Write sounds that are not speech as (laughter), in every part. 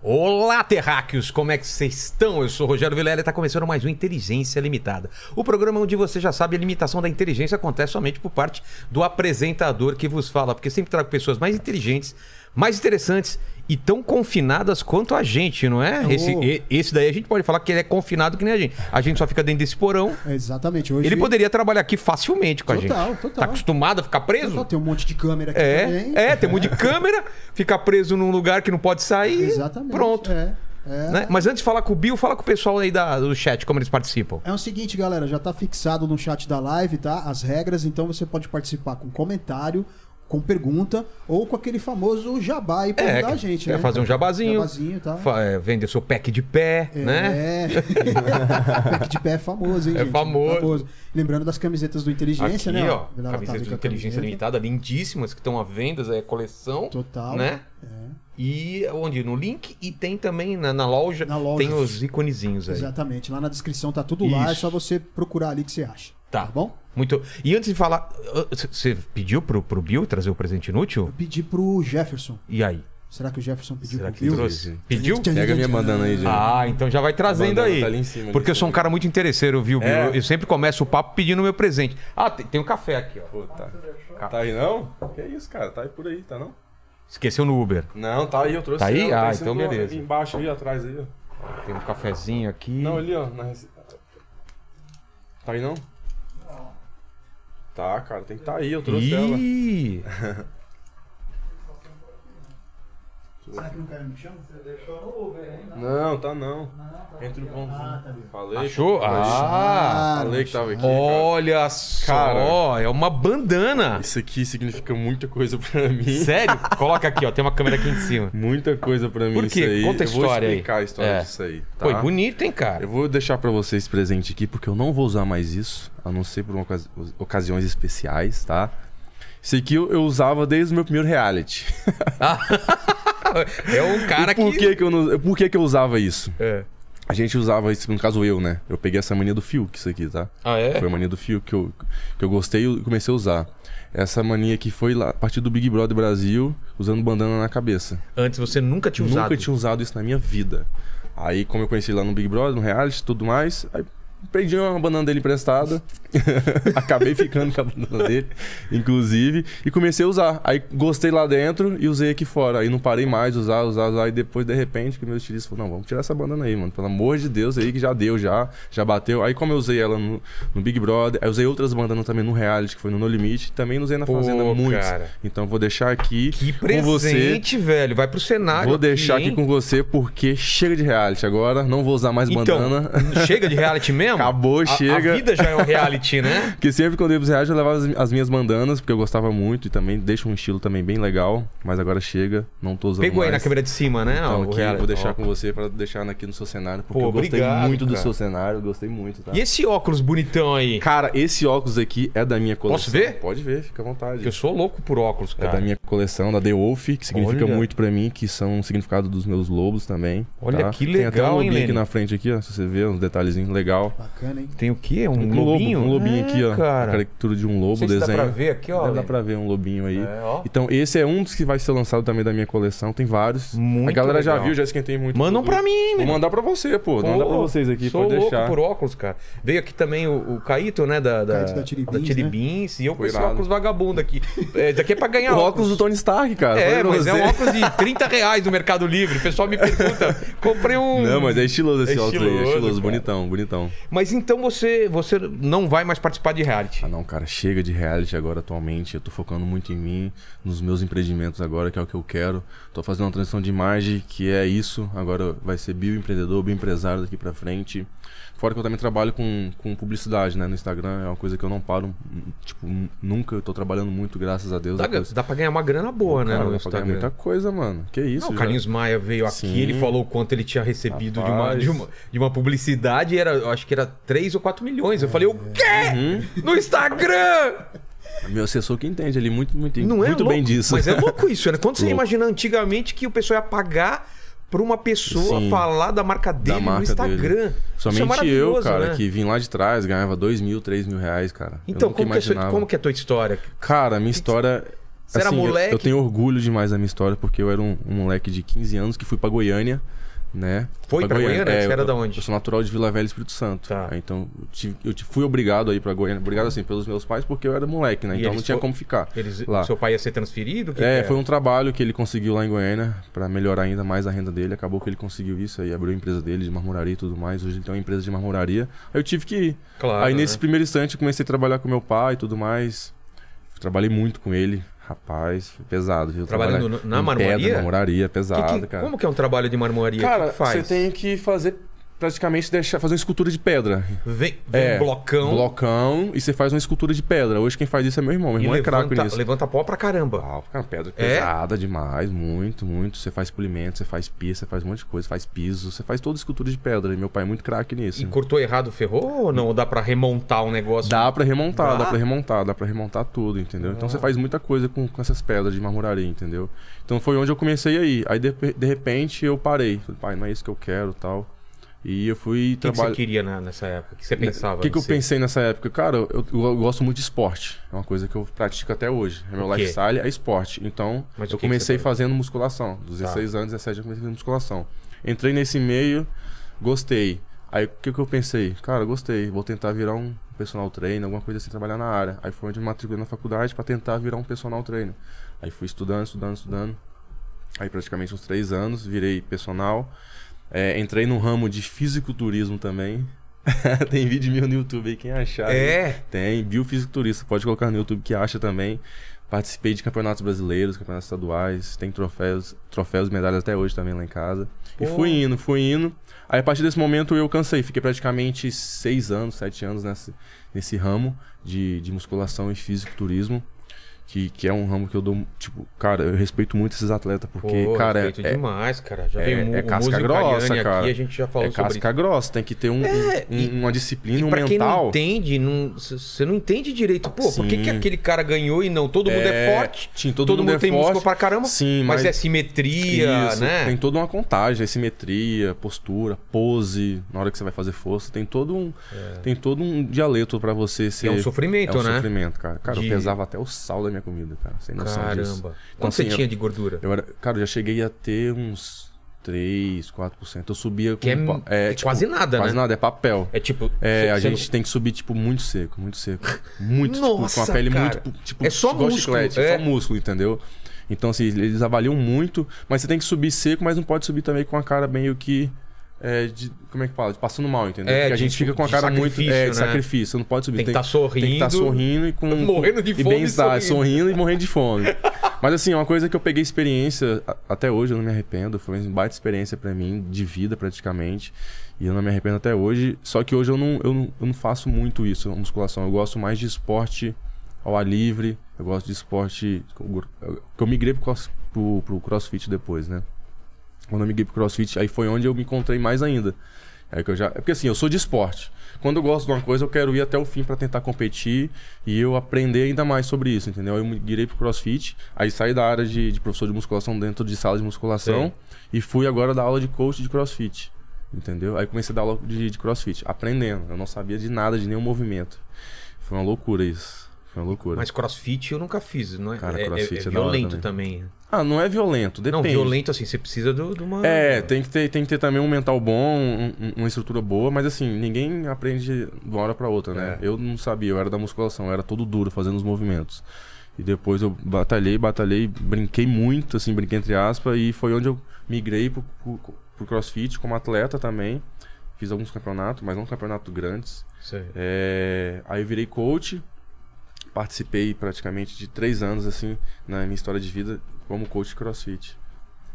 Olá, terráqueos! Como é que vocês estão? Eu sou o Rogério Vilela e está começando mais um Inteligência Limitada. O programa onde você já sabe a limitação da inteligência acontece somente por parte do apresentador que vos fala, porque sempre trago pessoas mais inteligentes, mais interessantes e tão confinadas quanto a gente, não é? Esse, e- esse daí a gente pode falar que ele é confinado que nem a gente. A gente só fica dentro desse porão. Exatamente. Hoje Ele poderia trabalhar aqui facilmente com a gente. Total, total. Tá acostumado a ficar preso? Só tem um monte de câmera aqui também. É, é, tem um monte de câmera, ficar preso num lugar que não pode sair. Exatamente. Pronto. É. É. Né? Mas antes de falar com o Bill, fala com o pessoal aí da- do chat, como eles participam. É o seguinte, galera, já tá fixado no chat da live, tá? As regras, então você pode participar com comentário, com pergunta ou com aquele famoso jabá aí pra ajudar a gente, quer né? fazer um jabazinho, Jabazinho, tá? fa- é, vender seu pack de pé, né? É. (laughs) Pack de pé é famoso, hein, É gente? famoso. Lembrando das camisetas do Inteligência, Aqui, né? ó, Vila camisetas Latarica de inteligência camiseta. limitada, lindíssimas, que estão à venda, é coleção, Total. né? É. E onde? No link e tem também na, na loja, Na loja. tem os iconezinhos aí. Exatamente. Lá na descrição tá tudo lá, é Isso. só você procurar ali que você acha. Tá. Tá bom? Muito. E antes de falar, você pediu pro, pro Bill trazer o presente inútil? Pedi pro Jefferson. E aí? Será que o Jefferson pediu Será pro que ele Bill? trouxe? Pediu? Pega minha mandando aí, gente. Ah, então já vai trazendo Tá mandando, aí. tá ali em cima, porque ali eu sou um cara muito interesseiro, viu, Bill? É. Eu sempre começo o papo pedindo meu presente. Ah, tem, tem um café aqui, ó. Pô, tá. Tá aí não? Que isso, cara? Tá aí por aí, tá não? Esqueceu no Uber. Não, tá aí, eu trouxe. Tá aí? ela, em Ah, cima então do- beleza. Embaixo aí, atrás aí, ó. Tem um cafezinho aqui. Não, ali, ó. na rece- Tá aí não? Tá, cara, tem que tá aí, eu trouxe ela. Ih, Não, tá não. Entre o pãozinho. Falei. achou? Ah, Falei que tava aqui. cara. olha só. Cara. É uma bandana. Isso aqui significa muita coisa pra mim. (laughs) Sério? Coloca aqui, ó. Tem uma câmera aqui em cima. Muita coisa pra mim Por quê? isso aí. Conta a Eu história vou aí. explicar a história É. disso aí, tá? Foi bonito, hein, cara? Eu vou deixar pra vocês presente aqui, porque eu não vou usar mais isso, a não ser por uma ocasi- ocasiões especiais, tá? Isso aqui eu, eu usava desde o meu primeiro reality. É um cara (laughs) E por que... que, que eu não- por que que eu usava isso? É. A gente usava isso, no caso eu, né? Eu peguei essa mania do Fiuk, isso aqui, tá? Ah, é? Foi a mania do Fiuk que eu, que eu gostei e comecei a usar. Essa mania que foi lá, a partir do Big Brother Brasil, usando bandana na cabeça. Antes você nunca tinha usado. Nunca tinha usado isso na minha vida. Aí, como eu conheci lá no Big Brother, no reality e tudo mais, aí perdi uma banana dele emprestada. (laughs) Acabei ficando com a banana dele, inclusive, e comecei a usar. Aí gostei lá dentro e usei aqui fora. Aí não parei mais de usar, usar, usar. E depois, de repente, que meu estilista falou: não, vamos tirar essa banana aí, mano. Pelo amor de Deus, aí que já deu, já, já bateu. Aí, como eu usei ela no, no Big Brother, aí usei outras bandanas também no reality, que foi no No Limite, também não usei na Pô, Fazenda muito. cara. Então, eu vou deixar aqui Que com você. presente, velho. Vai pro cenário. Vou deixar aqui hein? com você porque chega de reality agora. Não vou usar mais bandana. Então, chega de reality mesmo? (laughs) Acabou, A- chega. A vida já é um reality, (laughs) né? Porque sempre quando eu ia pros reality eu levava as, as minhas bandanas, porque eu gostava muito e também deixa um estilo também bem legal. Mas agora chega, não tô usando Pegou aí mais. na câmera de cima, né? Então o aqui eu reality, vou deixar ó. com você pra deixar aqui no seu cenário, porque Pô, eu gostei obrigado, muito do cara. seu cenário, eu gostei muito, tá? E esse óculos bonitão aí? Cara, esse óculos aqui é da minha coleção. Posso ver? Pode ver, fica à vontade. Eu sou louco por óculos, É cara. da minha coleção, da The Wolf, que significa Olha. muito pra mim, que são o significado dos meus lobos também. Olha tá? que Tem até legal, um hein, lobinho aqui Lene? na frente aqui, ó, se você ver, uns detalhezinhos legal. Bacana, hein? Tem o quê? Um, Um lobo, lobinho? um lobinho É, aqui, ó. A Cara. caricatura de um lobo, Não sei se desenho. dá pra ver aqui, ó. Dá, dá Lene. pra ver um lobinho aí. É, ó. Então, esse é um dos que vai ser lançado também da minha coleção. Tem vários. Muito a galera já legal. viu, já esquentei muito. Manda um pra produto. mim, Vou meu. mandar pra você, pô. Vou mandar pra Pô, vocês aqui, Sou pode louco deixar. por um óculos, cara. Veio aqui também o, o Caíto, né? Da, da, Caíto da né? Tiribins, Tiribins, E eu com esse Irado. óculos vagabundo aqui. É, daqui é pra ganhar O óculos do Tony Stark, cara. É, Falei pra mas é você. um óculos de 30 reais no Mercado Livre. O pessoal me (laughs) pergunta, comprei um. Não, mas é estiloso esse É óculos aí. É estiloso, estiloso, cara. bonitão, bonitão. Mas então você, você não vai mais participar de reality. Ah não, cara, chega de reality agora atualmente. Eu tô focando muito em mim, nos meus empreendimentos agora, que é o que eu quero. Tô fazendo uma transição de imagem, que é isso. Agora vai ser bioempreendedor, bioempresário daqui pra frente. Fora que eu também trabalho com, com publicidade, né? No Instagram é uma coisa que eu não paro, hum, tipo, hum, nunca. Eu tô trabalhando muito, graças a Deus. Dá, a coisa- dá pra ganhar uma grana boa, Tá né? Cara, no dá pra ganhar Instagram. muita coisa, mano. Que isso, Não, o já- Carlinhos Maia veio aqui, Sim. ele falou o quanto ele tinha recebido de uma, Rapaz. de, uma, de uma É. Uhum. publicidade, era, eu acho que era 3 ou 4 milhões. Eu falei, o quê? No Instagram? Meu assessor que entende ali muito, muito, Não é muito louco, bem disso. Mas é louco isso, né? Quando você Louco. imagina antigamente que o pessoal ia pagar pra uma pessoa Sim. falar da marca dele da marca no Instagram. dele. Isso é Somente eu, maravilhoso, cara, né? que vim lá de trás, ganhava dois mil, três mil reais, cara. Eu Então, nunca como que, é a sua- imaginava. como que é a tua história? Cara, minha história. Você era assim, eu- moleque? Eu, tenho orgulho demais da minha história, porque eu era um, um moleque de 15 anos que fui pra Goiânia, né? Foi pra Goiânia? É, Você era eu- da onde? Eu sou natural de Vila Velha, Espírito Santo. Tá. Aí, Então, eu, tive- eu te- fui obrigado aí pra Goiânia. Obrigado, assim, pelos meus pais, porque eu era moleque, né? E Então eles não tinha fo- como ficar Eles, lá. Seu pai ia ser transferido? O que É, que foi um trabalho que ele conseguiu lá em Goiânia pra melhorar ainda mais a renda dele. Acabou que ele conseguiu isso aí, abriu a empresa dele de marmoraria e tudo mais. Hoje ele tem uma empresa de marmoraria. Aí eu tive que ir. Claro, aí nesse né? primeiro instante eu comecei a trabalhar com meu pai e tudo mais. Trabalhei muito com ele. Rapaz, foi pesado, viu? Trabalhando Trabalhar no- na em marmoraria? Pedra, marmoraria, Que- pesado, que- cara. Como que é um trabalho de marmoraria? O que Cara, que faz? você tem que fazer praticamente deixar, fazer uma escultura de pedra. Vem, vem É, um blocão, Blocão e você faz uma escultura de pedra. Hoje quem faz isso é meu irmão. Meu e irmão é craque levanta, nisso. levanta pó pra caramba. Ah, cara, pedra É? pesada demais, muito, muito. Você faz polimento, você faz pia, você faz um monte de coisa, faz piso, você faz toda escultura de pedra. E meu pai é muito craque nisso. E cortou errado, ferrou ou não? Ou dá pra remontar o negócio? Dá pra remontar, Dá? dá, pra remontar, dá pra remontar tudo, entendeu? Então você faz muita coisa com, com essas pedras de marmoraria, entendeu? Então foi onde eu comecei aí. Aí de, de repente eu parei. Falei, pai, não é isso que eu quero tal. E eu O fui que, que você trabalhar. queria na- nessa época? O que você pensava? O Né, que, que em eu ser? pensei nessa época? Cara, eu, eu- eu gosto muito de esporte. É uma coisa que eu pratico até hoje. É meu O quê? lifestyle, é esporte. Então, Mas o eu que que comecei você Tá. fazendo musculação. Dos 16 anos, 17 eu comecei fazendo musculação. Entrei nesse meio, gostei. Aí o que, que eu pensei? Cara, gostei. Vou tentar virar um personal trainer, alguma coisa assim, trabalhar na área. Aí foi onde eu me matriculei na faculdade pra tentar virar um personal trainer. Aí fui estudando, estudando, estudando. Aí praticamente uns três anos, virei personal. É, entrei no ramo de fisiculturismo também. (laughs) Tem vídeo meu no YouTube aí, quem achar. né? É, Tem, biofisiculturista, pode colocar no YouTube que acha também. Participei de campeonatos brasileiros, campeonatos estaduais, tem troféus, troféus, medalhas até hoje também lá em casa. E Pô. fui indo, fui indo. Aí a partir desse momento eu cansei, fiquei praticamente seis anos, sete anos nesse, nesse ramo de, de musculação e fisiculturismo. Que, que é um ramo que eu dou. Tipo, cara, eu respeito muito esses atletas, porque, Pô, cara, respeito é, demais, cara. Já é- veio o, é o casca músico grossa, Ariane cara. aqui, a gente já falou é sobre É, casca grossa, tem que ter um, um- e- uma disciplina, E um pra quem mental. não entende, não- c- você não entende direito. Pô, por que, Sim. que aquele cara ganhou e não? Todo mundo é, É, forte, sim, todo, todo mundo, mundo é tem músculo forte. pra caramba, Sim, mas, mas- é simetria, Isso, né? Tem toda uma contagem, simetria, postura, pose, na hora que você vai fazer força, tem todo um, tem todo um dialeto pra você ser. é um sofrimento, é um né? sofrimento, cara. Cara, De- eu pesava até o sal da minha comida, cara, sem noção Caramba. disso. Quanto Então, você assim, tinha de gordura? Eu era, cara, eu já cheguei a ter uns 3, 4%. Eu subia com Que é- pa- é quase nada, Quase né? nada, é papel. É tipo. É, você- a você gente tem que subir, tipo, muito seco, muito seco. Muito, tipo, Nossa, com a pele cara. muito, tipo, É só igual músculo, chiclete, é. só músculo, entendeu? Então, assim, eles avaliam muito, mas você tem que subir seco, mas não pode subir também com a cara meio que. é, de- como é que fala? De passando mal, entendeu? É, Porque a de- gente fica com a de cara muito. sacrifício, É, de né? sacrifício, você não pode subir. Tem que tá sorrindo. Tem que tá sorrindo e com. Morrendo de e fome e Bem estar, sorrindo. sorrindo rindo e morrendo de fome. (laughs) Mas assim, uma coisa que eu peguei experiência, a- até hoje eu não me arrependo, foi uma baita experiência pra mim, de vida praticamente, e eu não me arrependo até hoje. Só que hoje eu não, eu não, eu não faço muito isso, musculação. Eu gosto mais de esporte ao ar livre, eu gosto de esporte. que eu migrei pro, cross, pro, pro crossfit depois, né? Quando eu migrei pro crossfit, aí foi onde eu me encontrei mais ainda. É que eu já, é porque assim, eu sou de esporte. Quando eu gosto de uma coisa, eu quero ir até o fim pra tentar competir e eu aprender ainda mais sobre isso, entendeu? Eu migrei pro CrossFit, aí saí da área de, de professor de musculação dentro de sala de musculação Sim. e fui agora dar aula de coach de CrossFit, entendeu? Aí comecei a dar aula de, de CrossFit, aprendendo. Eu não sabia de nada, de nenhum movimento. Foi uma loucura isso. Foi uma loucura. Mas crossfit eu nunca fiz, não é? Cara, é, é- crossfit é é da hora violento também. Ah, não é violento, depende. Não, violento assim, você precisa do- de uma. É, tem que, ter, tem que ter também um mental bom, um- um- uma estrutura boa, mas assim, ninguém aprende de uma hora pra outra, né? É. Eu não sabia, eu era da musculação, eu era todo duro fazendo os movimentos. E depois eu batalhei, batalhei, brinquei muito, assim, brinquei entre aspas, e foi onde eu migrei pro, pro, pro crossfit como atleta também. Fiz alguns campeonatos, mas não campeonatos grandes. Sei. É, aí eu virei coach, participei praticamente de três anos assim na minha história de vida como coach de CrossFit.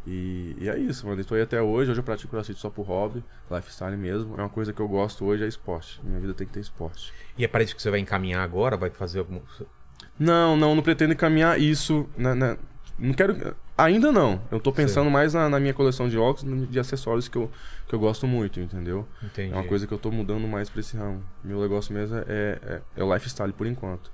E, e é isso, mano. Estou aí até hoje. Hoje eu pratico CrossFit só por hobby, lifestyle mesmo. É uma coisa que eu gosto hoje é esporte. Minha vida tem que ter esporte. E é para isso que você vai encaminhar agora? Vai fazer algum. Não, não, não pretendo encaminhar isso. Na, na- não quero. Ainda não. Eu tô pensando mais na, na minha coleção de óculos, no- de acessórios que eu, que eu gosto muito, entendeu? Entendi. É uma coisa que eu tô mudando mais pra esse ramo. Meu negócio mesmo é, é, é o lifestyle é por enquanto.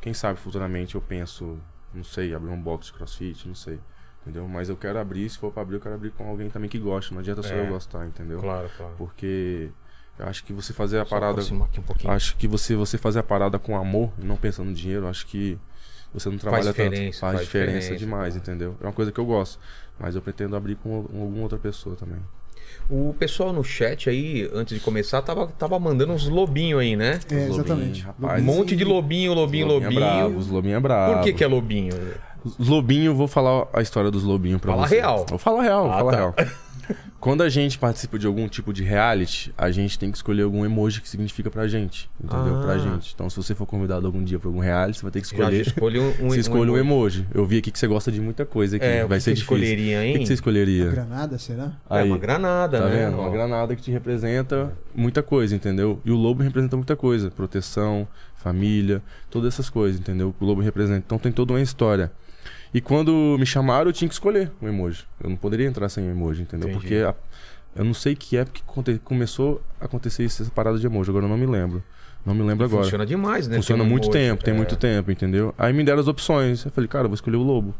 Quem sabe futuramente eu penso, não sei, abrir um box de crossfit, não sei. Entendeu? Mas eu quero abrir, se for pra abrir, eu quero abrir com alguém também que goste. Não adianta só É. eu gostar, entendeu? Claro, claro. Porque eu acho que você fazer a Só parada. aproximar aqui um pouquinho. Acho que você, você fazer a parada com amor, não pensando no dinheiro, acho que você não trabalha diferença, tanto. Faz, faz diferença, diferença, demais, cara. entendeu? É uma coisa que eu gosto. Mas eu pretendo abrir com, com alguma outra pessoa também. O pessoal no chat aí, antes de começar, tava, tava mandando uns lobinhos aí, né? É, exatamente. rapaz. Um monte de lobinho, lobinho, Lobinho é lobinho. bravo, os lobinho é bravo. Por que, que é lobinho? Os Lobinho, vou falar a história dos lobinhos pra Fala vocês. real. Eu falo real, eu Ah, falo tá. (laughs) real. Quando a gente participa de algum tipo de reality, a gente tem que escolher algum emoji que significa pra gente, entendeu? Ah. Pra gente. Então, se você for convidado algum dia pra algum reality, você vai ter que Já escolher. escolheu (laughs) um, um, você escolhe um emoji. Eu vi aqui que você gosta de muita coisa aqui. É, o vai que ser que difícil. escolheria, O que, hein? que você escolheria? Granada, será? É uma granada, Tá né? vendo? Uma Ó. granada que te representa muita coisa, entendeu? E o lobo representa muita coisa. Proteção, família, todas essas coisas, entendeu? O lobo representa. Então tem toda uma história. E quando me chamaram, eu tinha que escolher um emoji. Eu não poderia entrar sem um emoji, entendeu? Entendi. Porque a- eu não sei que época que conte- começou a acontecer isso, essa parada de emoji. Agora eu não me lembro. Não me lembro agora. Funciona demais, né? Funciona Tem um muito monte, tempo, tem é. muito tempo, entendeu? Aí me deram as opções. Eu falei, cara, eu vou escolher o lobo.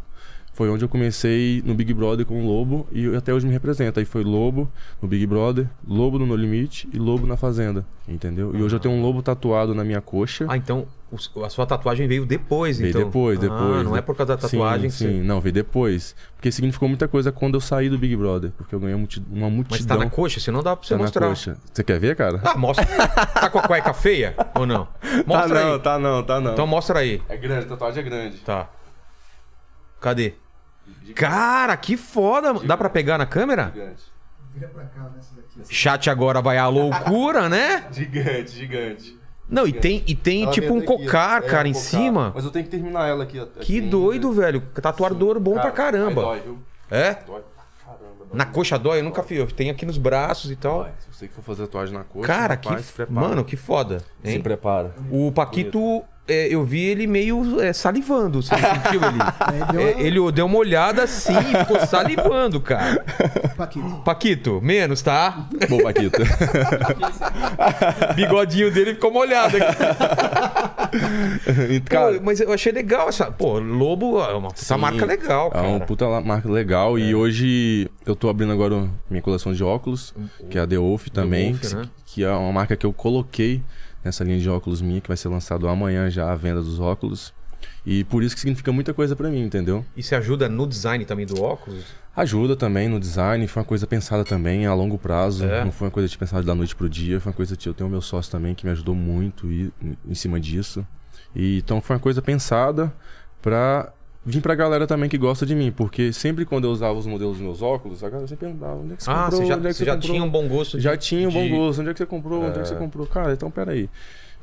Foi onde eu comecei no Big Brother com o lobo e eu- até hoje me representa. Aí foi lobo no Big Brother, lobo no No Limite e lobo na Fazenda, entendeu? E hoje eu tenho um lobo tatuado na minha coxa. Ah, então o- a sua tatuagem veio depois, Veio então. depois, depois. né? Ah, não é por causa da tatuagem. que Sim, você- sim. não, veio depois. Porque significou muita coisa quando eu saí do Big Brother. Porque eu ganhei multi- uma Mas multidão. tá na coxa, senão dá pra você Tá na mostrar. coxa. Você quer ver, cara? Ah, mostra. tá com a cueca feia ou não? Mostra (laughs) tá aí. não, tá não, tá não. Então mostra aí. É grande, a tatuagem é grande. Tá. Cadê? Cara, que foda. mano. Dá pra pegar na câmera? Gigante. Vira pra cá, nessa daqui. Chat agora vai à loucura, né? Gigante, gigante. Não, e tem, e tem Ela tipo vem um até aqui, cocar, ó. É, cara, um em cocar. cima. Mas eu tenho que terminar ela aqui. até Que aqui, doido, né? velho. Tatuador bom pra Cara, caramba. aí Dói, viu? É? Dói pra caramba. Dói. Na coxa dói, eu nunca fui. Eu tenho aqui nos braços e tal. Dói. Se você que for fazer tatuagem na coxa, Cara, que. rapaz, se prepara. Mano, que foda. hein? se prepara. O Paquito, é, eu vi ele meio é, salivando. Você sentiu (laughs) É, deu uma- ele? É, ele deu uma olhada assim e ficou salivando, cara. Hum. Paquito. Paquito, menos, tá? (laughs) Bom, Paquita. Bigodinho dele ficou molhado aqui. (laughs) cara, Pô, mas eu achei legal essa. Pô, Lobo é uma puta Sim, marca legal, cara. É uma puta la- marca legal. É. E hoje eu tô abrindo agora o- minha coleção de óculos, que é a The Wolf também. Wolf, que, né? que é uma marca que eu coloquei nessa linha de óculos minha, que vai ser lançado amanhã já a venda dos óculos. E por isso que significa muita coisa pra mim, entendeu? E se ajuda no design também do óculos? Ajuda também no design, foi uma coisa pensada também a longo prazo, É. não foi uma coisa de pensar da noite pro dia, foi uma coisa que eu tenho meu sócio também que me ajudou muito e, em cima disso. E, então foi uma coisa pensada pra vir pra galera também que gosta de mim, porque sempre quando eu usava os modelos dos meus óculos, a galera sempre perguntava onde é que você Ah, comprou, você já, onde é que você já comprou?" tinha um bom gosto. de- Já tinha um bom de- gosto. Onde é que você comprou? Onde é que você comprou? Cara, então peraí.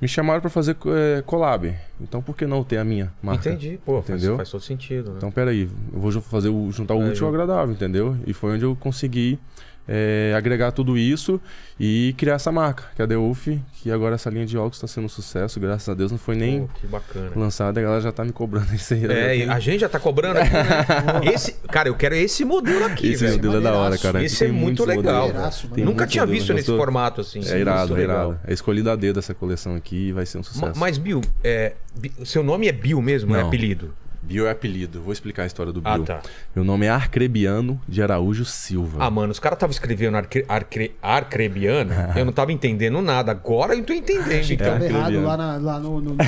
Me chamaram pra fazer eh, collab. Então por que não ter a minha (laughs) marca? Entendi. Pô, faz, Entendeu? faz todo sentido, né? Então, peraí, eu vou ju- fazer o, juntar o É, útil ao agradável, entendeu? E foi onde eu consegui é, agregar tudo isso e criar essa marca, que é a The Wolf, que agora essa linha de óculos está sendo um sucesso, graças a Deus, não foi nem Pô, que bacana. lançada, a galera já tá me cobrando isso aí. É, né? e a gente já tá cobrando aqui, (laughs) né? Esse, cara, eu quero esse modelo aqui, Esse velho. modelo é da hora, cara. Esse Tem é muito muitos legal. modelos. Maneiraço, Tem mano. Nunca muitos tinha modelos, visto nesse gostou? formato assim. É irado, Muito é legal. irado. É escolhido a dedo essa coleção aqui e vai ser um Ma- sucesso. Mas, Bill, é, Bi- seu nome é Bill mesmo, não é Não. apelido? Bio é apelido, vou explicar a história do Bio. Ah, tá. Meu nome é Arcrebiano de Araújo Silva. Ah, mano, os caras estavam escrevendo arcre, arcre, (laughs) arcrebiano, eu não tava entendendo nada. Agora eu tô entendendo. Então. Tava aquele errado ali, lá, na- lá no, no, no- no (laughs)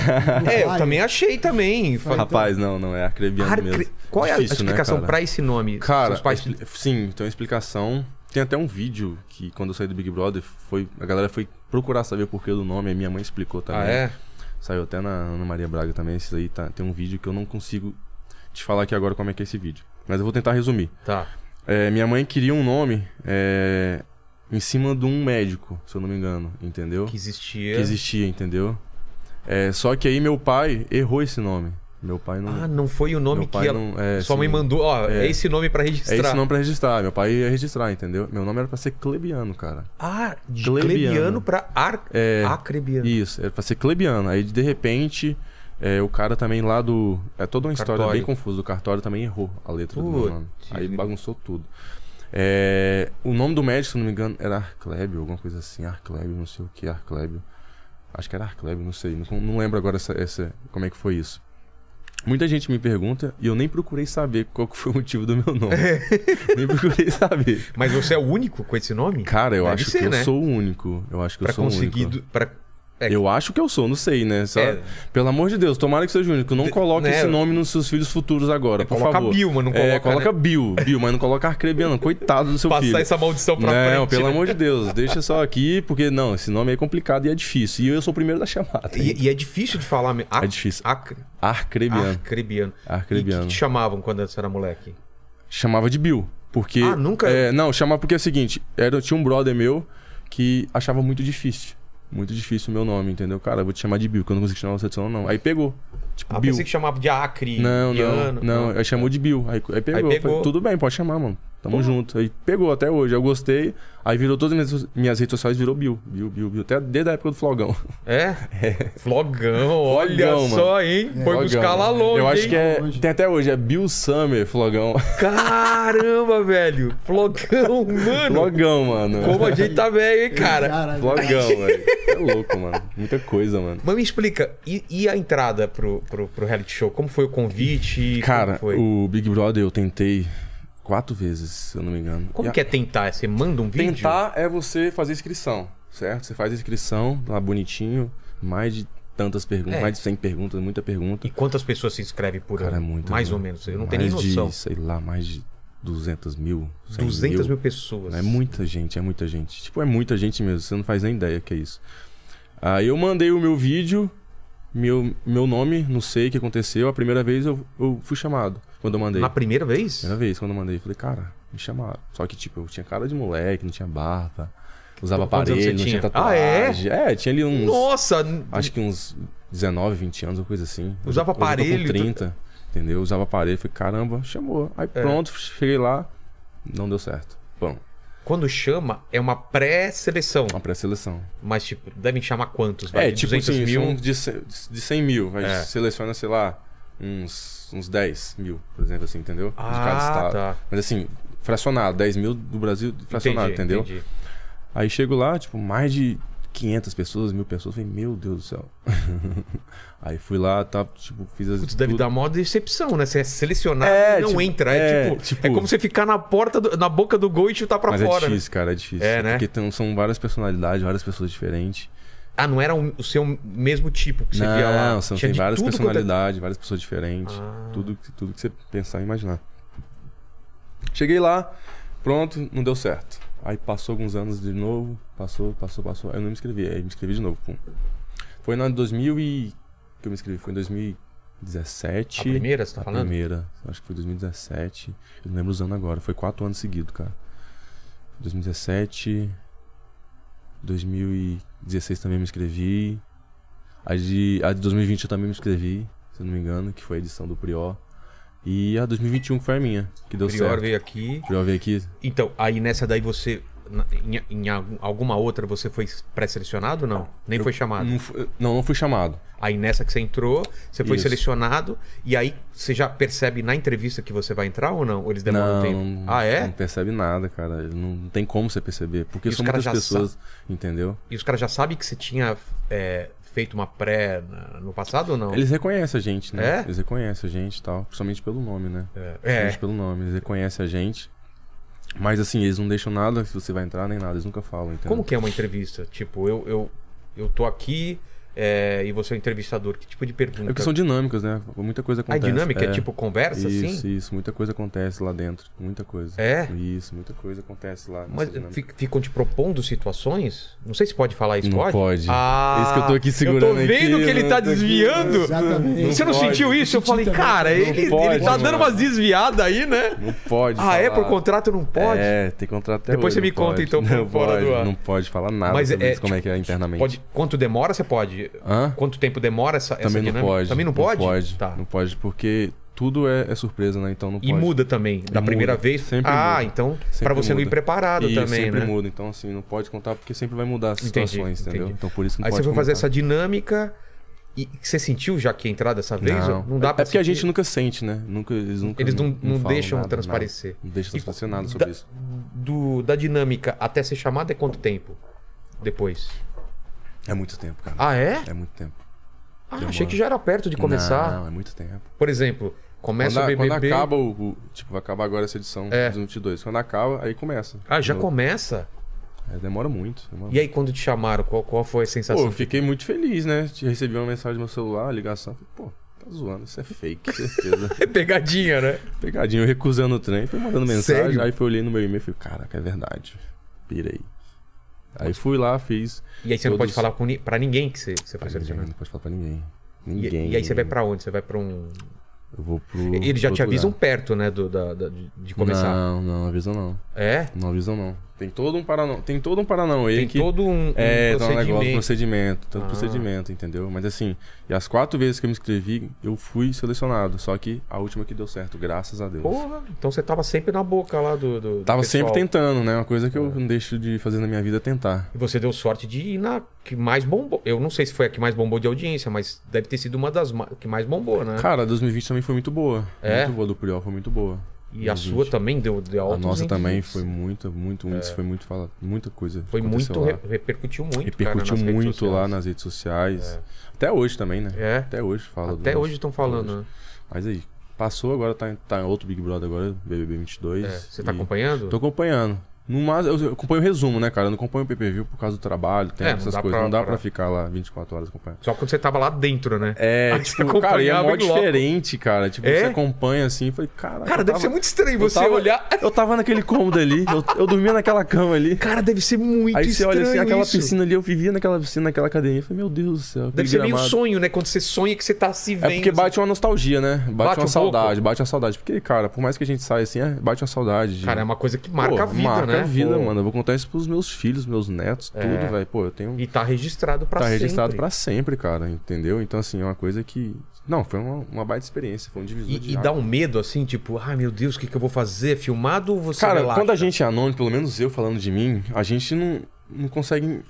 É, eu flyer. também achei também. Fa- Rapaz, não, não, é Arcrebiano Arcre- mesmo. Qual é a- a Difícil, né, explicação cara? pra esse nome? Cara, Seus pais- expli- sim, tem uma explicação. Tem até um vídeo que quando eu saí do Big Brother, foi, a galera foi procurar saber o porquê do nome, a minha mãe explicou também. Ah, é? Saiu até na Ana Maria Braga também, esse aí tá, tem um vídeo que eu não consigo te falar aqui agora como é que é esse vídeo. Mas eu vou tentar resumir. Tá. É, minha mãe queria um nome é, em cima de um médico, se eu não me engano, entendeu? Que existia. Que existia, entendeu? É, só que aí meu pai errou esse nome. Meu pai não. Ah, não foi o nome Meu que pai ela... não- é, sua sim. mãe mandou. Ó, é, É. esse nome pra registrar. É esse nome pra registrar. Meu pai ia registrar, entendeu? Meu nome era pra ser Clebiano, cara. Ah, de Clebiano. Clebiano pra ar... É, Acrebiano. Isso, era pra ser Clebiano. Aí, de repente, é, o cara também lá do... É toda uma história Cartório. bem confusa. O cartório também errou a letra do Putz. meu nome. Aí bagunçou tudo. É, o nome do médico, se não me engano, era Arclébio, alguma coisa assim. Arclébio, não sei o que, Arclébio. Acho que era Arcleb, não sei. Não, não lembro agora essa, essa- como é que foi isso. Muita gente me pergunta e eu nem procurei saber qual que foi o motivo do (laughs) meu nome. nem procurei saber. Mas você é o único com esse nome? Cara, eu Deve acho ser, que né? eu sou o único. Eu acho que Pra eu sou o conseguir. único. do- pra- é, Eu acho que eu sou, não sei, né? Só- É. Pelo amor de Deus, tomara que seja o único. Não coloque né? esse nome nos seus filhos futuros agora, É, por coloca favor. Bill, mas não É, coloca, né? coloca Bill, Bill, mas não coloca Arcrebiano. Coitado do seu passar filho. essa maldição pra frente. não, pelo né? amor de Deus, deixa só aqui, porque não, esse nome é complicado e é difícil. E eu sou o primeiro da chamada. E, e é difícil de falar. me- Ac- É difícil. Acre- Arcrebiano. Arcrebiano. Arcrebiano. E que te chamavam quando você era moleque? Chamava de Bill. Porque. Ah, nunca- É, não, chamava porque é o seguinte: era, tinha um brother meu que achava muito difícil. Muito difícil o meu nome, entendeu? Cara, eu vou te chamar de Bill, que eu não consigo chamar você de seu nome, não. Aí pegou. Tipo, Ah, Bill. pensei que chamava de Acre. Não, não, Biano. não. Aí chamou de Bill. Aí, aí pegou. Aí pegou. Falei, Tudo bem, pode chamar, mano. Tamo junto. Aí pegou até hoje. Eu gostei. Aí virou todas as minhas, minhas redes sociais, virou Bill. Bill, Bill, Bill. Até desde a época do Flogão. É? Flogão, olha Flogão, só, hein? (laughs) Foi Flogão. buscar lá longe, Eu acho hein? que é. Longe. Tem até hoje, é Bill Summer, Flogão. Caramba, velho. Flogão, (laughs) mano. Flogão, mano. Como a gente tá velho, hein, cara? Caralho. (laughs) Flogão, velho. É louco, mano. Muita coisa, mano. Mas me explica, e, e a entrada pro, pro, pro reality show? Como foi o convite? Cara, Como foi? o Big Brother eu tentei quatro vezes, se eu não me engano. Como E a- que é tentar? Você manda um vídeo? Tentar é você fazer inscrição, certo? Você faz a inscrição lá bonitinho, mais de tantas perguntas, É. mais de 100 perguntas, muita pergunta. E quantas pessoas se inscrevem por Cara, é ano? muito. Mais né? ou menos, eu não mais tenho nem noção. De, sei lá, mais de 200 mil. 100 200 mil pessoas. É muita gente, é muita gente. Tipo, é muita gente mesmo, você não faz nem ideia que é isso. Aí eu mandei o meu vídeo, meu, meu nome, não sei o que aconteceu. A primeira vez eu, eu fui chamado quando eu mandei. Na primeira vez? Primeira vez quando eu mandei, eu falei, cara, me chamaram. Só que, tipo, eu tinha cara de moleque, não tinha barba, usava Quantos anos aparelho, não você tinha tinha? Ah, tatuagem. é? tinha ali uns. Nossa! Acho que uns 19, 20 anos, uma coisa assim. Usava Eu já- eu já tô aparelho, então tu- Com 30, entendeu? Usava aparelho, falei, caramba, chamou. Aí É. pronto, cheguei lá, não deu certo. Bom, Quando chama, é uma pré-seleção. uma pré-seleção. Mas, tipo, devem chamar quantos? vai? É, tipo 200 assim, mil? são de, ce- de 100 mil, aí É. seleciona, sei lá, uns, uns 10 mil, por exemplo, assim, entendeu? de Ah, cada estado. tá. Mas assim, fracionado, 10 mil do Brasil, fracionado, Entendi, entendeu? entendi. Aí chego lá, tipo, mais de 500 pessoas, mil pessoas. Falei, meu Deus do céu. (laughs) aí fui lá, tá, tipo, fiz as. Putz, deve tudo. dar mó decepção, né? Você é selecionado É, e não tipo, entra. É, é, tipo, tipo- é como você ficar na porta, do- na boca do gol e chutar pra Mas fora. é né? difícil, cara, é difícil. É, né? Porque tem- são várias personalidades, várias pessoas diferentes. Ah, não era um- o seu mesmo tipo que você não, via lá. são, Tinha tem de várias tudo quanto é- personalidades, várias pessoas diferentes. Ah. Tudo, que- tudo que você pensar e imaginar. Cheguei lá, pronto, não deu certo. Aí passou alguns anos de novo, passou, passou, passou. Aí eu não me inscrevi, aí me inscrevi de novo. Pum. Foi na 2000 e... que eu me inscrevi, foi em 2017. A primeira, você tá A falando? primeira, acho que foi 2017. Eu não lembro os anos agora, foi quatro anos seguidos, cara. 2017, 2016 também me inscrevi. A de, a de 2020 eu também me inscrevi, se eu não me engano, que foi a edição do Prior. E a 2021 que foi a minha, que deu Prior certo. veio aqui. Prior veio aqui. Então, aí nessa daí você. na- Em, em algum- alguma outra você foi pré-selecionado ou não? Nem foi chamado. Não, fu- não, não fui chamado. Aí nessa que você entrou, você foi Isso. selecionado, e aí você já percebe na entrevista que você vai entrar ou não? Ou eles demoram não, tempo? não- ah, é? Não percebe nada, cara. Não tem como você perceber. Porque E os são caras muitas já sa- pessoas, entendeu? E os caras já sabem que você tinha é, feito uma pré na- no passado ou não? Eles reconhecem a gente, né? É? Eles reconhecem a gente e tal. Principalmente pelo nome, né? É. Principalmente É. pelo nome. Eles reconhecem a gente. Mas assim, eles não deixam nada se você vai entrar nem nada. Eles nunca falam, entendeu? Como que é uma entrevista? Tipo, eu, eu, eu tô aqui é, e você é o entrevistador. Que tipo de pergunta? É porque são dinâmicas, né? Muita coisa a acontece. dinâmica é, tipo conversa, isso, assim? Isso, muita coisa acontece lá dentro. Muita coisa. É? Isso, muita coisa acontece lá. nessa Mas dinâmica. fi- ficam te propondo situações? Não sei se pode falar isso, Não pode? pode. Ah, É isso que eu tô aqui segurando Eu tô vendo aqui, que ele né? tá Tô aqui. desviando. Exatamente. Você não pode. sentiu isso? Eu falei, também. cara, ele, pode, ele tá mano. dando umas desviadas aí, né? Não pode. Ah, é? falar. Por contrato não pode? É, tem contrato até Depois hoje, você me não conta, pode. então, por não fora pode, do ar. Não pode falar nada Mas sobre é, isso, como é tipo, que é internamente. Pode- Quanto demora você pode? Hã? Quanto tempo demora essa, essa Também não é dinâmica? pode. Também não pode? Não pode, Tá. não pode porque tudo é, é surpresa, né? Então não pode. E muda também, da E primeira muda, vez. sempre ah, muda. então, Sempre pra você não ir muda. preparado E também, sempre né? muda, então assim, não pode contar porque sempre vai mudar as Entendi, situações, entendeu? entendi. Então por isso não Aí pode você foi fazer comentar. essa dinâmica e e você sentiu já que ia entrar dessa vez? Não, dá é pra porque a gente sentir? nunca sente, né? Nunca, eles nunca Eles não, não falam deixam nada, transparecer. nada. Não deixam E transparecer nada sobre da, isso. do- da dinâmica até ser chamado é quanto tempo depois? É muito tempo, cara. Ah, é? É muito tempo. Ah, achei que já era perto de começar. Não, é muito tempo. Por exemplo, começa Quando, a- o quando BBB. acaba o, o- Tipo, vai acabar agora essa edição É. 2022. Quando acaba, aí começa. Ah, já De novo. começa? É, demora muito. Demora E aí, quando te chamaram, qual, qual foi a (laughs) Pô, sensação? eu fiquei muito feliz, né? Te- Recebi uma mensagem no meu celular, uma ligação. Falei, pô, tá zoando, isso é fake, (laughs) certeza. É Pegadinha, né? Pegadinha, eu recusando o trem, fui mandando mensagem. Sério? Aí fui olhei no meu e-mail e falei, caraca, é verdade. Pirei. Aí fui lá, fiz. E aí você não pode Todos- falar com ni- pra ninguém que você, que você foi Pra ninguém, selecionado. não pode falar pra ninguém. E, Ninguém. e aí você vai pra onde? Você vai pra um. Eu vou pro. Eles já pro te outro avisam lugar. perto, né? do- da- da- de- de começar. Não, não, avisam não. É? Não avisam não. Tem todo um paranão. Tem todo um paranauê Tem que. todo um, um É, tá um negócio, procedimento. procedimento, todo Ah. procedimento, entendeu? Mas assim, e as quatro vezes que eu me inscrevi, eu fui selecionado. Só que a última que deu certo, graças a Deus. Porra, então você tava sempre na boca lá do. do- do Tava pessoal. sempre tentando, né? Uma coisa que eu não deixo de fazer na minha vida é tentar. E você deu sorte de ir na que mais bombou. Eu não sei se foi a que mais bombou de audiência, mas deve ter sido uma das ma- que mais bombou, né? Cara, 2020 também foi muito boa. É? Muito boa do Priol, foi muito boa. e a 2020. sua tá também deu, deu A altos nossa índices. também foi muito, muito, índice, foi muito fala, muita coisa. É. Foi aconteceu muito. lá. re- repercutiu muito. Repercutiu cara, nas redes muito lá sociais. nas redes sociais. Até hoje também, né? É. Até hoje fala. do Até nosso- hoje estão falando, né? Mas aí, passou, agora tá, em- tá em outro Big Brother agora, BBB 22. É, Você tá e- acompanhando? Tô acompanhando. No mais, eu eu acompanho o resumo, né, cara? Eu não acompanho o PPV por causa do trabalho, tem É, não essas dá coisas. pra- não dá pra- pra... ficar lá 24 horas acompanhando. Só quando você tava lá dentro, né? É, Aí você tipo, cara, e é acompanhava mó em loco. diferente, cara. Tipo, É? você acompanha assim, falei, caraca. Cara, eu deve tava- ser muito estranho eu você tava- olhar. (laughs) Eu tava naquele cômodo ali, eu, eu dormia naquela cama ali. Cara, deve ser muito Aí você estranho. olha assim, aquela isso. piscina ali, eu vivia naquela piscina, naquela academia. Eu falei, meu Deus do céu, aquele Deve ser meio gramado. sonho, né? Quando você sonha que você tá se vendo. É porque bate uma nostalgia, né? Bate um Bate, uma pouco. saudade, bate uma saudade. Porque, cara, por mais que a gente saia assim, é, bate uma saudade. de- Cara, é uma coisa que marca Pô, a vida, marca né? a vida, Pô, É. mano. Eu vou contar isso pros meus filhos, meus netos, tudo, velho. Pô, eu tenho. E tá registrado pra tá sempre. registrado pra sempre, cara, entendeu? Então, assim, é uma coisa que. Não, foi uma, uma baita experiência, foi um divisor de E, e águas. dá um medo assim, tipo, ai meu Deus, o que, que eu vou fazer? É Filmado ou você Cara, relaxa? quando a gente é anônimo, pelo menos eu falando de mim, a gente não, não consegue.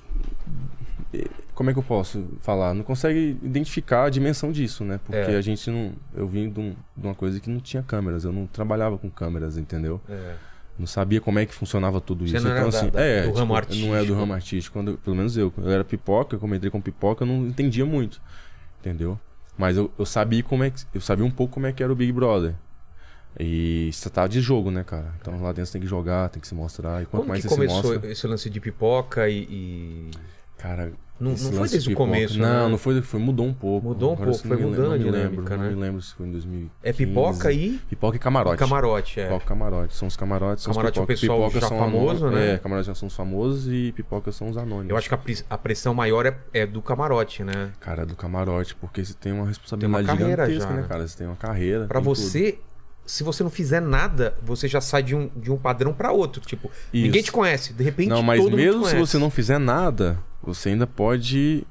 eh, Como é que eu posso falar? Não consegue identificar a dimensão disso, né? Porque É. a gente não. Eu vim de, um- de uma coisa que não tinha câmeras, eu não trabalhava com câmeras, entendeu? É. Não sabia como é que funcionava tudo Você isso. não era então, da- assim, da- é, do ramo Não é do artístico. ramo artístico. Quando, eu- pelo menos eu. Quando eu era pipoca, como eu entrei com pipoca, eu não entendia muito. Entendeu? Mas eu, eu sabia como é que. Eu sabia um pouco como é que era o Big Brother. E se tratava de jogo, né, cara? Então lá dentro você tem que jogar, tem que se mostrar. E quanto Quando mais que você se começou mostra. esse lance de pipoca e. e- Cara. Não- esse não foi lance desde de o pipoca- começo, Não, né? não foi, foi. Mudou um pouco. Mudou um Agora, pouco, se foi não me lembro- mudando a não me dinâmica, lembro, né? Não me lembro se foi em 2015. É pipoca e Pipoca e camarote. camarote, é. Pipoca e camarote. São os camarotes, são Camarote é os o pipocas. pessoal Pipocas já são famoso, anônimos. né? É, camarote já são os famosos e pipocas são os anônimos. Eu acho que a, pres- a pressão maior é, é do camarote, né? Cara, é do camarote, porque você tem uma responsabilidade Tem uma carreira gigantesca, já, né? né, cara? Você tem uma carreira. Pra tem tudo. você, se você não fizer nada, você já sai de um, de um padrão pra outro. Tipo, ninguém Isso. te conhece. De repente, Não, mas todo mesmo mundo te se conhece. você não fizer nada, você ainda pode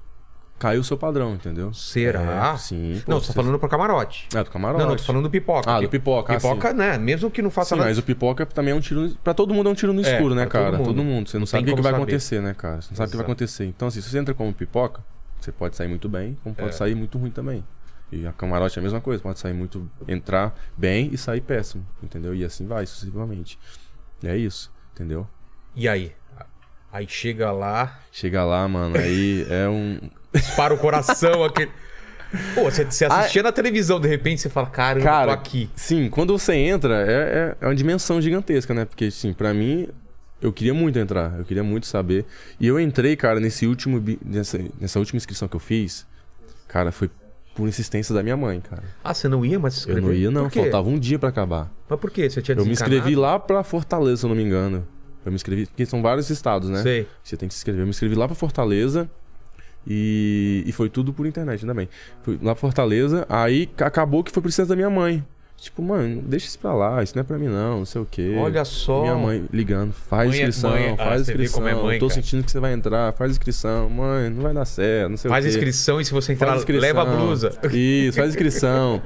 cair o seu padrão, entendeu? Será? É, sim. pô, Não, você tá falando pro camarote. É, do camarote. Não, não, tô falando do pipoca. Ah, do pipoca, ah, Pipoca, né? Mesmo que não faça Sim, nada. mas o pipoca também é um tiro. no- Pra todo mundo é um tiro no É, escuro, né, pra todo cara? Todo mundo. mundo. Você não Não sabe tem o que, que como vai saber. acontecer, né, cara? Você não sabe o que vai Exato. acontecer. Então, assim, se você entra como pipoca, você pode sair muito bem, como É. pode sair muito ruim também. E a camarote é a mesma coisa, pode sair muito. entrar bem e sair péssimo, entendeu? E assim vai, sucessivamente. E é isso, entendeu? E aí? Aí chega lá, Chega lá, mano, aí é um. dispara o coração, (laughs) aquele. Pô, você, você assistia na televisão, de repente você fala, cara, eu Ah, é- Cara, tô aqui. Sim, quando você entra, é, é, é uma dimensão gigantesca, né? Porque, assim, pra mim, eu queria muito entrar, eu queria muito saber. E eu entrei, cara, nesse último, bi- nessa, nessa última inscrição que eu fiz, cara, foi por insistência da minha mãe, cara. Ah, você não ia mais se Eu inscrever? não ia, não, Por quê? faltava um dia pra acabar. Mas por quê? Você tinha Eu me desencanado? inscrevi lá pra Fortaleza, se eu não me engano. Eu me inscrevi, porque são vários estados, né? Sei. Você tem que se inscrever. Eu me inscrevi lá pra Fortaleza e, e foi tudo por internet, ainda bem. Fui lá pra Fortaleza, aí ca- acabou que foi por licença da minha mãe. Tipo, mano, deixa isso pra lá, isso não é pra mim não, não sei o quê. Olha só. Minha mãe ligando, faz Mãe é- inscrição, mãe é- Ah, faz você vê inscrição. como é mãe, Tô cara. sentindo que você vai entrar, faz inscrição. Mãe, não vai dar certo, não sei Faz o quê. inscrição e se você entrar, Faz inscrição. leva a blusa. Isso, faz inscrição.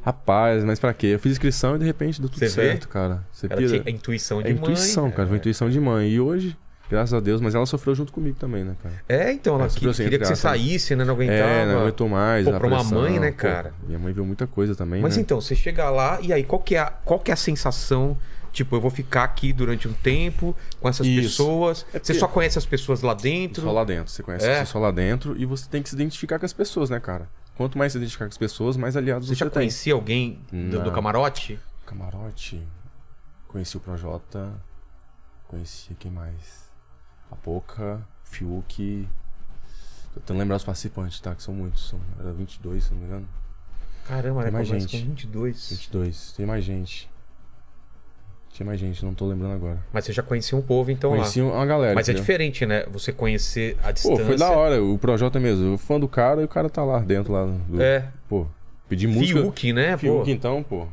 Rapaz, mas pra quê? Eu fiz inscrição e de repente deu tudo Você vê? certo, cara. Você Ela pira. tinha a intuição de É mãe. intuição, cara. Foi intuição de mãe. E hoje, graças a Deus, mas ela sofreu junto comigo também, né, cara? É, então, ela É, que- pra você queria que você entrar, sabe? saísse, né? Não aguentava. É, não aguentou mais. Pô, a pra uma pressão, mãe, né, pô. cara? minha mãe viu muita coisa também, Mas né? então, você chega lá e aí, qual que é a, qual que é a sensação Tipo, eu vou ficar aqui durante um tempo com essas Isso. pessoas. Você É porque- só conhece as pessoas lá dentro. Só lá dentro. Você conhece então, É. você só lá dentro e você tem que se identificar com as pessoas, né, cara? Quanto mais se identificar com as pessoas, mais aliados Você você, já tem. conhecia alguém do, Não. do camarote? Camarote. Conheci o Projota. Conheci quem mais? A Boca, Fiuk. Tô tentando lembrar os participantes, tá? Que são muitos. São, era 22, se não me engano. Caramba, era Tem mais mais gente. gente. com 22. 22. Tem mais gente. Tinha mais gente, não tô lembrando agora. Mas você já conhecia um povo, então Conheci lá. uma galera. Mas é né? entendeu? diferente, né? Você conhecer a Pô, distância. foi da hora. O Projota mesmo. Eu fã do cara e o cara tá lá dentro, lá. Do, É. Pô, pedi música. Fiuk, né? Fiuk, Pô, então, pô.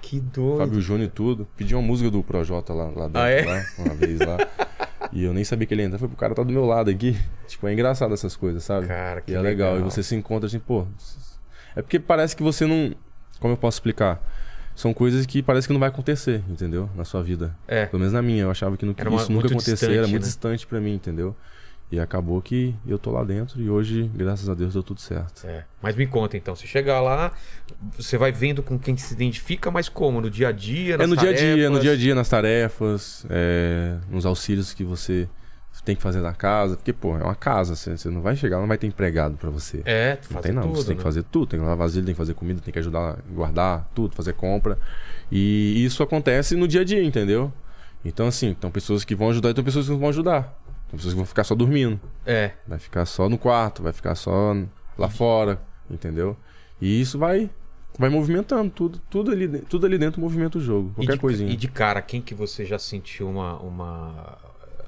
que doido. Fábio Júnior e tudo. Pedi uma música do Projota lá, lá dentro, Ah, é? lá, uma vez (laughs) lá. E eu nem sabia que ele ia entrar. Falei, pô, o cara tá do meu lado aqui. Tipo, é engraçado essas coisas, sabe? Cara, que e é legal. legal. E você se encontra assim, pô. É porque parece que você não. Como eu posso explicar? São coisas que parece que não vai acontecer, entendeu? Na sua vida. É. Pelo menos na minha. Eu achava que nunca, Era uma- isso nunca muito acontecia. distante, era muito né? distante pra mim, entendeu? E acabou que eu tô lá dentro e hoje, graças a Deus, deu tudo certo. É. Mas me conta então, você chega lá, você vai vendo com quem se identifica, mas como? No dia a dia? É nas no dia a dia, tarefas? no dia a dia, nas tarefas, é, nos auxílios que você tem que fazer na casa. Porque, pô, é uma casa, você, você não vai chegar, não vai ter empregado pra você. É, tu não faz tem não, tudo. você tem que né? fazer tudo, tem que lavar vasilha, tem que fazer comida, tem que ajudar a guardar tudo, fazer compra. E isso acontece no dia a dia, entendeu? Então, assim, tem pessoas que vão ajudar e tem pessoas que não vão ajudar. Tem pessoas que vão ficar só dormindo. É. Vai ficar só no quarto, vai ficar só lá fora, entendeu? E isso vai vai movimentando tudo, tudo ali, de- tudo ali dentro movimenta o jogo, qualquer e de, coisinha. E de cara, quem que você já sentiu uma, uma.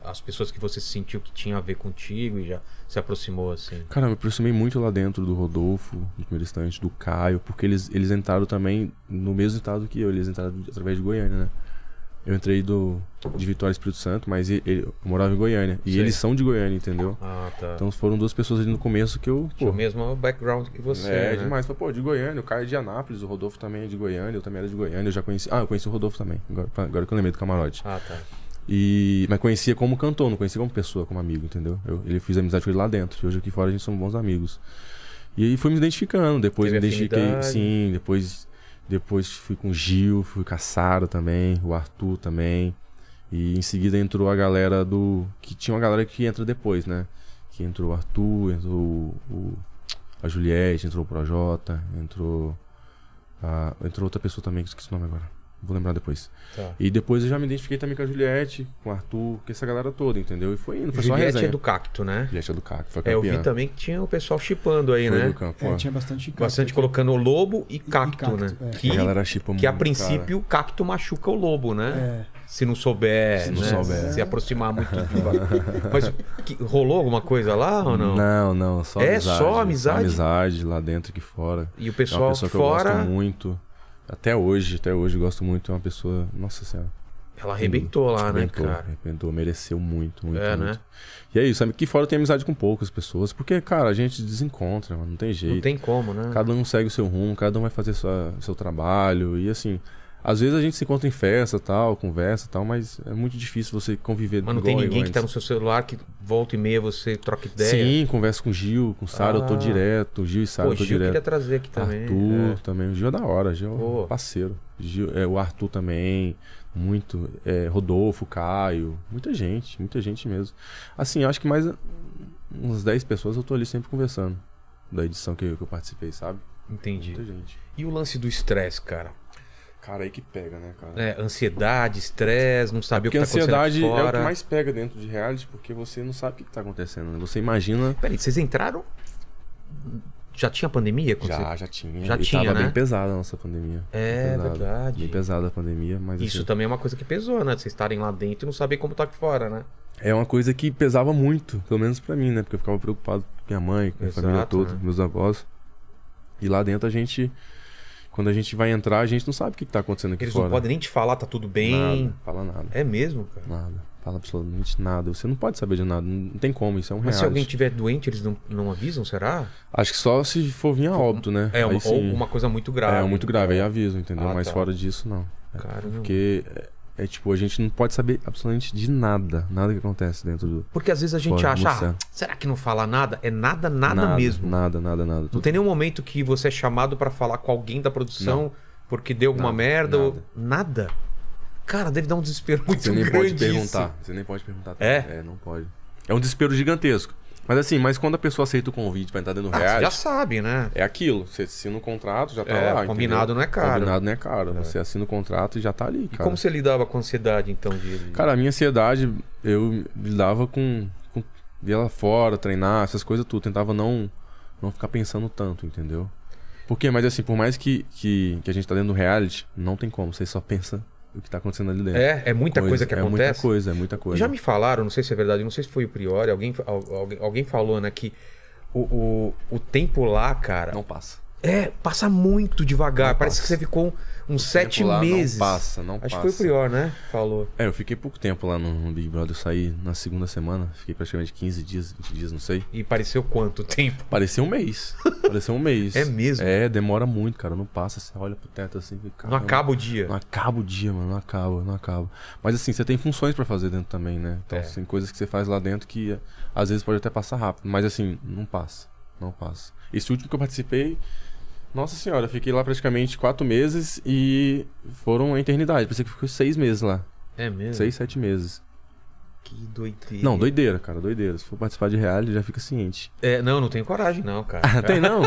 As pessoas que você sentiu que tinha a ver contigo e já se aproximou assim? Cara, eu me aproximei muito lá dentro do Rodolfo, do primeiro instante, do Caio, porque eles, eles entraram também no mesmo estado que eu, eles entraram através de Goiânia, né? Eu entrei do, de Vitória Espírito Santo, mas e- ele- eu morava em Goiânia. E Sei. eles são de Goiânia, entendeu? Ah, tá. Então foram duas pessoas ali no começo que eu. Tinha Pô, o mesmo background que você. é, né? demais. Falei, pô, de Goiânia, o Caio é de Anápolis, o Rodolfo também é de Goiânia, eu também era de Goiânia, eu já conheci. Ah, eu conheci o Rodolfo também, agora, agora que eu lembrei do camarote. Ah, tá. E... Mas conhecia como cantor, não conhecia como pessoa, como amigo, entendeu? Eu, ele fiz amizade com ele lá dentro. E hoje aqui fora a gente somos bons amigos. E aí fui me identificando. Depois Teve me identifiquei. afinidade. Sim, depois, depois fui com o Gil, fui com a Sara também, o Arthur também. E em seguida entrou a galera do. Que tinha uma galera que entra depois, né? Que entrou o Arthur, entrou o, o- a Juliette, entrou o Projota, entrou. a- Ah, entrou outra pessoa também, que esqueci o nome agora. Vou lembrar depois. tá. E depois eu já me identifiquei também com a Juliette, com o Arthur, com essa galera toda, entendeu? E foi indo, foi só a Juliette resenha. é do cacto, né? Juliette é do Caco, foi É, campeã. eu vi também que tinha o pessoal chipando aí, foi né? do campo, É, ó. tinha bastante cara. Bastante colocando o lobo e cacto, cacto, né? é. Que, A galera chipa que a muito, princípio o cacto machuca o lobo, né? É. Se não souber, Se não né? souber. se aproximar muito. de- Mas que- rolou alguma coisa lá ou não? Não, não, só É, amizade. só amizade? amizade lá dentro que fora. E o é uma pessoal pessoa que eu fora, gosto muito. Até hoje, até hoje eu gosto muito. É uma pessoa. Nossa senhora. ela arrebentou lá, arrebentou, né, cara? arrebentou, mereceu muito, muito. É, muito. né? E é isso, sabe? Que fora eu tenho amizade com poucas pessoas. Porque, cara, a gente desencontra, mano. Não tem jeito. Não tem como, né? Cada um segue o seu rumo, cada um vai fazer sua, seu trabalho. E assim, às vezes a gente se encontra em festa tal, conversa tal, mas é muito difícil você conviver Mas não igual tem a ninguém igual que tá no antes. seu celular que volta e meia você troca ideia. Sim, conversa com o Gil, com o Sara, eu tô Ah. direto. Gil e Sara, Pô, eu tô Gil queria direto. trazer aqui também. Arthur É. também. O Gil é da hora, Gil é um Pô. parceiro. Gil, é, o Arthur também, muito. É, Rodolfo, Caio, muita gente, muita gente mesmo. Assim, eu acho que mais umas 10 pessoas eu tô ali sempre conversando. Da edição que eu, que eu participei, sabe? é, Entendi. Muita gente. E o lance do estresse, cara? Cara, aí que pega, né, cara? É, ansiedade, estresse, não saber o Porque que a tá acontecendo aqui ansiedade é o fora. que mais pega dentro de reality, porque você não sabe o que, que tá acontecendo. né? Você imagina. Peraí, vocês entraram? Já tinha pandemia? quando Já, você- já tinha. Já e tinha, tava né? bem pesada a nossa pandemia. É, Bem pesada. verdade. Bem pesada a pandemia, mas Isso assim, também é uma coisa que pesou, né? Vocês estarem lá dentro e não saber como tá aqui fora, né? é uma coisa que pesava muito, pelo menos pra mim, né? Porque eu ficava preocupado com minha mãe, com minha Exato, família toda, né? com meus avós. E lá dentro a gente. Quando a gente vai entrar, a gente não sabe o que, que tá acontecendo aqui Eles fora. não podem nem te falar, tá tudo bem. Nada, fala nada. É mesmo, cara. Nada. Fala absolutamente nada. Você não pode saber de nada. Não tem como, isso é um Mas reality. se alguém tiver doente, eles não, não avisam, será? Acho que só se for vir a óbito, né? É, uma, Aí ou sim. uma coisa muito grave. É, muito grave, aí aviso, entendeu? Ah, Mas tá. fora disso, não. Cara, Porque... Porque é, é tipo, a gente não pode saber absolutamente de nada, nada que acontece dentro do. Porque às vezes a gente Pode acha, ah, mostrar. será que não fala nada? É nada, nada, mesmo. Nada, nada, nada. Não tem nenhum momento que você é chamado pra falar com alguém da produção porque deu alguma Nada, merda. ou- nada. Nada. Cara, deve dar um desespero muito Você nem grande pode isso. perguntar. Você nem pode perguntar. É? não pode. É um desespero gigantesco. Mas assim, mas quando a pessoa aceita o convite pra entrar dentro do Ah, você reality, já sabe, né? é aquilo. Você assina o contrato, já tá É, lá. combinado entendeu? não é caro. Combinado não é caro. Você assina o contrato e já tá ali, E cara. como você lidava com a ansiedade, então, de... de- Cara, a minha ansiedade, eu lidava com, com ir lá fora, treinar, essas coisas tudo. Tentava não, não ficar pensando tanto, entendeu? Porque, mas assim, por mais que, que, que a gente tá dentro do reality, não tem como. Você só pensa o que tá acontecendo ali dentro. É, é muita coisa, que É acontece. muita coisa, é muita coisa. Já me falaram, não sei se é verdade, não sei se foi o Priori, alguém, al- alguém, alguém falou, né, que o, o, o tempo lá, cara, Não passa. é, passa muito devagar. Não Parece passa. que você ficou uns tempo sete lá não meses. passa, não Acho que foi o passa. Prior, né? Falou. É, eu fiquei pouco tempo lá no no Big Brother. Eu saí na segunda semana. Fiquei praticamente 15 dias, 20 dias, não sei. E pareceu quanto (laughs) tempo? Pareceu (laughs) um mês. Pareceu um mês. É mesmo? É, demora muito, cara. Não passa. Você olha pro teto assim. fica, Não "Caramba, acaba o dia. Não acaba o dia, mano. Não acaba, não acaba. Mas assim, você tem funções pra fazer dentro também, né? Então, É. tem coisas que você faz lá dentro que às vezes pode até passar rápido. Mas assim, não passa. Não passa. Esse último que eu participei, nossa senhora, eu fiquei lá praticamente quatro meses e foram a eternidade. Pensei que ficou seis meses lá. É mesmo? Seis, sete meses. Que doideira. Não, doideira, cara, doideira. Se for participar de reality, já fica (laughs) ciente. É, não, não tenho coragem, não, (laughs) cara. Tem não?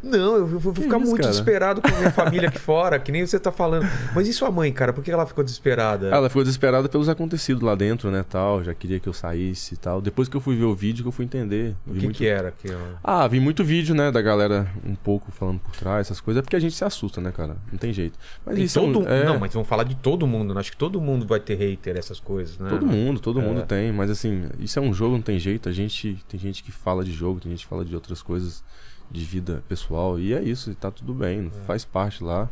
Não, eu vou vou Que ficar isso, muito cara? desesperado com a minha família (laughs) aqui fora, que nem você tá falando. Mas e sua mãe, cara? Por que ela ficou desesperada? Ela ficou desesperada pelos acontecidos lá dentro, né, tal. Já queria que eu saísse e tal. Depois que eu fui ver o vídeo, que eu fui entender. O Vi que, muito que era? Que ela... Ah, vi muito vídeo, né, da galera um pouco falando por trás, essas coisas. É porque a gente se assusta, né, cara? Não tem jeito. Mas Tem isso é um- todo- é, Não, mas vão falar de todo mundo. né? Acho que todo mundo vai ter hater, essas coisas, né? Todo mundo, todo É. mundo tem. Mas assim, isso é um jogo, não tem jeito. A gente... Tem gente que fala de jogo, tem gente que fala de outras coisas de vida pessoal. E é isso, e tá tudo É. bem. Faz parte lá.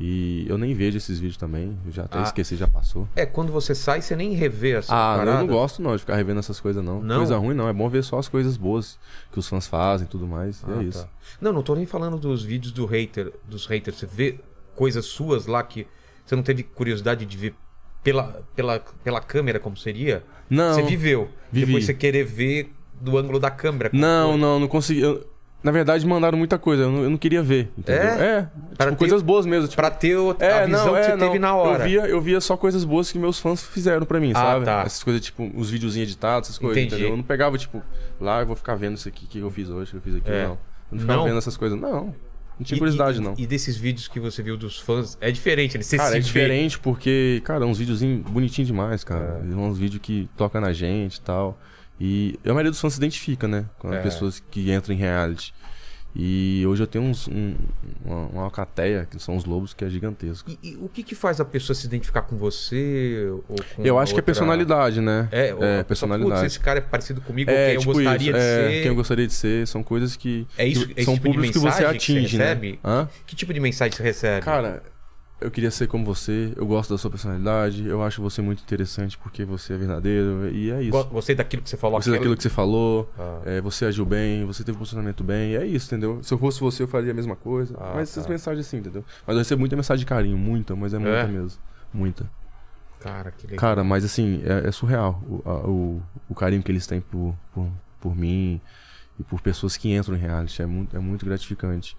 E eu nem vejo esses vídeos também. Eu já até Ah. esqueci, já passou. É, quando você sai, você nem revê essa Ah, parada. eu não gosto não de ficar revendo essas coisas não. Não? Coisa ruim não, é bom ver só as coisas boas que os fãs fazem e tudo mais. e Ah, é tá. isso. Não, não tô nem falando dos vídeos do hater, dos haters. Você vê coisas suas lá que você não teve curiosidade de ver pela, pela, pela câmera como seria? Não. Você viveu. Vivi. Depois você querer ver do ângulo da câmera. como Não, foi. não, não consegui. eu- na verdade, mandaram muita coisa, eu não, eu não queria ver. Entendeu? É? tipo, Pra ter- coisas boas mesmo. Tipo, Pra ter o- é, a visão não, que você é, não. teve na hora. Eu via, eu via só coisas boas que meus fãs fizeram pra mim, Ah, sabe? tá. Essas coisas, tipo, os videozinhos editados, essas coisas, Entendi. entendeu? Eu não pegava, tipo, lá eu vou ficar vendo isso aqui, o que eu fiz hoje, o que eu fiz aqui, É. não. Eu não ficava Não? vendo essas coisas, não. Não tinha E- curiosidade, e- não. E desses vídeos que você viu dos fãs, é diferente, né? Você se Cara, é vê. diferente porque, cara, é uns videozinhos bonitinhos demais, cara. É. Uns vídeos que toca na gente e tal. E a maioria dos fãs se identifica, né? Com as É. pessoas que entram em reality. E hoje eu tenho uns, um- uma, uma alcateia, que são os lobos, que é gigantesco. E, e o que, que faz a pessoa se identificar com você? Ou com eu acho que é Hum, outra- personalidade, né? É, ou a pessoa, personalidade. Putz, esse cara é parecido comigo, É, quem eu tipo gostaria isso, de é, ser. quem eu gostaria de ser, são coisas que É isso- que é esse são tipo de públicos que você mensagem que você atinge, né? recebe? Hã? Que tipo de mensagem você recebe? Cara, eu queria ser como você, eu gosto da sua personalidade, eu acho você muito interessante porque você é verdadeiro, e é isso. Go- Gostei daquilo que você falou. Você é daquilo que você falou, Ah. é, você agiu bem, você teve um posicionamento bem, é isso, entendeu? Se eu fosse você, eu faria a mesma coisa. Ah, mas essas tá. mensagens assim, entendeu? Mas eu recebo muita mensagem de carinho, muita, mas é muita É? mesmo. Muita. Cara, que legal. Cara, mas assim, é, é surreal o, a- o, o carinho que eles têm por, por, por mim e por pessoas que entram em reality. É muito, é muito gratificante.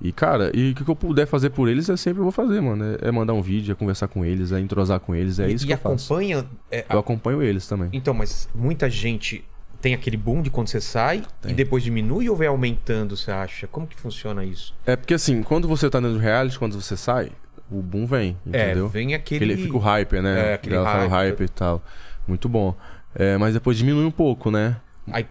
E, cara, e o que eu puder fazer por eles, eu sempre vou fazer, mano. É, é mandar um vídeo, é conversar com eles, é entrosar com eles, é e isso e que eu faço. acompanha. é, a- Eu acompanho eles também. Então, mas muita gente tem aquele boom de quando você sai e Tem. depois diminui ou vai aumentando, você acha? Como que funciona isso? É porque assim, quando você tá dentro do reality, quando você sai, o boom vem, entendeu? É, vem aquele. Ele fica o hype, né? É, aquele Ela fala hype. hype e tal. Muito bom. É, mas depois diminui um pouco, né? Aí,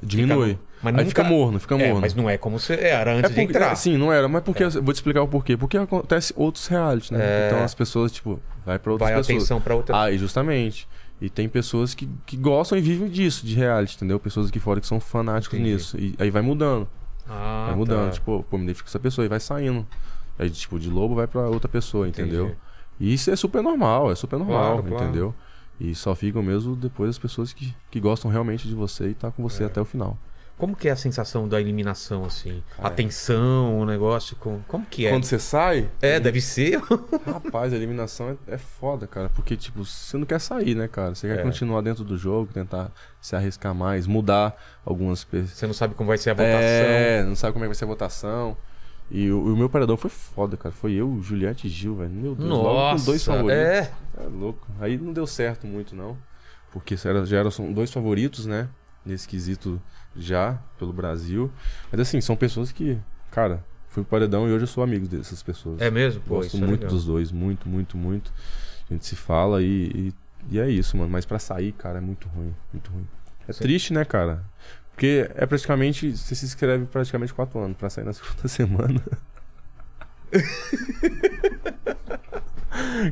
Diminui. Fica- mas Aí nunca- fica morno, fica é, morno. mas não é como você era né? É antes de porque- entrar. É. Sim, não era, mas porque. Eu vou te explicar o porquê. Porque acontece outros realities, né? Então as pessoas, tipo, vai pra outras vai a pessoas. atenção pra outra. Ah, e justamente. E tem pessoas que, que gostam e vivem disso, de reality, entendeu? Pessoas aqui fora que são fanáticos Entendi. nisso. E aí vai mudando. Ah, vai mudando, tá. tipo, pô, me identifico com essa pessoa e vai saindo. Aí, tipo, de lobo vai pra outra pessoa, Entendi. entendeu? E isso é super normal, é super normal, Claro, claro. entendeu? E só ficam mesmo depois as pessoas que, que gostam realmente de você e tá com É. você até o final. Como que é a sensação da eliminação, assim? A tensão, o negócio. com- Como que é? Quando você sai, É, deve ser. rapaz, a eliminação é, é foda, cara. Porque, tipo, você não quer sair, né, cara? Você quer É. continuar dentro do jogo, tentar se arriscar mais, mudar algumas pessoas. Você não sabe como vai ser a votação. É, não sabe como é que vai ser a votação. E o, o meu paredão foi foda, cara. Foi eu, Juliette e Gil, velho. Meu Deus, logo com Nossa, dois favoritos. é. É louco. Aí não deu certo muito, não. Porque era- já eram são dois favoritos, né? Nesse quesito já, pelo Brasil. Mas assim, são pessoas que, cara, fui pro paredão e hoje eu sou amigo dessas pessoas. É mesmo? Pô, Gosto isso é muito legal. dos dois, muito, muito, muito. A gente se fala e, e, e é isso, mano. Mas pra sair, cara, é muito ruim, muito ruim. É triste, né, cara? Porque é praticamente. Você se inscreve praticamente quatro anos pra sair na (laughs) (laughs) segunda semana.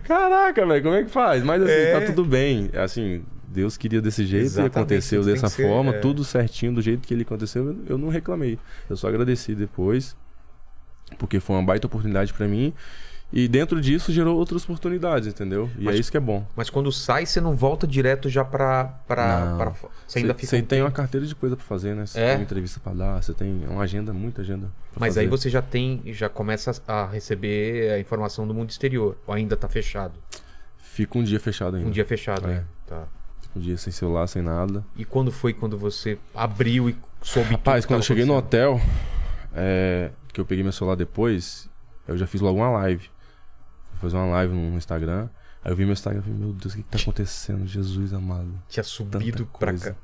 Caraca, velho, como é que faz? Mas assim, É. tá tudo bem. Assim, Deus queria desse jeito Exatamente, e aconteceu tudo tem dessa que ser, forma, é. tudo certinho, do jeito que ele aconteceu. eu- Eu não reclamei. Eu só agradeci depois, porque foi uma baita oportunidade pra mim. E dentro disso gerou outras oportunidades, entendeu? E Mas- é isso que é bom. Mas quando sai, você não volta direto já pra. pra, Não. pra fo- você ainda fica. Você um tem uma tempo. carteira de coisa pra fazer, né? Você É. tem uma entrevista pra dar, você tem uma agenda, muita agenda. pra Mas aí fazer. você já tem, já começa a receber a informação do mundo exterior. Ou ainda tá fechado. Fica um dia fechado ainda. Um dia fechado, É. né? Tá. Fica um dia sem celular, sem nada. E quando foi quando você abriu e soube tudo Rapaz, que tava quando eu cheguei no acontecendo? hotel, é, que eu peguei meu celular depois, eu já fiz logo uma live. Fui fazer uma live no Instagram. Aí eu vi meu Instagram e falei, meu Deus, o que, que tá acontecendo? Jesus amado. Tinha subido tanta pra coisa. cá.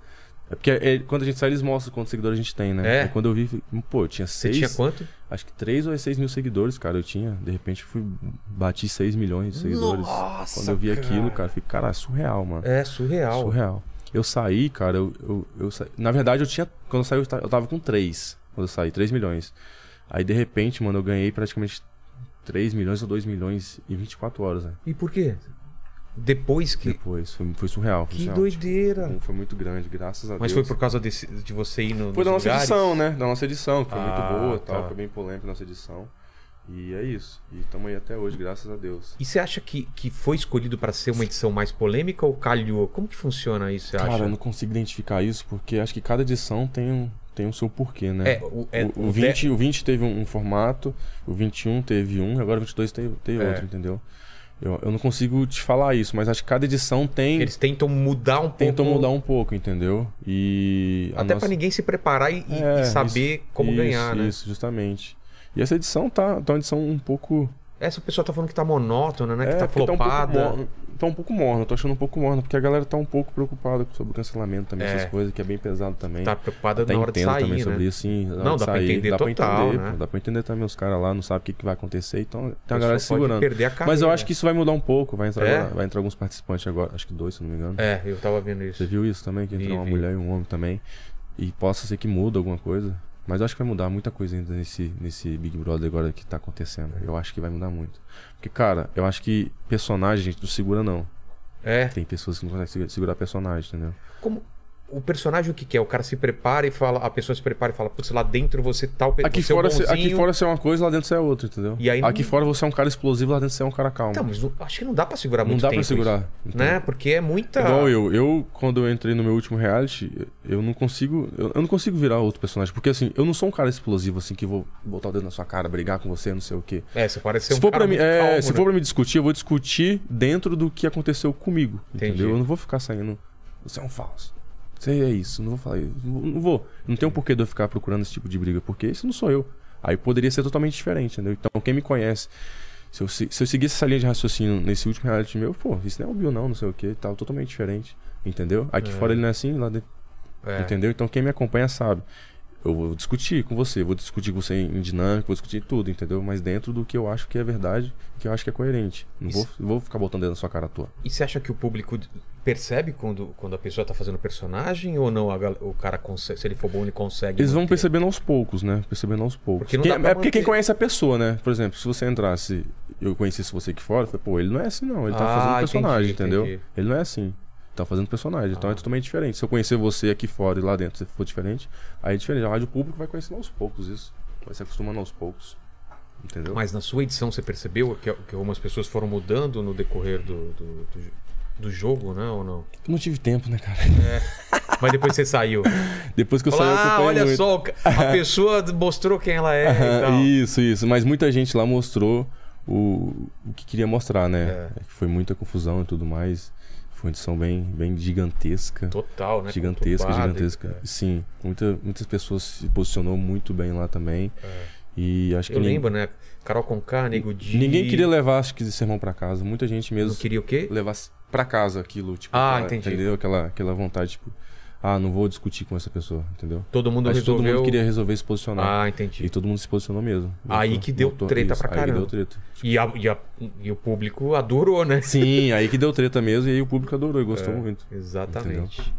É porque é, quando a gente sai, eles mostram quantos seguidores a gente tem, né? É. Aí quando eu vi, falei, pô, eu tinha Você seis. tinha quanto? Acho que 3 ou 6 mil seguidores, cara, eu tinha. De repente fui bati 6 milhões de seguidores. Nossa, Quando eu vi cara. aquilo, cara, eu fiquei, cara, é surreal, mano. É, surreal. Surreal. Eu saí, cara, eu, eu, eu sa- Na verdade, eu tinha. Quando eu saí, eu ta- eu tava com 3. Quando eu saí, 3 milhões. Aí, de repente, mano, eu ganhei praticamente 3 milhões ou 2 milhões em 24 horas, né? E por quê? Depois que. Depois. Foi, foi surreal. Foi Que surreal. doideira. Tipo, Foi muito grande, graças a Mas foi Deus. por causa desse- de você ir no. nos Foi da nossa lugares? edição, né? Da nossa edição, que foi Ah, muito boa e tá. tal. Foi bem polêmica a nossa edição. E é isso. E estamos aí até hoje, graças a Deus. E você acha que, que foi escolhido pra ser uma edição mais polêmica ou calhou? Como que funciona isso, você Cara, acha? eu não consigo identificar isso, porque acho que cada edição tem um, tem o seu porquê, né? É, o- é, o, o o 20, o 20 teve um, um formato, o 21 teve um, agora o 22 teve, teve É. outro, entendeu? Eu, eu não consigo te falar isso, mas acho que cada edição tem. Eles tentam mudar um pouco. tentam mudar um pouco, entendeu? E. a Até nossa- pra ninguém se preparar e, e- É, e saber isso- como isso, ganhar, né? Isso, justamente. E essa edição tá, tá uma edição um pouco. Essa pessoa tá falando que tá monótona, né? que tá É, é. porque flopada. Tá um pouco morno, tá um pouco morno, eu tô achando um pouco morno, porque a galera tá um pouco preocupada sobre o cancelamento também, É. essas coisas, que é bem pesado também. Tá preocupada Até na hora de entendo sair, também né? sobre isso, sim. na hora Não, de dá pra sair, entender dá total, pra entender, né? pô, Dá pra entender também os caras lá, não sabe o que, que vai acontecer, então A tem a galera pessoa pode segurando. perder a Mas eu carreira. acho que isso vai mudar um pouco, vai entrar, É? agora- vai entrar alguns participantes agora, acho que dois, se não me engano. É, eu tava vendo isso. Você viu isso também? Que entrou Vi, uma vi. mulher e um homem também. E possa ser que muda alguma coisa. Mas eu acho que vai mudar muita coisa ainda nesse, nesse Big Brother agora que tá acontecendo. Eu acho que vai mudar muito. Porque, cara, eu acho que personagem, gente, não segura, não. É. Tem pessoas que não conseguem segu- segurar personagem, entendeu? Como o personagem o que quer? O cara se prepara e fala, a pessoa se prepara e fala, putz, lá dentro você tal tá o pe- Aqui você é o fora, você, aqui bonzinho. fora você é uma coisa, lá dentro você é outra, entendeu? E aí não- Aqui fora você é um cara explosivo, lá dentro você é um cara calmo. Então, mas não- acho que não dá pra segurar não muito dá tempo pra segurar. isso, entendeu? né? Porque é muita Igual eu, eu, quando eu entrei no meu último reality, eu não consigo. Eu, eu não consigo virar outro personagem. Porque assim, eu não sou um cara explosivo, assim, que vou botar o dedo na sua cara, brigar com você, não sei o quê. É, você parece ser se um for cara pra mim, muito é, calmo, se né? for pra me discutir, eu vou discutir dentro do que aconteceu comigo. Entendi. Entendeu? Eu não vou ficar saindo. Você é um falso. Você é isso, não vou falar isso. Não vou- não vou. Não tem um porquê de eu ficar procurando esse tipo de briga, porque isso não sou eu. Aí poderia ser totalmente diferente, entendeu? Então, quem me conhece, se eu, se, se eu seguisse essa linha de raciocínio nesse último reality meu, pô, isso não é o Bill, não, não sei o que, tal, totalmente diferente. Entendeu? Aqui fora ele não é assim, lá dentro. É. Entendeu? Então quem me acompanha sabe. Eu vou discutir com você, vou discutir com você em em dinâmica, vou discutir tudo, entendeu? Mas dentro do que eu acho que é verdade, que eu acho que é coerente. Não vou, não vou ficar botando dedo na sua cara à toa. E você acha que o público percebe quando, quando a pessoa tá fazendo personagem ou não? A gal- o cara consegue, se ele for bom, ele consegue. Eles vão manter? percebendo aos poucos, né? Percebendo aos poucos. Porque não Quem- dá pra é porque quem manter. conhece a pessoa, né? Por exemplo, se você entrasse, eu conhecesse você aqui fora, eu falei, pô, ele não é assim, não. Ele tá Ah, fazendo personagem, entendi, Ah. entendeu? entendi. Ele não é assim. Tá fazendo personagem, então é totalmente diferente. Se eu conhecer você aqui fora e lá dentro, se for diferente, aí é diferente. A rádio público vai conhecendo aos poucos isso. Vai se acostumando aos poucos. Entendeu? Mas na sua edição você percebeu que, que algumas pessoas foram mudando no decorrer do, do, do- do jogo, né? Ou não? Eu não tive tempo, né, cara? (laughs) Mas depois você saiu. Depois que eu saí, eu Olá, olha acompanhei (laughs) muito. Ah, só, o ca- a pessoa mostrou quem ela é e tal. Isso, isso. Mas muita gente lá mostrou o, o que queria mostrar, né? É que Foi muita confusão e tudo mais. Foi uma edição bem, bem gigantesca. Total, né? Gigantesca, Conturbada é. e- gigantesca. Sim, muita, muitas pessoas se posicionou muito bem lá também. E acho que É. Eu nin- lembro, né? Carol Conká, Nego Di... ninguém queria levar acho que esse sermão pra casa. Muita gente mesmo Não queria o quê? levasse pra casa aquilo, tipo, Ah, aquela- entendi. entendeu? Aquela aquela vontade tipo, ah, não vou discutir com essa pessoa, entendeu? Todo mundo Acho que todo resolveu... mundo queria resolver se posicionar. Ah, e entendi. todo mundo se posicionou mesmo. Aí que deu treta pra Aí que caramba. deu treta. E, a- e a- e o público adorou, né? Sim, aí que deu treta mesmo e aí o público adorou e gostou É. muito. Exatamente.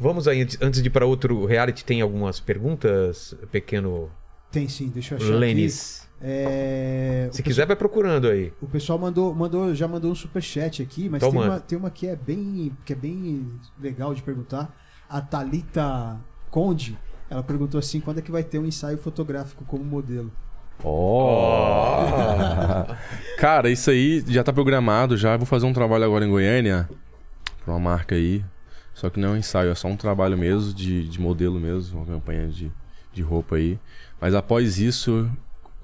Vamos aí, antes- antes de ir para outro reality, tem algumas perguntas, pequeno Tem sim, deixa eu achar Lenis? aqui. É, Se quiser, vai procurando aí. O pessoal mandou, mandou, já mandou um superchat aqui, mas Então tem uma, manda. tem uma que é bem, que é bem legal de perguntar. A Thalita Conde, ela perguntou assim, quando é que vai ter um ensaio fotográfico como modelo? Ó! (laughs) Cara, isso aí já tá programado já. Eu vou fazer um trabalho agora em Goiânia pra uma marca aí. Só que não é um ensaio, é só um trabalho mesmo de, de modelo mesmo, uma campanha de, de roupa aí. Mas após isso,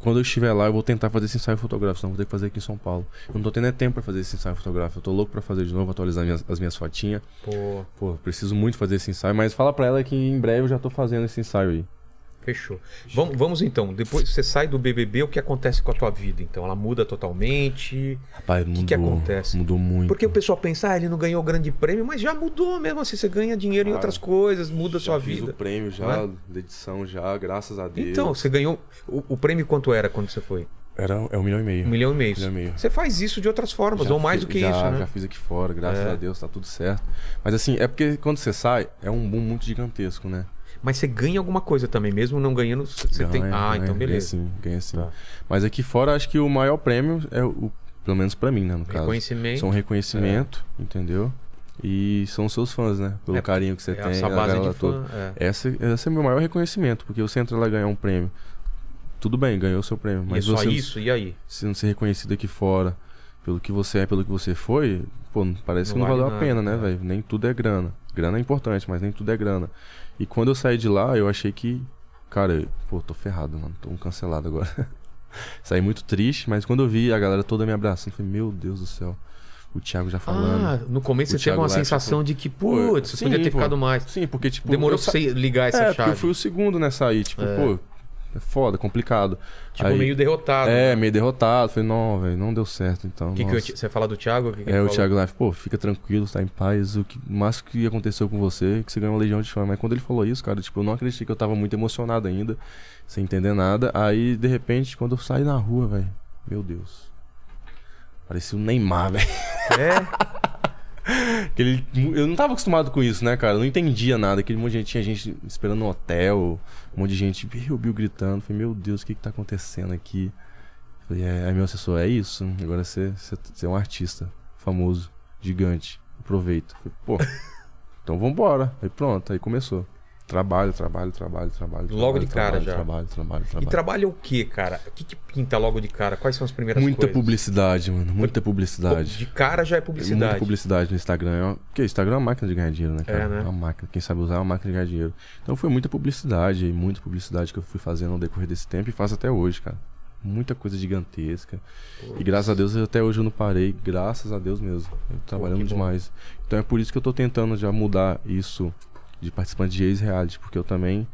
quando eu estiver lá, eu vou tentar fazer esse ensaio fotográfico, senão eu vou ter que fazer aqui em São Paulo. Eu não tô tendo é tempo pra fazer esse ensaio fotográfico, eu tô louco pra fazer de novo, atualizar minhas- as minhas fotinhas. Pô, Pô, preciso muito fazer esse ensaio, mas fala pra ela que em breve eu já tô fazendo esse ensaio aí. fechou. Vamos, vamos então, depois você sai do BBB, o que acontece com a tua vida? Então, ela muda totalmente. Rapaz, mudou. que que acontece? Mudou muito. Porque o pessoal pensa, ah, ele não ganhou o grande prêmio, mas já mudou mesmo assim. Você ganha dinheiro em Ah, outras coisas, muda a sua fiz vida. é? o prêmio já, da edição já, graças a Deus. Então, você ganhou. O, o prêmio quanto era quando você foi? Era, é um milhão e meio. Um milhão e meio. milhão e meio. Você faz isso de outras formas, Já ou mais fi- do que já- isso, né? Já fiz aqui fora, graças É. a Deus, tá tudo certo. Mas assim, é porque quando você sai, é um boom muito gigantesco, né? Mas você ganha alguma coisa também, mesmo não ganhando, você tem. Ganha, Ah, é, ganha, então beleza. Ganha sim, ganha sim. Tá. Mas aqui fora, acho que o maior prêmio é o. Pelo menos pra mim, né? No caso. Reconhecimento. São reconhecimento, entendeu? E são os seus fãs, né? Pelo É, carinho que você é tem. essa a base galera de toda. fã. é. Essa, esse é o meu maior reconhecimento, porque você entra lá e ganhar um prêmio. Tudo bem, ganhou seu prêmio, E é mas só você isso? E aí? se não ser reconhecido aqui fora pelo que você é, pelo que você foi, pô, parece Não que não vale valeu nada, a pena, né, é. velho? Nem tudo é grana. Grana é importante, mas nem tudo é grana. E quando eu saí de lá, eu achei que, cara, eu- pô, tô ferrado, mano, tô um cancelado agora. (laughs) saí muito triste, mas quando eu vi a galera toda me abraçando, eu falei, meu Deus do céu, o Thiago já falando. Ah, no começo O você teve Thiago uma Leifert sensação falou- de que, Pô, putz, você sim, podia ter pô. ficado mais. Sim, porque, tipo. Demorou eu pra sa- você ligar essa É, porque chave. eu fui o segundo nessa aí, tipo, pô, é foda, complicado. Tipo, Aí- meio derrotado. né? É, meio derrotado. Falei, não, velho, não deu certo, então. Que que eu nossa. te- Você fala do Thiago? Que que ele É, o falou? Thiago Life, pô, fica tranquilo, tá em paz. O que o máximo que aconteceu com você é que você ganhou uma legião de fã. Mas quando ele falou isso, cara, tipo, eu não acreditei que eu tava muito emocionado ainda, sem entender nada. Aí, de repente, quando eu saí na rua, velho, meu Deus. Parecia o Neymar, (laughs) velho. É, Aquele- Eu não tava acostumado com isso, né, cara? Eu não entendia nada. Aquele monte de gente, tinha gente esperando no hotel, um monte de gente, Bill, Bill gritando. Falei, meu Deus, o que que tá acontecendo aqui? Falei, é, aí meu assessor, é isso? Agora você, você, você é um artista famoso, gigante. Aproveita. Falei, (laughs) pô, então vambora. Aí pronto, aí começou. Trabalho, trabalho, trabalho, trabalho. Logo de trabalho, cara trabalho, já. Trabalho, trabalho, E trabalho. trabalha o que, cara? O que, que pinta logo de cara? Quais são as primeiras Muita coisas? publicidade, mano. Muita publicidade. De cara já é É Muita publicidade. publicidade no Instagram. É uma- Porque o Instagram é uma máquina de ganhar dinheiro, né, cara? É, né? uma máquina. Quem sabe usar é uma máquina de ganhar dinheiro. Então foi muita publicidade, e muita publicidade que eu fui fazendo ao decorrer desse tempo e faço até hoje, cara. Muita coisa gigantesca. E graças a Deus eu- até hoje eu não parei. Graças a Deus mesmo. Eu trabalhando que bom. demais. Então é por isso que eu tô tentando já mudar isso de participante de ex-reality, porque eu também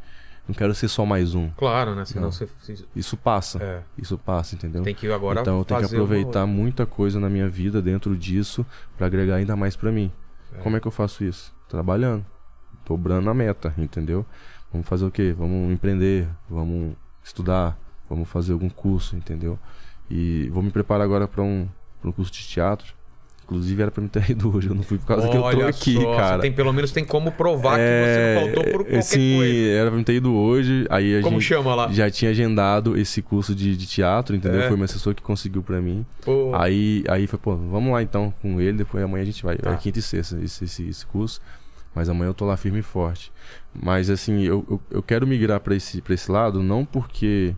não quero ser só mais um. Claro, né? Senão Não. você. você- Isso passa. É. Isso passa, entendeu? Tem que agora. então eu tenho que fazer uma- aproveitar muita coisa na minha vida dentro disso pra agregar ainda mais pra mim. Como é que eu faço isso? Trabalhando, dobrando a meta, entendeu? Vamos fazer o quê? Vamos empreender, vamos estudar, vamos fazer algum curso, entendeu? E vou me preparar agora pra um, pra um curso de teatro. Inclusive era pra me ter (laughs) ido hoje, eu não fui por causa que eu tô Olha aqui, só, você cara. É, tem- pelo menos tem como provar que você não faltou por qualquer sim, coisa. era pra me ter ido hoje. Aí a Como gente chama lá? já tinha agendado esse curso de, de teatro, entendeu? É. Foi meu assessor que conseguiu pra mim. Pô, Aí, aí foi, pô, vamos lá então com ele, depois amanhã a gente vai. Tá. É quinta e sexta esse, esse, esse curso. Mas amanhã eu tô lá firme e forte. Mas assim, eu, eu, eu quero migrar pra esse, pra esse lado, não porque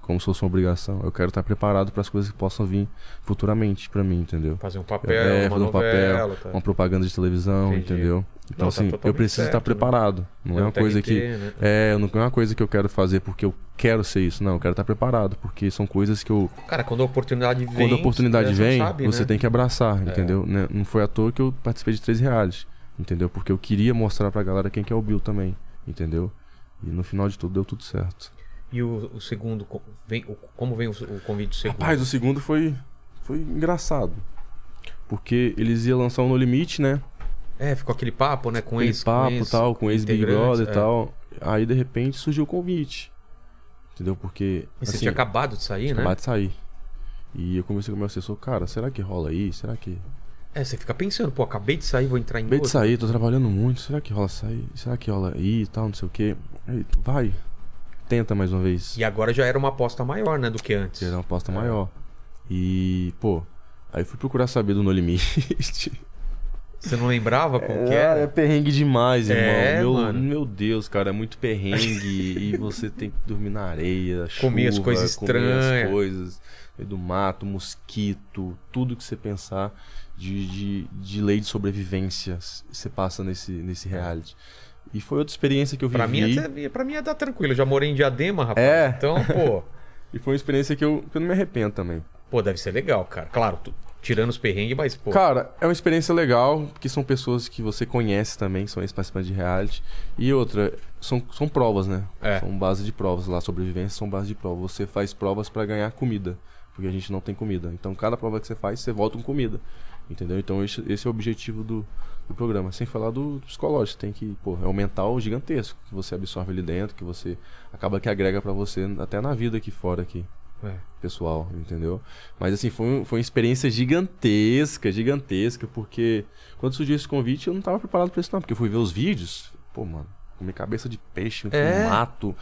como se fosse uma obrigação. Eu quero estar preparado para as coisas que possam vir futuramente pra mim, entendeu? fazer um papel, É, uma fazer um papel, novela, tá? Uma propaganda de televisão, Entendi. entendeu? Não, Então tá assim, eu totalmente preciso estar certo, né? preparado. Não é, uma um coisa TRT, que né? é, eu não não é uma coisa que eu quero fazer porque eu quero ser isso. Não, eu quero estar preparado, porque são coisas que eu né? Cara, quando a oportunidade vem. quando a oportunidade né, vem, sabe, você né? tem que abraçar, entendeu? Né? Não foi à toa que eu participei de três reais, entendeu? Porque eu queria mostrar pra galera quem que é o Bill também, entendeu? E no final de tudo deu tudo certo. E o, o segundo, co- vem, o- como vem o, o convite do segundo? Rapaz, o segundo foi, foi engraçado. Porque eles iam lançar o No Limite, né? É, ficou aquele papo, né? Com aquele ex, papo com e ex, tal, com ex-Big integrantes, Brother e é. tal. Aí, de repente, surgiu o convite. Entendeu? Porque. E você assim, tinha acabado de sair, né? acabado de sair. E eu comecei com o meu assessor, cara, será que rola aí? Será que. É, você fica pensando, pô, acabei de sair, vou entrar em Acabei de outro. sair, tô trabalhando muito, será que rola sair? Será que rola aí e tal, não sei o quê? Aí, vai, tenta mais uma vez. E agora já era uma aposta maior, né? Do que antes. Era uma aposta maior. E, pô, aí fui procurar saber do Tipo, No (laughs) Limite. Você não lembrava qual que Cara, é era? perrengue demais, irmão. É, meu, mano. meu Deus, cara, é muito perrengue. e você tem que dormir na areia, (laughs) Comer as chuva, coisas Comer estranhas. as coisas meio do mato, mosquito, tudo que você pensar de, de, de lei de sobrevivência você passa nesse, nesse reality. E foi outra experiência que eu vivi. Pra mim, é até, pra mim ia dar tranquilo. Eu já morei em Diadema, rapaz. É. Então, pô... E foi uma experiência que eu, que eu não me arrependo também. Pô, deve ser legal, cara. Claro, tu- tirando os perrengues, mas, pô... Cara, é uma experiência legal, porque são pessoas que você conhece também, são ex-participantes de reality. E outra, são, são provas, né? É. São base de provas lá, sobrevivência são base de provas. Você faz provas pra ganhar comida, porque a gente não tem comida. Então, cada prova que você faz, você volta com comida. Entendeu? Então, esse, esse é o objetivo do, do programa. Sem falar do, do psicológico, tem que, pô, é um mental gigantesco que você absorve ali dentro, que você acaba que agrega pra você até na vida aqui fora aqui É. pessoal, entendeu? Mas assim, foi, um- foi uma experiência gigantesca, gigantesca, porque quando surgiu esse convite eu não tava preparado pra isso não, porque eu fui ver os vídeos, pô, mano, com minha cabeça de peixe, com É. mato,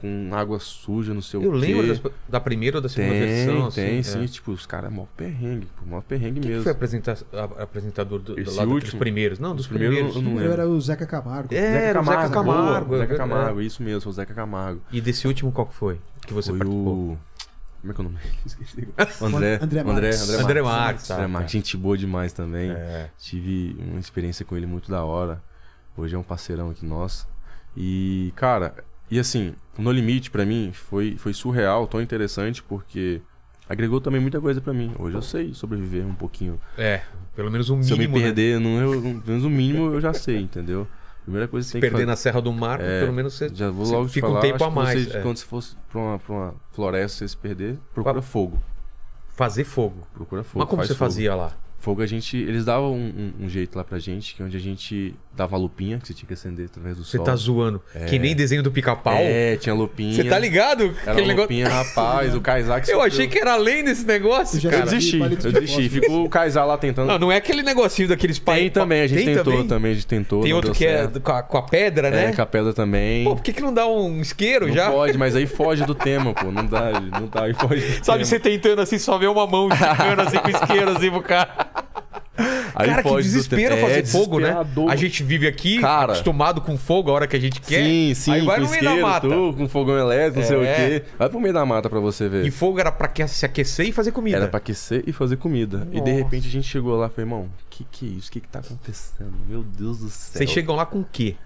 com água suja, não sei Eu o quê. lembro das- da primeira ou da segunda tem, versão, assim. tem, é. sim, tipo, os caras é mó perrengue, pô, mó perrengue Quem que mesmo. foi apresenta- a- apresentador do, do Esse lado dos último? primeiros? Não, dos Os primeiros primeiros. eu não Eu lembro. era o Zeca Camargo. É, era o Zeca boa, Camargo. é Zeca verdade. Camargo, isso mesmo, o Zeca Camargo. E desse último, qual que foi? Que você foi participou? o... Como é que é o nome? (laughs) Esqueci. O André, André André, André, Marques. Marques. André Marques. tá, André tá. Marques, gente boa demais também. É. Tive uma experiência com ele muito da hora. Hoje é um parceirão aqui nosso. E, cara, e assim, o No Limite pra mim foi, foi surreal, tão interessante, porque agregou também muita coisa pra mim. Hoje eu sei sobreviver um pouquinho. É, pelo menos um Se mínimo. eu me né? perder, não, eu, pelo menos o mínimo eu já sei, entendeu? Primeira coisa que você tem perder que na Serra do Mar, É, pelo menos você, Já vou você logo te fica falar, um tempo acho a que mais. você, é. Quando você fosse pra uma, pra uma floresta, você se perder, procura Qual- fogo. Fazer fogo. Procura fogo. Mas como faz você fogo. fazia lá? Fogo a gente. Eles davam um, um- um jeito lá pra gente, que onde a gente dava a lupinha, que você tinha que acender através do Você sol. tá zoando. Que nem desenho do pica-pau. É, tinha lupinha. Você tá ligado? Era uma lupinha, rapaz, o Kaysar Eu achei que era além desse negócio, Eu já Eu cara. desisti. desisti, Palito de eu desisti. fósforo. Ficou o Kaysar lá tentando. Não, não é aquele negocinho daqueles tem pa- também, a gente Tem tentou também? também? a gente tentou. Tem não outro deu que é certo. do- com a, com a pedra, É, né? com a pedra também. Pô, por que, que não dá um isqueiro não já? pode, mas aí foge do tema, pô. Não dá, não dá, aí foge do Sabe, tema. você tentando assim, só ver uma mão esticando assim com isqueiro assim pro cara. Aí cara, que foge do desespero tema. fazer É fogo, né? desesperador. A gente vive aqui, Cara. acostumado com fogo a hora que a gente quer. Sim, sim, Aí vai com no meio da isqueiro, mata. tu, com fogão elétrico, não sei É. o quê. Vai pro meio da mata pra você ver. E fogo era pra que- se aquecer e fazer comida. Era pra aquecer e fazer comida. E Nossa. de repente a gente chegou lá e falou, irmão, que que é isso? O que que tá acontecendo? Meu Deus do céu. Vocês chegam lá com o quê?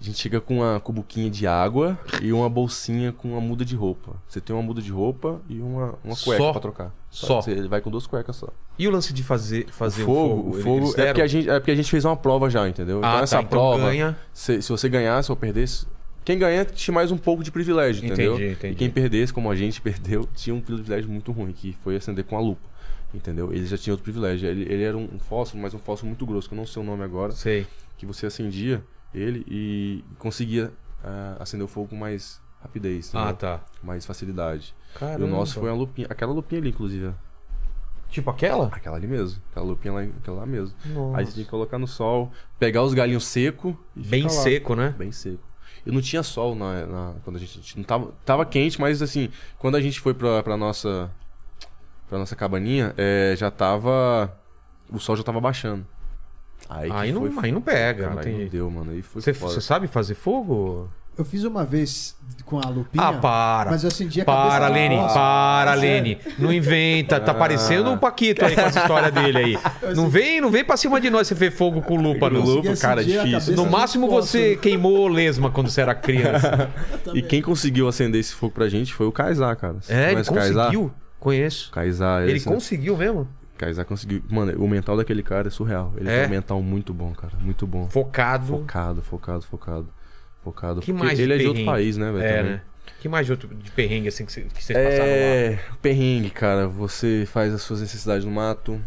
A gente chega com uma cubuquinha de água e uma bolsinha com uma muda de roupa. Você tem uma muda de roupa e uma, uma cueca Só? pra trocar. Só. Você vai com duas cuecas só. E o lance de fazer, fazer fogo, o fogo? o fogo Eles é, porque a deram? gente, é porque a gente fez uma prova já, entendeu? Ah, tá, essa então prova, ganha. se, se você ganhasse ou perdesse, quem ganha tinha mais um pouco de privilégio, Entendi, entendeu? entendi. E quem perdesse, como a gente (laughs) perdeu, tinha um privilégio muito ruim, que foi acender com a lupa. Entendeu? Ele já tinha outro privilégio. Ele, ele era um fósforo, mas um fósforo muito grosso, que eu não sei o nome agora, Sei. que você acendia ele e conseguia ah, acender o fogo com mais rapidez, Ah, entendeu? tá. mais facilidade. Caramba. E o nosso foi a lupinha, aquela lupinha ali, inclusive, ó. Tipo aquela? aquela ali mesmo, aquela lupinha lá, aquela lá mesmo. Nossa. Aí você tinha que colocar no sol, pegar os galinhos seco e Bem ficar lá. seco, né? Bem seco. E não tinha sol na, na- quando a gente, a gente não tava, tava quente, mas assim, quando a gente foi pra, pra nossa pra nossa cabaninha, é, já tava o sol já tava baixando. Aí, que Aí não, foi, aí não pega, cara, não aí tem não jeito. deu, mano. Aí foi Você foda. você sabe fazer fogo? Eu fiz uma vez com a Lupinha. Ah, para. Mas eu acendi a cabeça Para, da Lene, próxima. para, É sério. Lene. Não inventa, tá parecendo o Paquito aí com essa história dele aí. Não vem, não vem pra cima de nós você ver fogo com lupa, Com não. lupa. Consegui cara, acendia a difícil. cabeça No de máximo fósforo. você queimou lesma quando você era criança. E quem conseguiu acender esse fogo pra gente foi o Kaysar, cara. Você É, ele conhece o Kaysar? né? conseguiu. Conheço. Kaysar, Ele esse- conseguiu mesmo? Kaysar conseguiu. Mano, o mental daquele cara é surreal. Ele É? tem um mental muito bom, cara. Muito bom. Focado. Focado, focado, focado. Focado. Que porque mais de ele é de outro perrengue? país, né, velho? É, também. né? Que mais de, outro, de perrengue assim que, cê- que vocês passaram lá? É. Perrengue, cara. Você faz as suas necessidades no mato.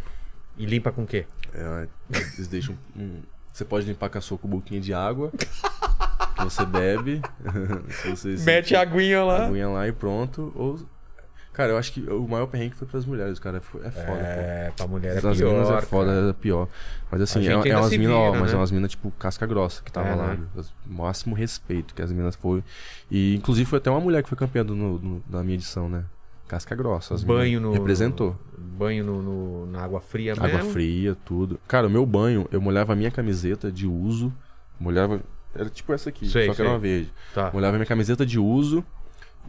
E limpa com o quê? É, eles deixam. um- você pode limpar com a sua cubuquinha de água. (laughs) Que você bebe. (laughs) se você Mete sentir a aguinha lá. aguinha lá e pronto. Ou. Cara, eu acho que o maior perrengue foi pras mulheres, cara. Foi- É foda, pô. É, (laughs) pra mulher é As minas pior. é foda, cara. é pior. Mas A assim, é, gente é ainda umas se minas, ó, vira, mas né? é umas minas tipo casca grossa que tava É, lá. né? As- Máximo respeito que as minas foi. E inclusive foi até uma mulher que foi campeã do- no- no- da minha edição, né? Casca grossa. As minas Banho no. Representou. Banho no, no- na água fria Água mesmo. fria, tudo. Cara, o meu banho, eu molhava a minha camiseta de uso. Molhava. Era tipo essa aqui, Sei, só que sei. era uma verde. Tá. Molhava a minha camiseta de uso,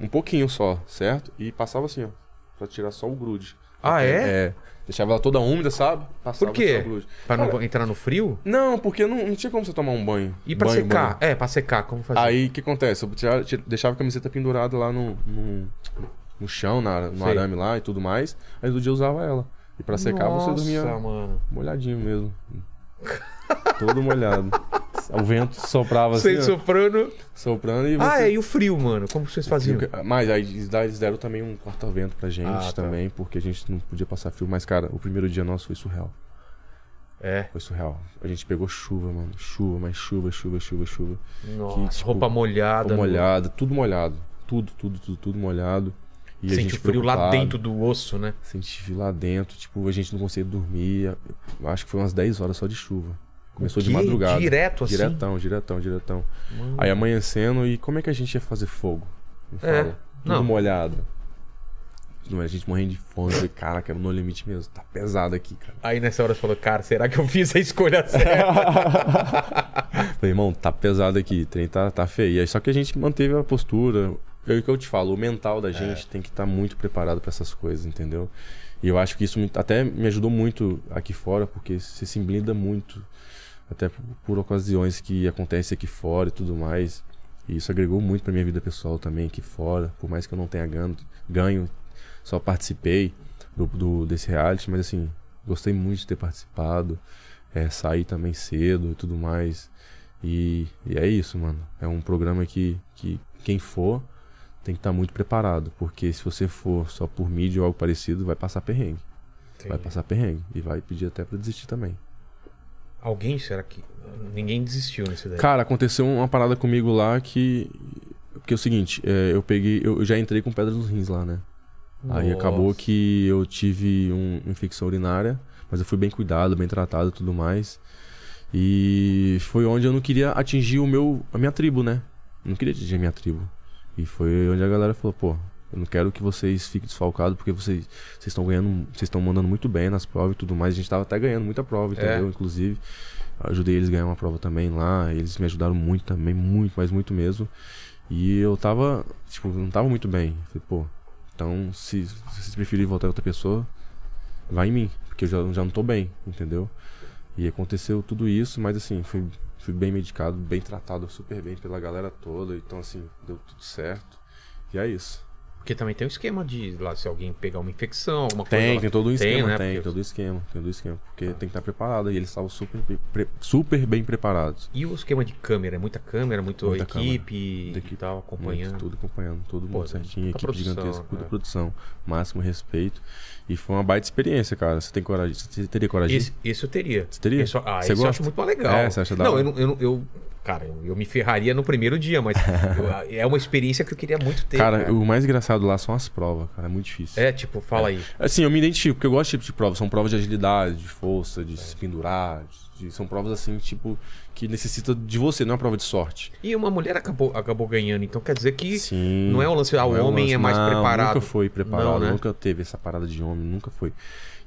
um pouquinho só, certo? E passava assim, ó. Pra tirar só o grude. Ah, é? É. Deixava ela toda úmida, sabe? Passava Por quê? só o grude. Pra não Cara, entrar no frio? Não, porque não, não tinha como você tomar um banho. E pra Banho, secar? banho. É, pra secar, como fazer? Aí o que acontece? Eu tirava- tira- deixava a camiseta pendurada lá no, no, no chão, na- no Sei. arame lá e tudo mais. Aí do dia eu usava ela. E pra secar Nossa, você dormia mano. Molhadinho mesmo. (laughs) Todo molhado. O vento soprava assim, Você ó, soprando. soprando e você... Ah, é, e o frio, mano? Como que vocês faziam? Mas aí eles da- eles deram também um corta-vento pra gente Ah, tá. também, porque a gente não podia passar frio. Mas, cara, o primeiro dia nosso foi surreal. É. Foi surreal. A gente pegou chuva, mano. Chuva, mais chuva, chuva, chuva, chuva. Nossa, tipo, roupa molhada. Ficou molhado, tudo molhado. Tudo, tudo, tudo, tudo molhado. E a Sente gente o frio lá preocupado. dentro do osso, né? Senti frio lá dentro. Tipo, a gente não conseguia dormir. Eu Acho que foi umas 10 horas só de chuva. Começou de Que madrugada. Direto assim. Diretão, diretão, diretão. Aí amanhecendo, e como é que a gente ia fazer fogo? Me É, fala. Tudo não. molhado. Não, A gente morrendo de fome. Falei, caraca, no limite mesmo. Tá pesado aqui, cara. Aí nessa hora você falou, cara, será que eu fiz a escolha certa? (laughs) Falei, irmão, tá pesado aqui. O trem tá, tá feio. E aí, Só que a gente manteve a postura. É o que eu te falo, o mental da gente tem que estar muito preparado pra essas coisas, entendeu? E eu acho que isso me- até me ajudou muito aqui fora, porque você se blinda muito. Até por, por ocasiões que acontecem aqui fora e tudo mais. E isso agregou muito pra minha vida pessoal também aqui fora. Por mais que eu não tenha ganho, ganho só participei do, do- desse reality, mas assim, gostei muito de ter participado. É, saí também cedo e tudo mais. E, e é isso, mano. É um programa que, que quem for tem que estar muito preparado. Porque se você for só por mídia ou algo parecido, vai passar perrengue. Vai passar perrengue. E vai pedir até pra desistir também. Alguém, será que. Ninguém desistiu nesse daí. Cara, aconteceu uma parada comigo lá que. Porque é o seguinte, é, eu peguei. Eu eu já entrei com pedras nos rins lá, né? Aí Nossa. acabou que eu tive um- uma infecção urinária, mas eu fui bem cuidado, bem tratado e tudo mais. E foi onde eu não queria atingir o meu, a minha tribo, né? Eu não queria atingir a minha tribo. E foi onde a galera falou, pô, eu não quero que vocês fiquem desfalcados, porque vocês vocês estão ganhando, vocês estão mandando muito bem nas provas e tudo mais. A gente tava até ganhando muita prova, entendeu? Inclusive, ajudei eles a ganhar uma prova também lá. Eles me ajudaram muito também, muito, mas muito mesmo. E eu tava, tipo, não tava muito bem. Falei, pô, então se, se vocês preferirem voltar em outra pessoa, vai em mim, porque eu já, já não tô bem, entendeu? E aconteceu tudo isso, mas assim, fui, fui bem medicado, bem tratado, super bem pela galera toda. Então, assim, deu tudo certo. E é isso. Porque também tem um esquema de lá, se alguém pegar uma infecção, alguma coisa. Tem, lá. tem todo um esquema, né? tem, Porque- todo o esquema, tem todo o esquema, porque tem que estar preparado e eles estavam super, pre- pre- super bem preparados. E o esquema de câmera? É muita câmera, muito Muita equipe câmera. e tal, Muito, acompanhando. tudo acompanhando, todo Pô, mundo certinho, muita equipe produção, gigantesca, muita né? produção, máximo respeito. E foi uma baita experiência, cara. Você tem coragem, você teria coragem? Esse, esse eu teria. Você teria? Esse eu- ah, Você esse eu acho gosta? muito mais legal. É, você acha da Não, hora? eu, não- eu, não- eu. Cara, eu, eu me ferraria no primeiro dia, (laughs) mas eu- é uma experiência que eu queria muito ter. cara, o mais engraçado lá são as provas, cara, é muito difícil. É, tipo, fala aí. Assim, eu me identifico, porque eu gosto desse tipo de prova. São provas de agilidade, de força, de É. se pendurar. de- são provas assim, tipo, que necessita de você, não é uma prova de sorte. E uma mulher acabou, acabou ganhando, então quer dizer que Sim. não é um lance, ah, o Não um homem lance- é mais não, preparado. Nunca foi preparado, Não, né? nunca teve essa parada de homem, nunca foi.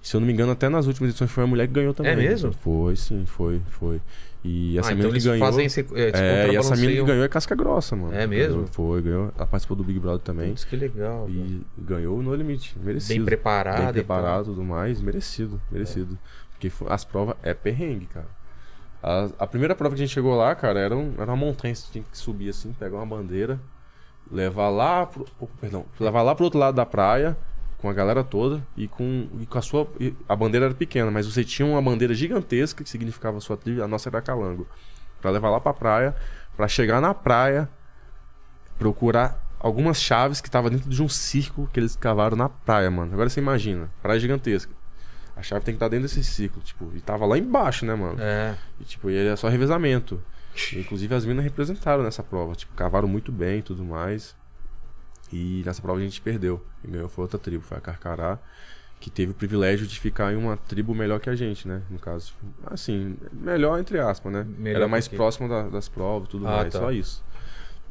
Se eu não me engano, até nas últimas edições foi a mulher que ganhou também. É mesmo? Foi, sim, foi, foi. E ah, essa mina então que eles ganhou. fazem esse, é, esse É, e essa mina que contrabalanceiam. ganhou é casca grossa, mano. É mesmo? Ganhou, foi, ganhou. Ela participou do Big Brother também. Putz, que legal. velho. E ganhou no limite. Merecido. Bem preparado. Bem e tal. preparado e tudo mais. Merecido, merecido. Porque fo- as provas é perrengue, cara. A, a primeira prova que a gente chegou lá, cara, era, um- era uma montanha. Você tinha que subir assim, pegar uma bandeira, levar lá pro, oh, perdão, levar lá pro outro lado da praia, com a galera toda, e com, e com a sua. e a bandeira era pequena, mas você tinha uma bandeira gigantesca que significava a sua trilha, a nossa era calango. Pra levar lá pra praia, pra chegar na praia, procurar algumas chaves que estavam dentro de um circo que eles cavaram na praia, mano. Agora você imagina, praia gigantesca. A chave tem que estar dentro desse ciclo, tipo, e tava lá embaixo, né, mano? É. E tipo, e era só revezamento. E, inclusive as minas representaram nessa prova, tipo, cavaram muito bem e tudo mais. E nessa prova a gente perdeu. E ganhou foi outra tribo, foi a Carcará, que teve o privilégio de ficar em uma tribo melhor que a gente, né? No caso, assim, melhor entre aspas, né? Melhor era mais porque- próxima da- das provas, tudo Ah, mais, tá. só isso.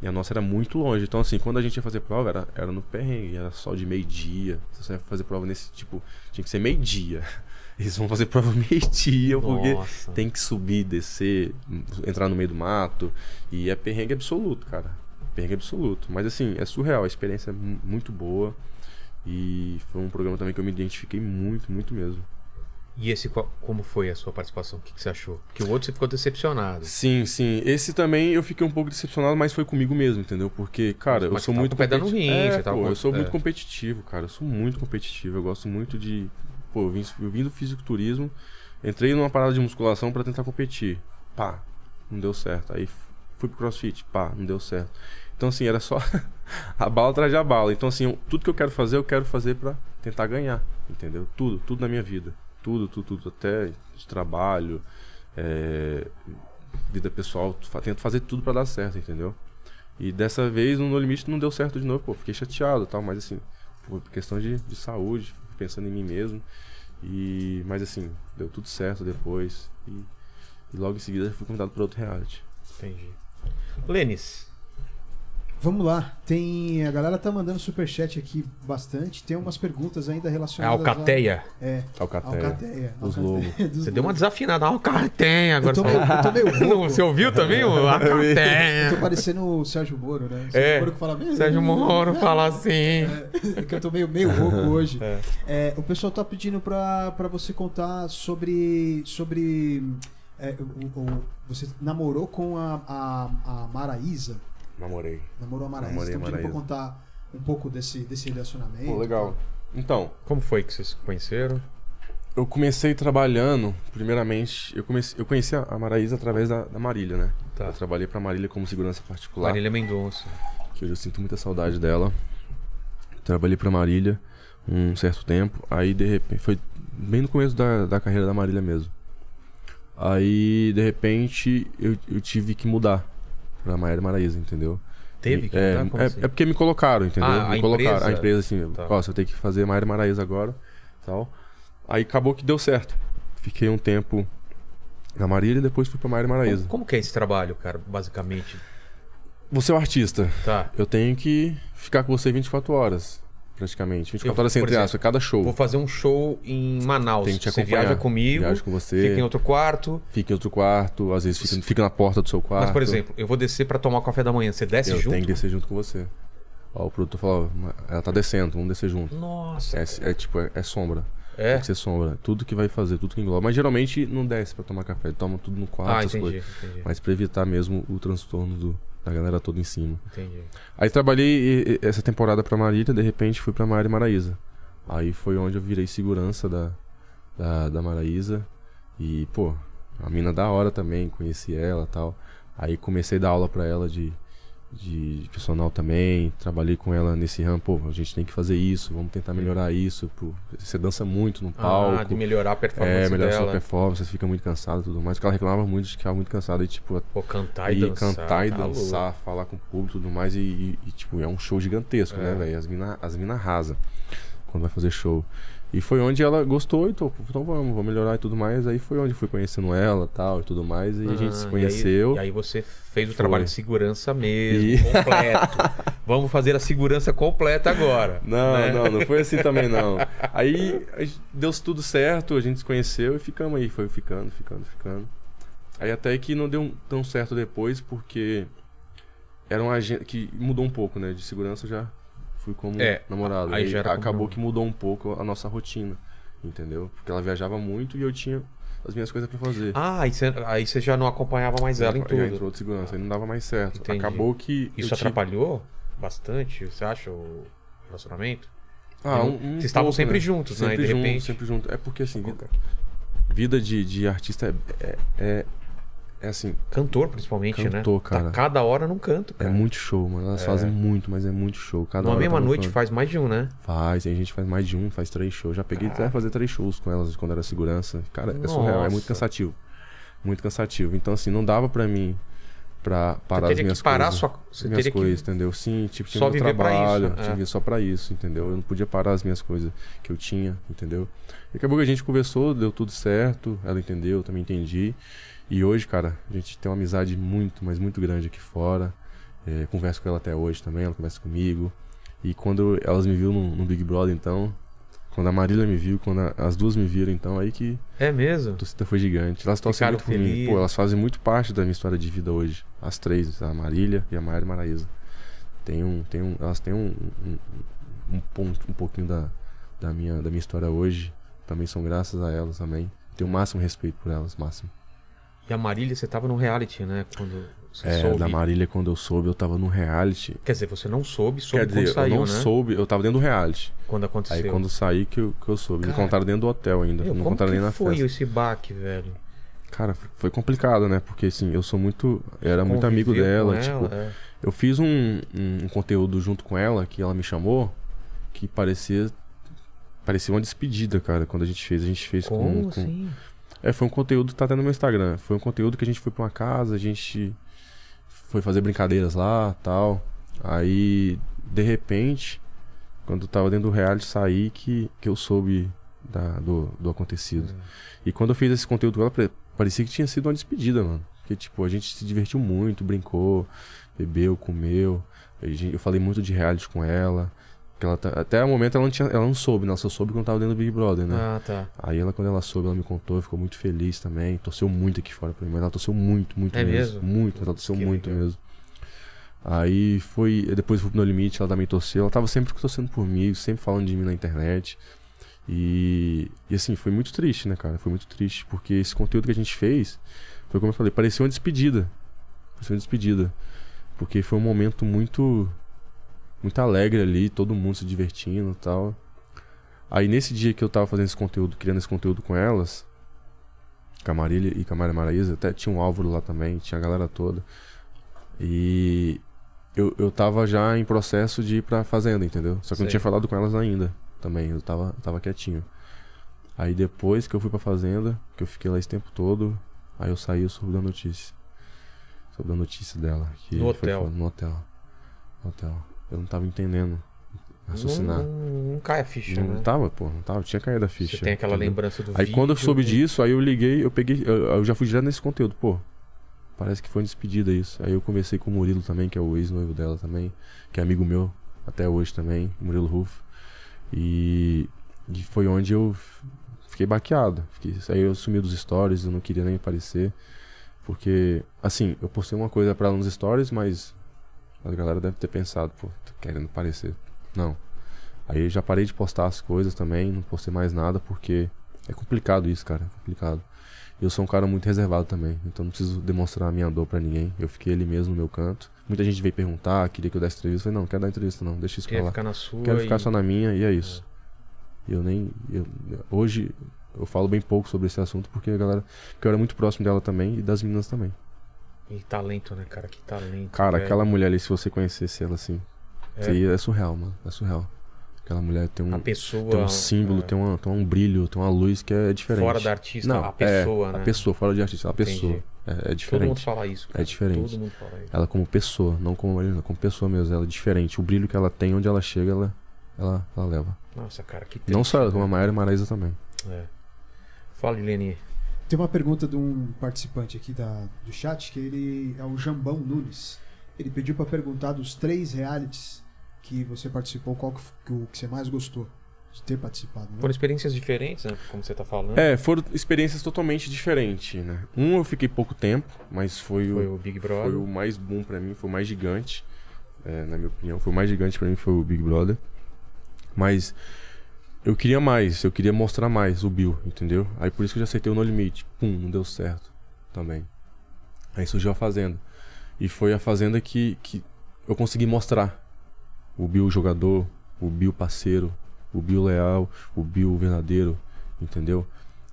E a nossa era muito longe. Então, assim, quando a gente ia fazer prova, era, era no perrengue, era só de meio-dia. Se você ia fazer prova nesse tipo, tinha que ser meio-dia. (laughs) Eles vão fazer prova (laughs) meio-dia, porque Nossa. tem que subir, descer, entrar no meio do mato. E é perrengue absoluto, cara. Perrengue absoluto. Mas assim, é surreal, a experiência é mu- muito boa. E foi um programa também que eu me identifiquei muito, muito mesmo. E esse, qual- como foi a sua participação? O que, que você achou? Porque o outro você ficou decepcionado. Sim, sim. Esse também eu fiquei um pouco decepcionado, mas foi comigo mesmo, entendeu? Porque, cara, eu Mas sou você tava muito com o pé dando competi- rim, É, você tava pô, com- eu sou é. muito competitivo, cara. Eu sou muito competitivo. Eu gosto muito de. Pô, eu vim, eu vim do fisiculturismo, entrei numa parada de musculação pra tentar competir. Pá, não deu certo. Aí f- fui pro crossfit, pá, não deu certo. Então, assim, era só (laughs) a bala atrás da bala. Então, assim, eu- tudo que eu quero fazer, eu quero fazer pra tentar ganhar, entendeu? Tudo, tudo na minha vida. Tudo, tudo, tudo. Até de trabalho, é, vida pessoal. fa- Tento fazer tudo pra dar certo, entendeu? E dessa vez, no No Limite, não deu certo de novo, pô. Fiquei chateado e tal, mas assim, por questão de, de saúde, pensando em mim mesmo. E, mas assim, deu tudo certo depois. E, e logo em seguida, eu fui convidado para outro reality. Entendi. Lênis, Vamos lá. Tem a galera tá mandando superchat aqui bastante. Tem umas perguntas ainda a relacionadas à- Alcateia. É, Alcateia. Alcateia. Os Alcateia lobos. (laughs) dos Você deu uma lobos. desafinada. A Alcateia agora. Eu tô você meio, falou. eu tô meio (laughs) Não, (laughs) rouco. Você ouviu também? o (laughs) Eu tô Alcateia. parecendo o Sérgio Moro, né? O Sérgio É. Moro que fala mesmo. Sérgio Moro fala assim. É que eu tô meio, meio rouco hoje. É, o pessoal tá pedindo pra, pra você contar sobre. sobre é, o- o- você namorou com a, a, a Maraísa? Namorei. Namorou a Maraísa? Namorei Estão a pedindo pra Maraísa. contar um pouco desse, desse relacionamento. Pô, legal. Então, Como foi que vocês se conheceram? eu comecei trabalhando, primeiramente, eu, comecei, eu conheci a a Maraísa através da, da Marília, né? Tá. Eu trabalhei pra Marília como segurança particular. Marília Mendonça. que hoje eu sinto muita saudade dela. Trabalhei pra Marília um certo tempo, aí de repente. Foi bem no começo da, da carreira da Marília mesmo. Aí, de repente, eu, eu tive que mudar pra Maíra Maraísa, entendeu? Teve que é, mudar? Como é, assim? é porque me colocaram, entendeu? Ah, a me colocaram. empresa? A empresa, assim, Tá. ó, você tem que fazer Maíra Maraísa agora tal. Aí acabou que deu certo. Fiquei um tempo na Marília e depois fui pra Maíra Maraísa. Como, como que é esse trabalho, cara, basicamente? Você é o artista. Tá. Eu tenho que ficar com você 24 horas, praticamente. 24 Eu, horas por entre exemplo, aspas, cada show. Vou fazer um show em Manaus. Tem que te você acompanhar. viaja comigo, Viajo com você. fica em outro quarto. Fica em outro quarto, às vezes fica, fica na porta do seu quarto. Mas, por exemplo, eu vou descer pra tomar café da manhã. Você desce eu junto? tenho que descer junto com você. Ó, o produtor fala, ó, ela tá descendo, vamos descer junto. Nossa. É, é tipo, é, é sombra. É? Tem que ser sombra. Tudo que vai fazer, tudo que engloba. Mas geralmente não desce pra tomar café, toma tudo no quarto, Ah, essas entendi, coisas. entendi. Mas pra evitar mesmo o transtorno do- da galera toda em cima. Entendi. Aí trabalhei e- e- essa temporada pra Marília, de repente fui pra Mari Maraísa. Aí foi onde eu virei segurança da, da, da Maraísa. E, pô, a mina da hora também, conheci ela e tal. Aí comecei a dar aula pra ela de, de, de personal também. Trabalhei com ela nesse ramo, pô, a gente tem que fazer isso, vamos tentar melhorar isso. Pô, você dança muito no palco. Ah, de melhorar a performance é, melhorar sua dela. performance, você fica muito cansado e tudo mais. Porque ela reclamava muito de ficar muito cansada e, tipo, Pô, cantar e, e dançar. cantar e tá louco. dançar, falar com o público e tudo mais. E, e- e, tipo, é um show gigantesco, É. né, velho? As minas as mina arrasa quando vai fazer show. E foi onde ela gostou, então, pô, então vamos, vou melhorar e tudo mais. Aí foi onde fui conhecendo ela tal e tudo mais. E a gente se Ah, conheceu. E aí, e aí você fez o Foi. trabalho de segurança mesmo, E- (laughs) completo. Vamos fazer a segurança completa (laughs) agora. Não, né? não, não foi assim (laughs) também, não. Aí a gente- deu tudo certo, a gente se conheceu e ficamos aí. Foi ficando, ficando, ficando. Aí até que não deu tão certo depois, porque era uma agenda que mudou um pouco, né? De segurança eu já fui como É, namorado. aí Aí, já era como acabou namorado. que mudou um pouco a nossa rotina, entendeu? Porque ela viajava muito e eu tinha as minhas coisas pra fazer. Ah, aí você, aí você já não acompanhava mais ela em Já tudo. entrou de segurança, aí não dava mais certo. Entendi. Acabou que. Isso eu tive- atrapalhou bastante, você acha, o relacionamento? Ah, Não- um, um Vocês estavam sempre juntos, né? sempre E de juntos, repente- Sempre juntos. É porque assim, vida, vida de, de artista é, é- é- É assim, Cantor, principalmente, né? Cantor, Tá cara. cada hora num canto, é cara. muito show, mano. Elas fazem muito, mas é muito show. Cada Numa hora mesma tá noite lançando. faz mais de um, né? Faz, tem gente que faz mais de um, faz três shows. Já peguei até fazer três shows com elas quando era segurança. Cara, é surreal, é muito Nossa. cansativo. Muito cansativo. Então, assim, não dava pra mim pra parar teria as que minhas parar coisas. sua- você minhas teria que coisas, entendeu? Sim, tipo, tinha só meu viver pra isso, trabalho, né? tinha É. viver só pra isso, entendeu? Eu não podia parar as minhas coisas que eu tinha, entendeu? E acabou que a gente conversou, deu tudo certo, ela entendeu, eu também entendi. E hoje, cara, a gente tem uma amizade muito, mas muito grande aqui fora. É, converso com ela até hoje também, ela conversa comigo. E quando elas me viram no, no Big Brother, então. Quando a Marília me viu, quando a- as duas me viram, então, aí que É mesmo. a torcida foi gigante. Elas torcem Ficaram muito por mim. felizes. Pô, elas fazem muito parte da minha história de vida hoje. As três, a Marília e a Maíra Maraísa. Tem um, tem um, elas têm um, um, um ponto, um pouquinho da, da, minha, da minha história hoje. Também são graças a elas também. Tenho o máximo respeito por elas, máximo. E a Marília, você tava num reality, né? Quando você É, soube. da Marília, quando eu soube, eu tava no reality. Quer dizer, você não soube, soube Quer quando dizer, saiu, eu não né? soube, eu tava dentro do reality. Quando aconteceu. Aí quando eu saí que eu, que eu soube. Cara, me contaram dentro do hotel ainda. Meu, não como contaram que nem na foi festa. esse baque, velho? Cara, foi complicado, né? Porque assim, eu sou muito. Eu era É muito amigo Conviveu dela. com tipo, ela, é. Eu fiz um, um- um conteúdo junto com ela, que ela me chamou, que parecia. Parecia uma despedida, cara, quando a gente fez. A gente fez com. Como com- assim? É, foi um conteúdo que tá até no meu Instagram. Foi um conteúdo que a gente foi pra uma casa, a gente foi fazer brincadeiras lá tal. Aí, de repente, quando eu tava dentro do reality, saí que, que eu soube da- do, do acontecido. E quando eu fiz esse conteúdo com ela, pare- parecia que tinha sido uma despedida, mano. Porque, tipo, a gente se divertiu muito, brincou, bebeu, comeu. A gente- Eu falei muito de reality com ela. Que ela tá- até o momento ela não, tinha, ela não soube, né? Ela só soube quando tava dentro do Big Brother, né? Ah, tá. Aí ela, quando ela soube, ela me contou, ficou muito feliz também. Torceu muito aqui fora pra mim, mas ela torceu muito, muito É mesmo. mesmo? Muito, ela torceu Que muito legal. mesmo. Aí foi. Depois fui pro No Limite, ela também torceu. Ela tava sempre torcendo por mim, sempre falando de mim na internet. E, e assim, foi muito triste, né, cara? Foi muito triste, porque esse conteúdo que a gente fez foi como eu falei, parecia uma despedida. Parecia uma despedida. Porque foi um momento muito. Muito alegre ali, todo mundo se divertindo e tal. Aí nesse dia que eu tava fazendo esse conteúdo, criando esse conteúdo com elas, com a Marília e com a Maria Maraísa, até tinha um Álvaro lá também, tinha a galera toda. E eu, eu tava já em processo de ir pra fazenda, entendeu? Só que eu Sei. não tinha falado com elas ainda também, eu tava, eu tava quietinho. Aí depois que eu fui pra fazenda, que eu fiquei lá esse tempo todo, aí eu saí eu soube da notícia. Soube da notícia dela. Que No foi hotel. foda, no hotel. No hotel. Eu não tava entendendo raciocinar. Não, não- não cai a ficha, Não né? tava, pô, não tava. Tinha caído a ficha. Você tem aquela entendeu? lembrança do Aí vídeo, quando eu soube né? disso, aí eu liguei, eu peguei. Eu, eu já fui direto nesse conteúdo, pô. Parece que foi uma despedida isso. Aí eu conversei com o Murilo também, que é o ex-noivo dela também, que é amigo meu até hoje também, Murilo Rufo. E, e foi onde eu f- fiquei baqueado. Fiquei, aí eu sumi dos stories, eu não queria nem aparecer. Porque, assim, eu postei uma coisa pra ela nos stories, mas a galera deve ter pensado, pô, tô querendo aparecer. Não. Aí eu já parei de postar as coisas também, não postei mais nada, porque é complicado isso, cara, é complicado. E Eu sou um cara muito reservado também, então não preciso demonstrar a minha dor pra ninguém. Eu fiquei ali mesmo no meu canto. Muita gente veio perguntar, queria que eu desse entrevista. Eu falei, não, não quero dar entrevista não, deixa isso pra Queria lá. ficar na sua. Quero ficar e- só na minha e é isso. E Eu nem. eu- hoje eu falo bem pouco sobre esse assunto porque a galera. Porque eu era muito próximo dela também e das meninas também. E talento, né, cara? Que talento. Cara, velho. aquela mulher ali, se você conhecesse ela assim. É. isso aí É. surreal, mano. É surreal. Aquela mulher tem um, A pessoa. tem um símbolo, é, tem, uma, tem um brilho, tem uma luz que é diferente. Fora da artista, Não, a pessoa, é, né? A pessoa, fora de artista, a pessoa. Entendi. É, é Todo mundo diferente. fala isso. Cara. diferente. Todo mundo fala isso. Ela como pessoa, não como Marina, como pessoa mesmo. Ela é diferente. O brilho que ela tem, onde ela chega, ela, ela, ela leva. Nossa, cara, que Não só ela, como a Mayara e a Maraísa também. É. Fala, Ilene. Tem uma pergunta de um participante aqui da, do chat, que ele é o Jambão Nunes. Ele pediu pra perguntar dos três realities que você participou, qual que, f- que o que você mais gostou de ter participado, né? Foram experiências diferentes, né? Como você tá falando. É, foram experiências totalmente diferentes, né? Um eu fiquei pouco tempo, mas foi, Foi o, o Big foi Brother. o mais bom pra mim, foi o mais gigante, é, na minha opinião. Foi o mais gigante pra mim, foi o Big Brother. Mas eu queria mais, eu queria mostrar mais o Bill, entendeu? Aí por isso que eu já aceitei o No Limite. Pum, não deu certo também. Aí surgiu a Fazenda. E foi a Fazenda que, que eu consegui mostrar o Bill jogador, o Bill parceiro, o Bill leal, o Bill verdadeiro, entendeu?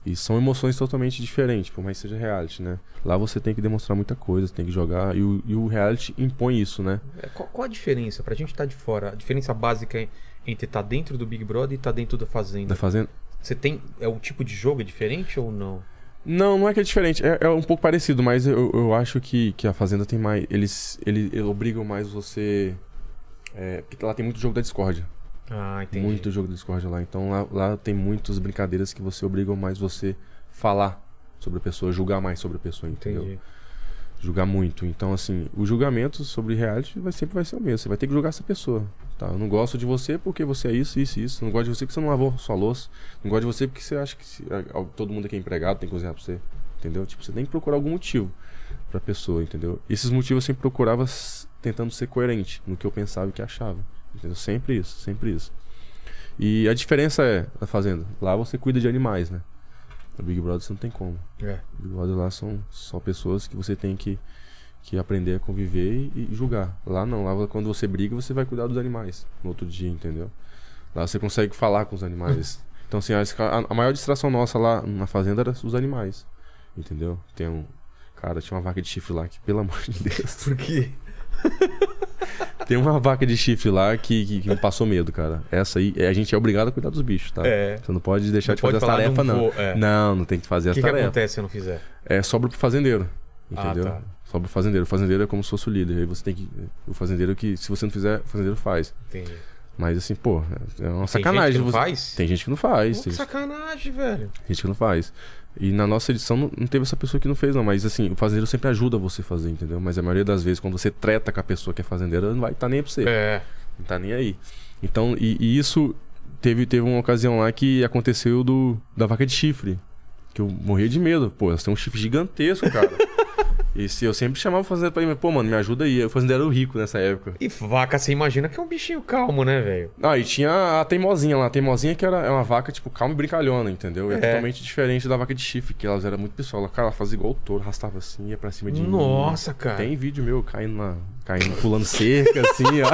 E são emoções totalmente diferentes, por mais que seja reality, né? Lá você tem que demonstrar muita coisa, tem que jogar, e o, e o reality impõe isso, né? É, Qual, qual a diferença? Pra gente estar de fora, a diferença básica é entre estar dentro do Big Brother e estar dentro da Da Fazenda. Fazenda. Você tem. É o tipo de jogo é diferente ou não? Não, não é que é diferente, é, é um pouco parecido, mas eu, eu acho que, que a Fazenda tem mais. Eles, eles, eles obrigam mais você. É, porque lá tem muito jogo da discórdia. Ah, Tem entendi. muito jogo da discórdia lá. Então lá, lá tem muitas brincadeiras que você obrigam mais você falar sobre a pessoa, julgar mais sobre a pessoa, entendeu? Entendi. julgar muito. Então, assim, o julgamento sobre reality vai, sempre vai ser o mesmo. Você vai ter que julgar essa pessoa. Tá? Eu não gosto de você porque você é isso, isso, isso. Eu não gosto de você porque você não lavou sua louça. Não gosto de você porque você acha que se- a- a- todo mundo aqui é empregado, tem que cozinhar pra você. Entendeu? Tipo, você tem que procurar algum motivo pra pessoa, entendeu? Esses motivos eu sempre procurava s- tentando ser coerente no que eu pensava e que achava. Entendeu? Sempre isso, sempre isso. E a diferença é, na Fazenda, lá você cuida de animais, né? No Big Brother você não tem como. É. Big Brother lá são só pessoas que você tem que, que aprender a conviver e, e julgar. Lá não, lá quando você briga, você vai cuidar dos animais no outro dia, entendeu? Lá você consegue falar com os animais. (laughs) então, assim, a, a maior distração nossa lá na fazenda era os animais, entendeu? Tem um. Cara, tinha uma vaca de chifre lá que, pelo amor de Deus. (laughs) Por quê? Tem uma vaca de chifre lá que, que, que me passou medo, cara. Essa aí, é, a gente é obrigado a cuidar dos bichos, tá? É. Você não pode deixar Não de pode fazer falar, as tarefas, não não. vou, é. Não, não tem que fazer O as que, que tarefas acontece se eu não fizer? é, sobra pro fazendeiro. Ah, Entendeu? tá. Sobra pro fazendeiro. O fazendeiro é como se fosse o líder. Aí você tem que. O fazendeiro é que, se você não fizer, o fazendeiro faz. Entendi. Mas assim, pô, é uma Tem sacanagem. gente que não você- faz? Tem gente que não faz. Pô, tem que sacanagem, velho. gente que não faz. E na nossa edição não, não teve essa pessoa que não fez, não. Mas assim, o fazendeiro sempre ajuda você a fazer, entendeu? Mas a maioria das vezes, quando você treta com a pessoa que é fazendeira, não vai estar nem aí pra você. É. Não tá nem aí. Então, e, e isso teve, teve uma ocasião lá que aconteceu do da vaca de chifre. Que eu morria de medo. Pô, elas têm um chifre gigantesco, (laughs) cara. e se eu sempre chamava o fazendeiro pra mim, pô, mano, me ajuda aí. O fazendeiro era o rico nessa época. E vaca, você imagina que é um bichinho calmo, né, velho? Ah, e tinha a teimosinha lá. A teimosinha que era é uma vaca, tipo, calma e brincalhona, entendeu? É, totalmente diferente da vaca de chifre, que elas eram muito pessoal. Ela, cara, ela fazia igual o touro, arrastava assim, ia pra cima de mim. Nossa, cara. Tem vídeo meu caindo na. caindo, pulando cerca, assim, ó.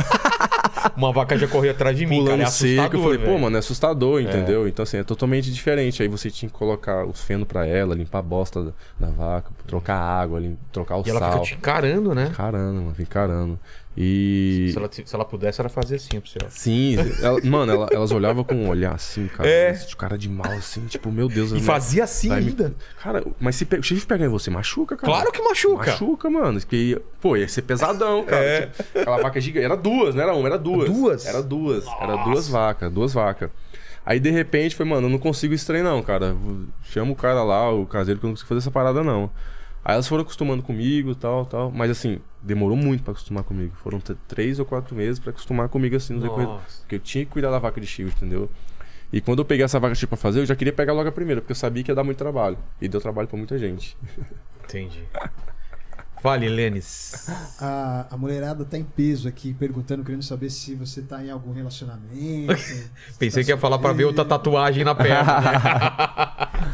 Uma vaca já correu atrás de mim, pulando cara. É seco. Eu assustador, falei, pô, velho. mano, é assustador, entendeu? Então, assim, é totalmente diferente. Aí você tinha que colocar o feno pra ela, limpar a bosta da, da vaca, trocar a água, lim- trocar o E ela sal. fica te encarando, né? Caramba, mano, fica carando. E. Se ela, se ela pudesse, ela fazia assim pra você. ó. Sim, ela- mano, ela- elas olhavam com um olhar assim, cara. É. De cara de mal, assim, tipo, meu Deus. E eu- fazia assim vai me- ainda. Cara, mas se pe... o chifre pegar em você, machuca, cara. Claro que machuca. É. Machuca, mano. Porque, pô, ia ser pesadão, cara. Tipo, aquela vaca gigante. Era duas, não era uma, era duas. Duas? Era duas. Era duas vacas, duas vacas. Aí, de repente, foi, mano, eu não consigo esse trem, não, cara. Chama o cara lá, o caseiro, que eu não consigo fazer essa parada, não. Aí elas foram acostumando comigo, tal, tal. Mas, assim, demorou muito pra acostumar comigo. Foram t- três ou quatro meses pra acostumar comigo, assim, no decorrer. Nossa. Porque eu tinha que cuidar da vaca de chifre, entendeu? E quando eu peguei essa vaca de chifre pra fazer, eu já queria pegar logo a primeira, porque eu sabia que ia dar muito trabalho. E deu trabalho pra muita gente. Entendi. Fale, Lênis. A, a mulherada tá em peso aqui, perguntando, querendo saber se você tá em algum (laughs) relacionamento. se Pensei tá que ia falar pra ver outra solteiro, tatuagem na perna. né? (laughs)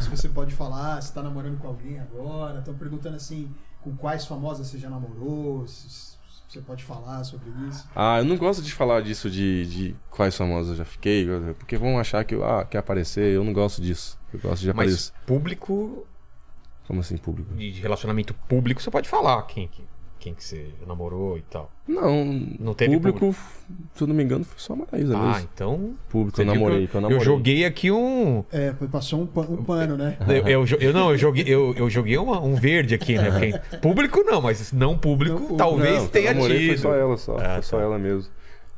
Se você pode falar, se tá namorando com alguém agora. Estão perguntando assim, com quais famosas você já namorou, se, se você pode falar sobre isso. Ah, eu não gosto de falar disso de, de quais famosas eu já fiquei, porque vão achar que eu ah, quer aparecer, eu não gosto disso. Eu gosto de Mas aparecer. público, Como assim, público? de relacionamento público, você pode falar quem que, quem que você namorou e tal. Não, Não teve público, se eu não me engano, foi só a Maraísa Ah, mesmo. então. Público, você eu viu namorei, que que eu namorei. Eu joguei aqui um. É, passou um, pa- um pano, né? Eu, eu jo- eu não, eu joguei, eu, eu joguei uma- um verde aqui, né? Porque público não, mas não público Não público. talvez Não, que eu tenha namorei Foi tido. só ela, só. Ah, foi só ela mesmo.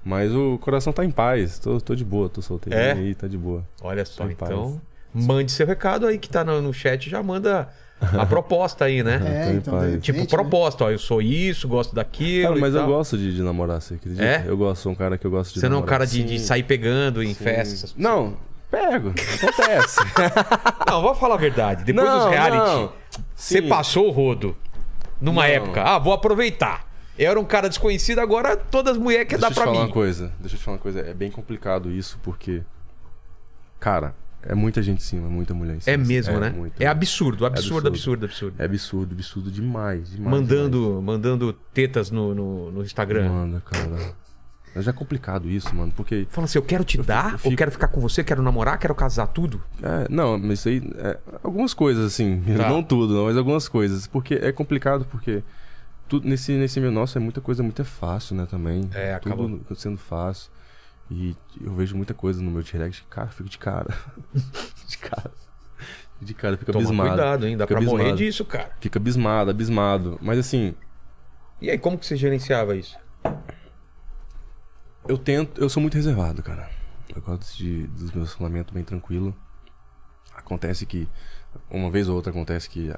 Mas o coração tá em paz, tô, tô de boa, tô solteiro É? aí, tá de boa. Olha só, Rapaz. então. Mande seu recado aí que tá no, no chat, já manda a proposta aí, né? É, então, de Tipo, repente, né? proposta, ó, eu sou isso, gosto daquilo. Cara, mas e eu tal. gosto de, de namorar, você acredita? É? Eu gosto, sou um cara que eu gosto de Você não é um namorar. cara de, de Sim, sair pegando em sim. festas. Não, pego, acontece. Não, vou falar a verdade. Depois Não, dos reality, não. (laughs) você Sim. passou o rodo numa Não. época. Ah, vou aproveitar. Eu era um cara desconhecido, agora todas as mulheres querem Deixa dar eu te pra falar mim. uma coisa. Deixa eu te falar uma coisa. É bem complicado isso, porque. Cara, é muita gente em cima, muita mulher em cima. assim. É mesmo, né? muito. é absurdo, absurdo, absurdo. absurdo, absurdo. É absurdo, absurdo demais, demais. mandando, mandando tetas no, no, no Instagram. demais. Manda, cara. Mas já é complicado isso, mano, porque. Fala assim, eu quero te dar, fico- ou quero ficar com você, quero namorar, quero casar, tudo. É, não, mas isso aí. é, algumas coisas, assim. (laughs) Tá. Não tudo, não, mas algumas coisas. Porque é complicado, porque. Tudo, nesse, nesse meio nosso é muita coisa muito é fácil, né, também. É, tudo acaba- sendo fácil. E eu vejo muita coisa no meu direct, cara, eu fico de cara. (laughs) de cara. De cara, fica Toma abismado. cuidado, hein? Dá Fica pra morrer abismado. disso, cara. Fica abismado, abismado. Mas assim, E aí, como que você gerenciava isso? Eu tento, eu sou muito reservado, cara. Eu gosto de, dos meus relacionamentos bem tranquilo. Acontece que uma vez ou outra acontece que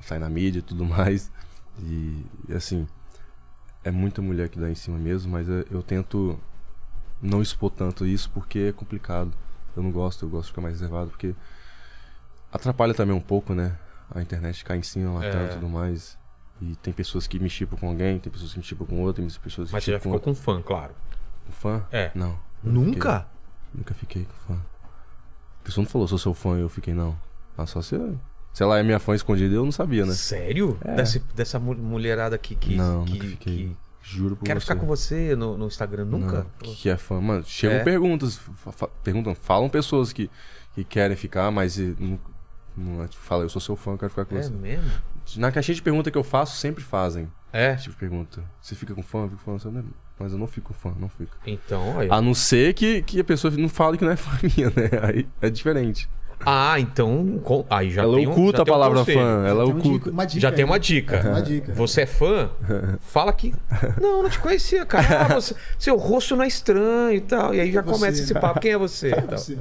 sai na mídia e tudo (laughs) mais. E, e, assim, é muita mulher que dá em cima mesmo, mas eu, eu tento não expor tanto isso porque é complicado. Eu não gosto, eu gosto de ficar mais reservado porque atrapalha também um pouco, né? A internet cai em cima lá É. e tudo mais. E tem pessoas que me chipam com alguém, tem pessoas que me chipam com outra, tem pessoas que Mas você já chipam com ficou com fã, claro. com fã? É. Não. Nunca? Nunca fiquei com fã. A pessoa não falou, sou seu fã, eu fiquei, não. Ah, só se. Se ela é minha fã escondida, eu não sabia, né? Sério? Dessa, dessa mu- mulherada que. que não, que, nunca fiquei. que- Juro por Quero você. ficar com você no, no Instagram, nunca? Não, que é fã. Mano, chegam É? perguntas. fa- fa- Perguntam, falam pessoas que, que querem ficar, mas eh, não, não é, tipo, fala, eu sou seu fã, quero ficar com É você. mesmo? Na caixinha de pergunta que eu faço, sempre fazem. É. Tipo, pergunta, você fica com fã? Eu fico com fã, "Não, é, mas eu não fico com fã, não fico. Então, olha. A não ser que, que a pessoa não fale que não é (laughs) fã minha, né? Aí é diferente. Ah, então. com- Aí já ela tem um- já oculta É a tem um palavra conselho. fã. Ela Tem uma dica- oculta. uma dica Já tem aí. uma dica. (laughs) Uma dica. (laughs) Você é fã? Fala que. Não, não te conhecia, cara. Ah, você- seu rosto não é estranho e tal. E aí já Você. né? começa esse papo. Quem é você? E tal. Você-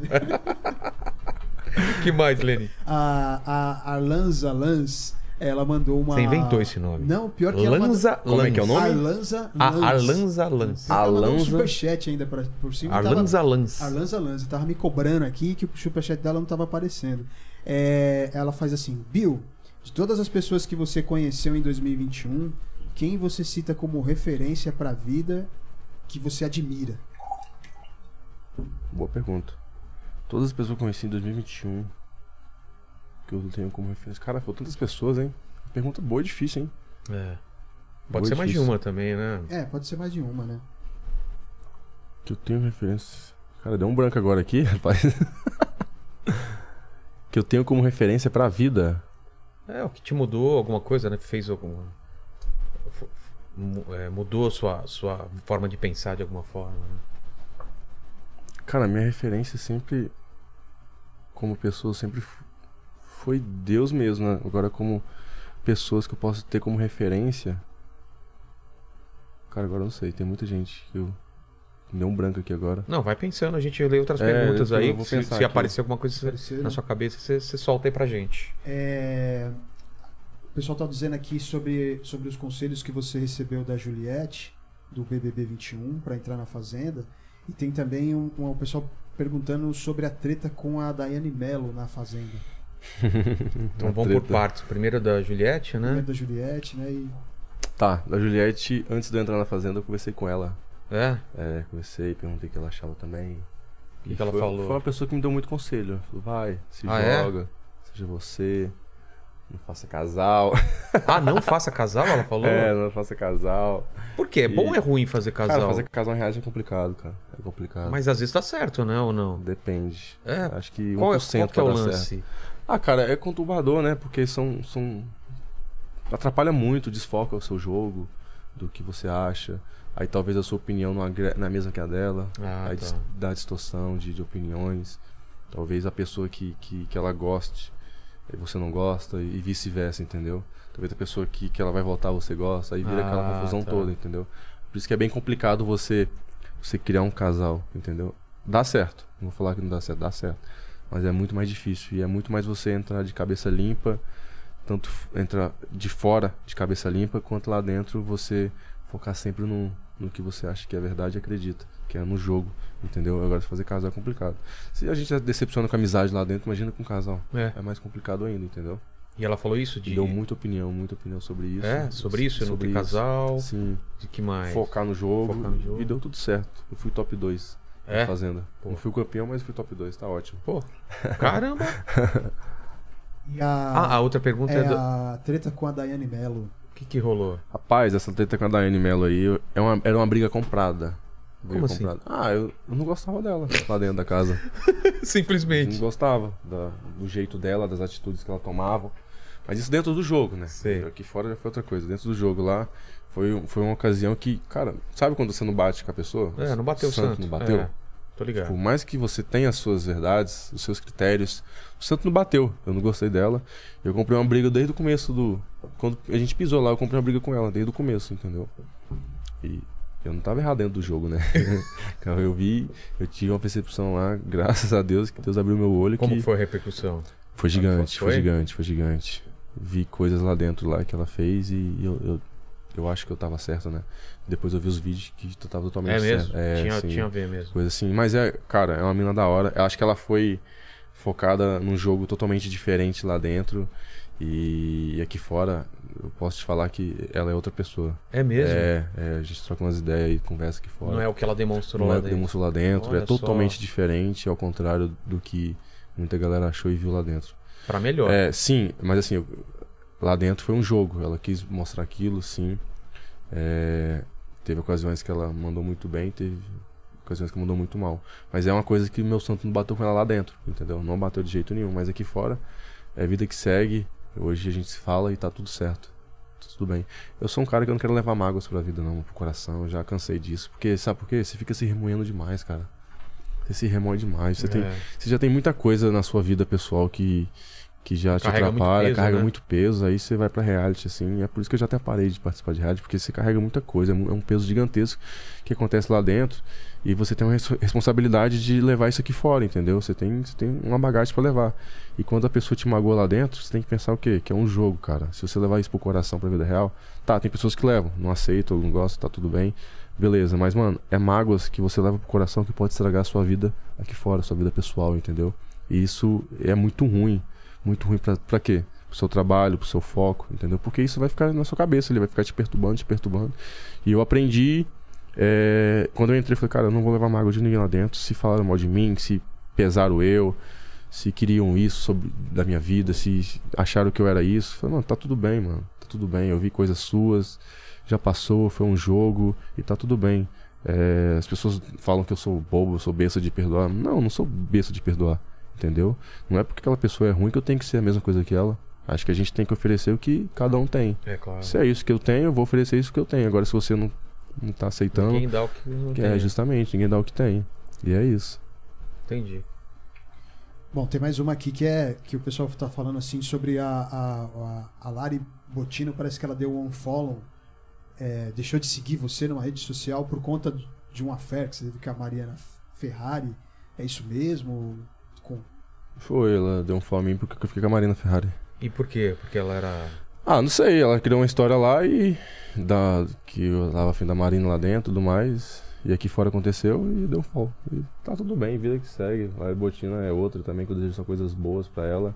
que mais, Lenny? A, a Arlanza Lanz, ela mandou uma. Você inventou esse nome. Não, pior que ela mandou- Lanza Lanz. Como é que é o nome? Arlanza A Lanz. Arlanza Lanz. Ela mandou um Alanza- superchat ainda pra, por cima. e Arlanza tava- Lanz. Arlanza Lanz. Tava me cobrando aqui que o superchat dela não tava aparecendo. É, ela faz assim: Bill, de todas as pessoas que você conheceu em 2021, quem você cita como referência pra vida que você admira? Boa pergunta. Todas as pessoas que eu conheci em 2021 que eu tenho como referência. Cara, foram tantas pessoas, hein? Pergunta boa e difícil, hein? É. Boa Pode e ser mais de difícil. uma também, né? É, pode ser mais de uma, né? Que eu tenho referência. Cara, deu um branco agora aqui, (laughs) rapaz. que eu tenho como referência pra vida. É, o que te mudou alguma coisa, né? Fez alguma. fu- fu- mu- é, Mudou sua, sua forma de pensar de alguma forma. né? Cara, minha referência sempre. Como pessoa, sempre f- foi Deus mesmo, né? Agora, como pessoas que eu posso ter como referência. Cara, agora eu não sei. Tem muita gente que eu. Deu um branco aqui agora. Não, vai pensando, a gente lê outras É, perguntas eu tô- aí. eu vou se pensar se aqui. aparecer alguma coisa Aparecer, na né? sua cabeça, você, você solta aí pra gente. É, O pessoal tá dizendo aqui sobre, sobre os conselhos que você recebeu da Juliette, do BBB 21, para um, entrar na Fazenda. E tem também um, um pessoal perguntando sobre a treta com a Daiane Mello na Fazenda. Então Uma vamos por treta. partes. Primeiro da Juliette, né? Da Juliette, né? E Tá, da Juliette, antes de eu entrar na fazenda, eu conversei com ela. É. É, conversei, perguntei o que ela achava também. O que, que ela foi, falou? Foi uma pessoa que me deu muito conselho. Falou, vai, se Ah, é? joga, seja você, não faça casal. Ah, não faça casal, ela falou? (laughs) É, não faça casal. Por quê? É bom ou é ruim fazer casal? Cara, fazer casal em reais é complicado, cara. É complicado. Mas às vezes tá certo, né? Ou não? Depende. É, Acho que 1% Qual é, qual que é o vai dar certo. lance? Ah, cara, é conturbador, né? Porque são. são... Atrapalha muito, desfoca o seu jogo, do que você acha. Aí talvez a sua opinião não, agre... não é a mesma que a dela. Ah, aí tá. dis- dá distorção de, de opiniões. Talvez a pessoa que, que, que ela goste, eh, você não gosta, e vice-versa, entendeu? Talvez a pessoa que, que ela vai votar, você gosta, aí vira aquela Ah, confusão tá. toda, entendeu? Por isso que é bem complicado você, você criar um casal, entendeu? Dá certo. Não vou falar que não dá certo, dá certo. Mas é muito mais difícil. E é muito mais você entrar de cabeça limpa, tanto f- entrar de fora de cabeça limpa, quanto lá dentro você focar sempre no, no que você acha que é verdade e acredita, que é no jogo, entendeu? Agora, fazer casal é complicado. Se a gente já decepciona com a amizade lá dentro, imagina com um casal. É. É mais complicado ainda, entendeu? E ela falou isso de. Deu muita opinião, muita opinião sobre isso. É, sobre isso, não sobre ter isso. casal. Sim, De que mais? focar no, jogo, Focar no jogo. E deu tudo certo. Eu fui top 2 É? na Fazenda. Pô. Não fui campeão, mas fui top 2, tá ótimo. Pô, caramba. e a, Ah, a outra pergunta é, é do... a treta com a Daiane Mello. (laughs) O que que rolou? Rapaz, essa treta com a Daiane Mello aí eu- é uma- era uma briga comprada. Como assim? comprado. Ah, eu, eu não gostava dela lá dentro da casa. Eu não Simplesmente. gostava da- do jeito dela, das atitudes que ela tomava. Mas isso dentro do jogo, né? Sei. Aqui fora já foi outra coisa. Dentro do jogo lá, foi, um- foi uma ocasião que, cara, sabe quando você não bate com a pessoa? É, não bateu o santo. não bateu? É, Tipo, tô ligado. Por mais que você tenha as suas verdades, os seus critérios, o santo não bateu. Eu não gostei dela. Eu comprei uma briga desde o começo do. Quando a gente pisou lá, eu comprei uma briga com ela, desde o começo, entendeu? E eu não tava errado dentro do (laughs) jogo, né? Cara, eu vi, eu tive uma percepção lá, graças a Deus, que Deus abriu meu olho. Como que... foi a repercussão? Foi gigante, Foi? foi? gigante, foi gigante. Vi coisas lá dentro lá que ela fez e eu, eu, eu acho que eu tava certo, né? Depois eu vi os vídeos que eu tava totalmente É certo. mesmo? É, tinha, sim, tinha a ver mesmo. Coisa assim. Mas é, cara, é uma mina da hora. Eu acho que ela foi focada num jogo totalmente diferente lá dentro. E aqui fora, eu posso te falar que ela é outra pessoa. É mesmo? É, é, a gente troca umas ideias e conversa aqui fora Não é o que ela demonstrou não lá é o que dentro. demonstrou lá dentro. Olha é totalmente só. diferente, ao contrário do que muita galera achou e viu lá dentro. Pra melhor. É, sim, mas assim, eu- lá dentro foi um jogo. Ela quis mostrar aquilo, sim. É, teve ocasiões que ela mandou muito bem, teve ocasiões que mandou muito mal. Mas é uma coisa que meu santo não bateu com ela lá dentro, entendeu? Não bateu de jeito nenhum, mas aqui fora é vida que segue. Hoje a gente se fala e tá tudo certo. tá Tudo bem. Eu sou um cara que eu não quero levar mágoas pra vida, não, pro coração. Eu já cansei disso. Porque, sabe por quê? Você fica se remoendo demais, cara. Você se remoe demais. Você, tem, É. você já tem muita coisa na sua vida pessoal que, que já te Carrega muito atrapalha, peso, carrega né? muito peso, aí você vai pra reality, assim. É por isso que eu já até parei de participar de reality, porque você carrega muita coisa, é um é um peso gigantesco que acontece lá dentro. E você tem uma res- responsabilidade de levar isso aqui fora, entendeu? Você tem, você tem uma bagagem pra levar. E quando a pessoa te magoa lá dentro, você tem que pensar o quê? Que é um jogo, cara. Se você levar isso pro coração, pra vida real, tá, tem pessoas que levam, não aceito, não gosto, tá tudo bem. Beleza, mas mano, é mágoas que você leva pro coração que pode estragar a sua vida aqui fora, sua vida pessoal, entendeu? E isso é muito ruim. Muito ruim pra, pra quê? Pro seu trabalho, pro seu foco, entendeu? Porque isso vai ficar na sua cabeça, ele vai ficar te perturbando, te perturbando. E eu aprendi. é, quando eu entrei, eu falei, cara, eu não vou levar mágoa de ninguém lá dentro. Se falaram mal de mim, se pesaram eu, se queriam isso sobre da minha vida, se acharam que eu era isso. Eu falei, mano, tá tudo bem, mano. Tá tudo bem. Eu vi coisas suas, já passou, foi um jogo e tá tudo bem. É, as pessoas falam que eu sou bobo, eu sou besta de perdoar. Não, eu não sou besta de perdoar, entendeu? Não é porque aquela pessoa é ruim que eu tenho que ser a mesma coisa que ela. Acho que a gente tem que oferecer o que cada um tem. É claro. Se é isso que eu tenho, eu vou oferecer isso que eu tenho. Agora, se você não, não tá aceitando, Quem dá o que não que tem. né? é justamente, ninguém dá o que tem. E é isso. Entendi. Bom, tem mais uma aqui que é que o pessoal tá falando assim sobre a, a, a, a Lari Botino, parece que ela deu um unfollow, é, deixou de seguir você numa rede social por conta de um affair que você teve com a Mariana Ferrari. É isso mesmo? Com- Foi, ela deu um fome em mim porque eu fiquei com a Marina Ferrari. E por quê? Porque ela era. Ah, não sei, ela criou uma história lá e. Da, que eu tava afim da Marina lá dentro e tudo mais. E aqui fora aconteceu e deu um fall. E tá tudo bem, vida que segue. A Botina é outra também, que eu desejo só coisas boas pra ela.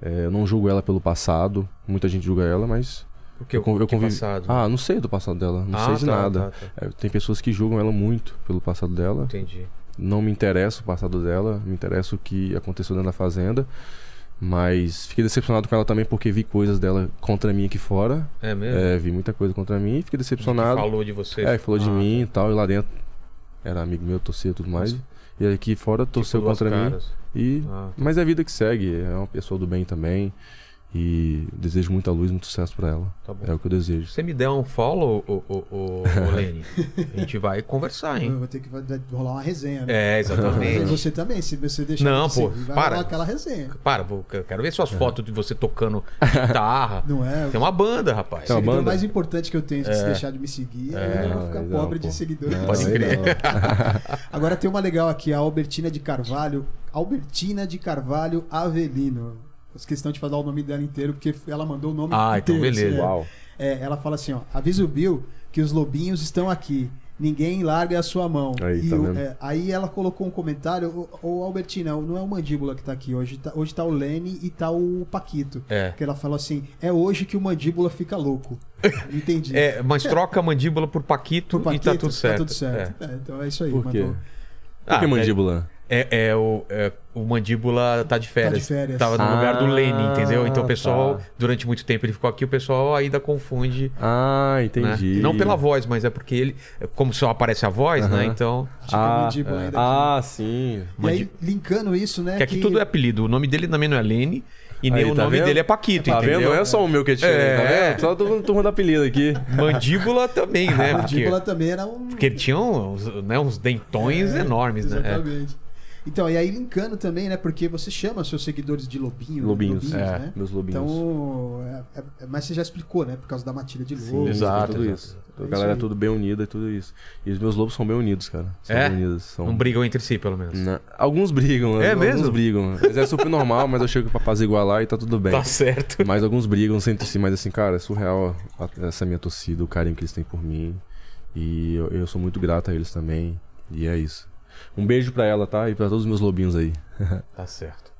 É, eu não julgo ela pelo passado, muita gente julga ela, mas. Porque eu, con- eu convivi- passado. Ah, não sei do passado dela, não sei de tá, nada. tá, tá. É, tem pessoas que julgam ela muito pelo passado dela. Entendi. Não me interessa o passado dela, me interessa o que aconteceu dentro da fazenda. Mas fiquei decepcionado com ela também porque vi coisas dela contra mim aqui fora. É mesmo? É, vi muita coisa contra mim e fiquei Que decepcionado. Falou de você. é, que falou de Ah, mim e tal, e lá dentro era amigo meu, torcia e tudo mais. E aqui fora torceu tipo duas contra mim. caras. E... Ah, Mas é a vida que segue, é uma pessoa do bem também. E desejo muita luz, muito sucesso pra ela. tá bom. É o que eu desejo. Você me der um follow, o, o, o, Lene, a gente vai (laughs) conversar, hein? Eu vou ter que vai- vai rolar uma resenha, né? É, Mas exatamente. Você também, se você deixar Não, de pô, seguir, vai para. rolar aquela resenha. (laughs) Para, vou, eu quero ver suas fotos de você tocando (laughs) guitarra. Não é? Tem uma banda, rapaz. Tem uma Seguidor banda? mais importante que eu tenho é se deixar de me seguir, aí eu vou ficar aí não, pobre pô. de seguidores. Não, Pode aí crer. não. Agora tem uma legal aqui, a Albertina de Carvalho. Albertina de Carvalho Avelino. Fiz questão de falar o nome dela inteiro, porque ela mandou o nome Ah, então inteiro. beleza. assim, né? Uau. É, ela fala assim, ó. Avisa o Bill que os lobinhos estão aqui. Ninguém larga a sua mão. Aí, E tá o- vendo? é, aí ela colocou um comentário. Ô, ô, Albertina, não é o Mandíbula que tá aqui hoje. Tá, hoje tá o Lene e tá o Paquito. É. Que ela falou assim, é hoje que o Mandíbula fica (laughs) louco. Entendi. É, mas troca a mandíbula por Paquito, Pro e tá tudo certo. Tá tudo certo. É, então é isso aí. Por quê? mandou. Por que Ah, mandíbula? É. É, é o, é o Mandíbula tá de férias. férias. Tava no lugar do Ah, Lenin, entendeu? Então o pessoal, tá. durante muito tempo ele ficou aqui, o pessoal ainda confunde. Ah, né? entendi. Não pela voz, mas é porque ele. Como só aparece a voz, né? Então. Tinha Ah, mandíbula ainda ah, sim. E aí, linkando isso, né? que aqui tudo é apelido. O nome dele também não é Lene e nem Aí, o tá nome vendo? dele é Paquito, Tá entendeu? vendo? Não é só o meu que é diferente, É. tá vendo? Só todo turma do apelido aqui. (laughs) Mandíbula também, né? A Porque, mandíbula também era um. porque ele tinha uns, né, uns dentões É, enormes, né? É. Exatamente. Então, e aí linkando também, né? Porque você chama seus seguidores de lobinho, né? Lobinhos, é, né? meus lobinhos. Então, é- é- mas você já explicou, né? Por causa da matilha de Sim, lobo. exato, tudo exato. É isso. A isso galera é aí. tudo bem unida e tudo isso. E os meus lobos são bem unidos, cara. São É? bem unidos. São... Não brigam entre si, pelo menos. Na- Alguns brigam, né? É alguns mesmo? brigam. Mas é super normal, mas eu chego pra fazer igualar e tá tudo bem. Tá certo. Mas alguns brigam entre si, mas assim, cara, é surreal a- essa minha torcida, o carinho que eles têm por mim. E eu, eu sou muito grato a eles também. E é isso. Um beijo pra ela, tá? E pra todos os meus lobinhos aí. Tá certo.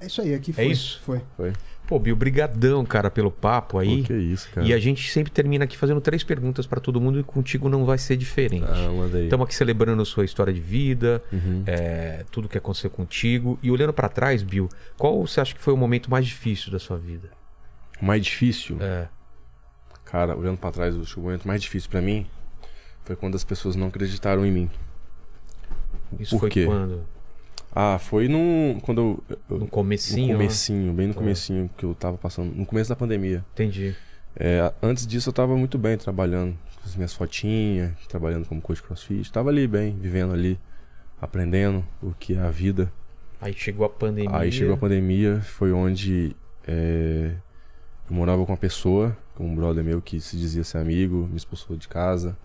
É isso aí, aqui foi. isso? Foi. Foi? Pô, Bill, brigadão, cara, pelo papo aí. Pô, que isso, cara. E a gente sempre termina aqui fazendo três perguntas pra todo mundo e contigo não vai ser diferente. Ah, manda aí. Estamos aqui celebrando sua história de vida, é, tudo que aconteceu contigo. E olhando pra trás, Bill, qual você acha que foi o momento mais difícil da sua vida? O mais difícil, É. cara, olhando pra trás, acho que o momento mais difícil pra mim foi quando as pessoas não acreditaram em mim. Isso Por foi quê? quando? Ah, foi num. Quando eu. eu- No comecinho? no né? comecinho, bem no comecinho que eu tava passando. No começo da pandemia. Entendi. É, antes disso eu tava muito bem trabalhando com as minhas fotinhas, trabalhando como coach crossfit. Tava ali bem, vivendo ali, aprendendo o que é a vida. Aí chegou a pandemia. Aí chegou a pandemia, foi onde é, eu morava com uma pessoa, com um brother meu que se dizia ser amigo, me expulsou de casa.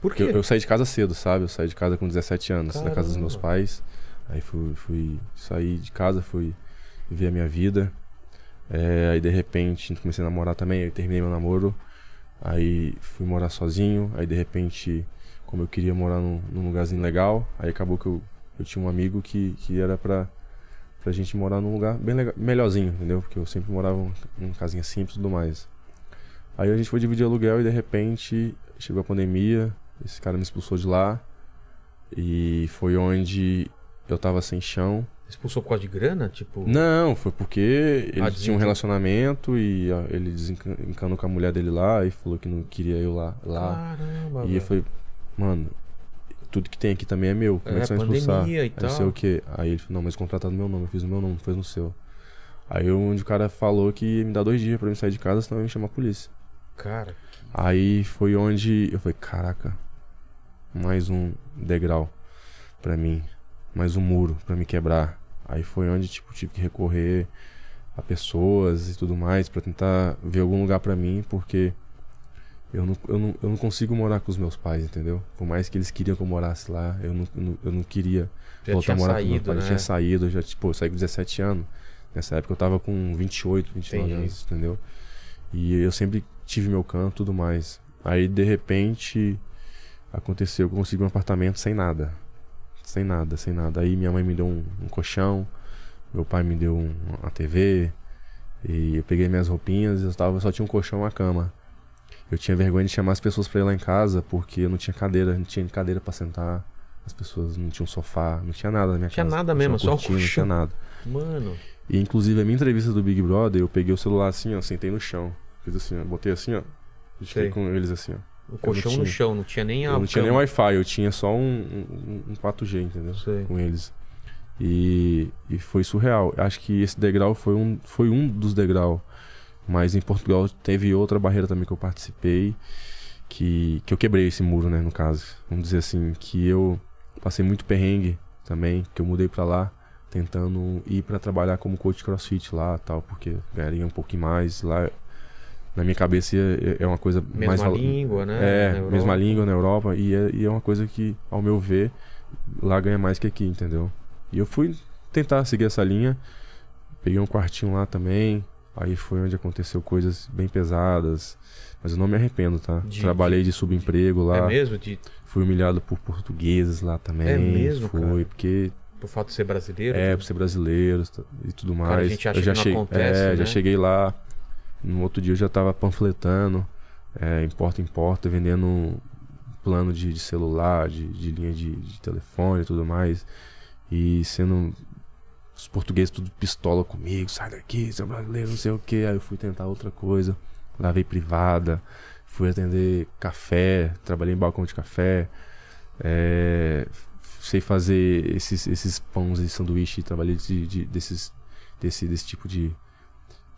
Por Porque quê? eu, eu saí de casa cedo, sabe? Eu saí de casa com 17 anos, da casa dos Caramba. meus pais. Aí fui, fui sair de casa, fui viver a minha vida. É, aí de repente comecei a namorar também, aí terminei meu namoro. Aí fui morar sozinho. Aí de repente, como eu queria morar num, num lugarzinho legal, aí acabou que eu, eu tinha um amigo que, que era pra, pra gente morar num lugar bem legal, melhorzinho, entendeu? Porque eu sempre morava em em casinha simples e tudo mais. Aí a gente foi dividir aluguel e de repente chegou a pandemia, esse cara me expulsou de lá. E foi onde eu tava sem chão. Expulsou por causa de grana? Tipo. Não, foi porque Ah, ele tinha um desencan- relacionamento e ó, ele desencanou com a mulher dele lá e falou que não queria eu lá. lá. Caramba. e eu velho. falei, mano, tudo que tem aqui também é meu. Como é, É, que você vai expulsar? pandemia e Aí não sei tal. o quê. Aí ele falou, não, mas o contrato tá no meu nome, eu fiz no meu nome, não fez no seu. Aí onde o cara falou que ia me dá dois dias pra eu sair de casa, senão eu ia me chamar a polícia. Cara, Aí foi onde eu falei, caraca, mais um degrau pra mim, mais um muro pra me quebrar. Aí foi onde tipo tive que recorrer a pessoas e tudo mais pra tentar ver algum lugar pra mim, porque eu não, eu, não, eu não consigo morar com os meus pais, entendeu? Por mais que eles queriam que eu morasse lá, eu não, eu não, eu não queria Já voltar tinha a morar com saído, meus pais. Eu né? tinha saído, eu já, tipo, eu saí com 17 anos. Nessa época eu tava com 28, 29 Entendi. anos, entendeu? E eu sempre tive meu canto e tudo mais. Aí, de repente, aconteceu que eu consegui um apartamento sem nada. Sem nada, sem nada. Aí minha mãe me deu um, um colchão, meu pai me deu um- uma TV, e eu peguei minhas roupinhas, eu tava, só tinha um colchão e uma cama. Eu tinha vergonha de chamar as pessoas pra ir lá em casa, porque eu não tinha cadeira, não tinha cadeira pra sentar, as pessoas não tinham sofá, não tinha nada na minha Tinha casa. nada não mesmo, tinha só o cortina, Não colchão. tinha nada. mano. um E inclusive a minha entrevista do Big Brother, eu peguei o celular assim, ó, sentei no chão. Fiz assim, ó, botei assim, ó. Sei. e Fiquei com eles assim, ó. O colchão no tinha. chão, não tinha nem a. Eu não tinha nem cama. Wi-Fi, eu tinha só um, um, um 4G, entendeu? Sei. Com eles. E, e foi surreal. Acho que esse degrau foi um, foi um dos degraus. Mas em Portugal teve outra barreira também que eu participei, que, que eu quebrei esse muro, né, no caso. Vamos dizer assim, que eu passei muito perrengue também, que eu mudei pra lá, tentando ir pra trabalhar como coach crossfit lá tal, porque ganharia um pouquinho mais lá. Na minha cabeça é, é uma coisa Mesma mais... valo- língua, né? é, Na Europa. mesma língua na Europa. E é, e é uma coisa que, ao meu ver, lá ganha mais que aqui, entendeu? E eu fui tentar seguir essa linha. Peguei um quartinho lá também. Aí foi onde aconteceu coisas bem pesadas. Mas eu não me arrependo, tá? De- Trabalhei de subemprego É lá. mesmo? De, fui humilhado por portugueses lá também. É mesmo, Foi, cara? porque por fato de ser brasileiro? é, por ser brasileiro e tudo mais. a gente acha eu já que não cheguei, acontece, é, né? já cheguei lá. No outro dia eu já tava panfletando, é, em porta em porta, um vendendo plano de, de celular, de, de linha de, de telefone e tudo mais. E sendo. Os portugueses tudo pistola comigo, sai daqui, seu brasileiro, não sei o que. Aí eu fui tentar outra coisa. Lavei privada, fui atender café, trabalhei em balcão de café. É, sei fazer esses, esses pães e sanduíche, trabalhei de, de- desses, desse, desse tipo de,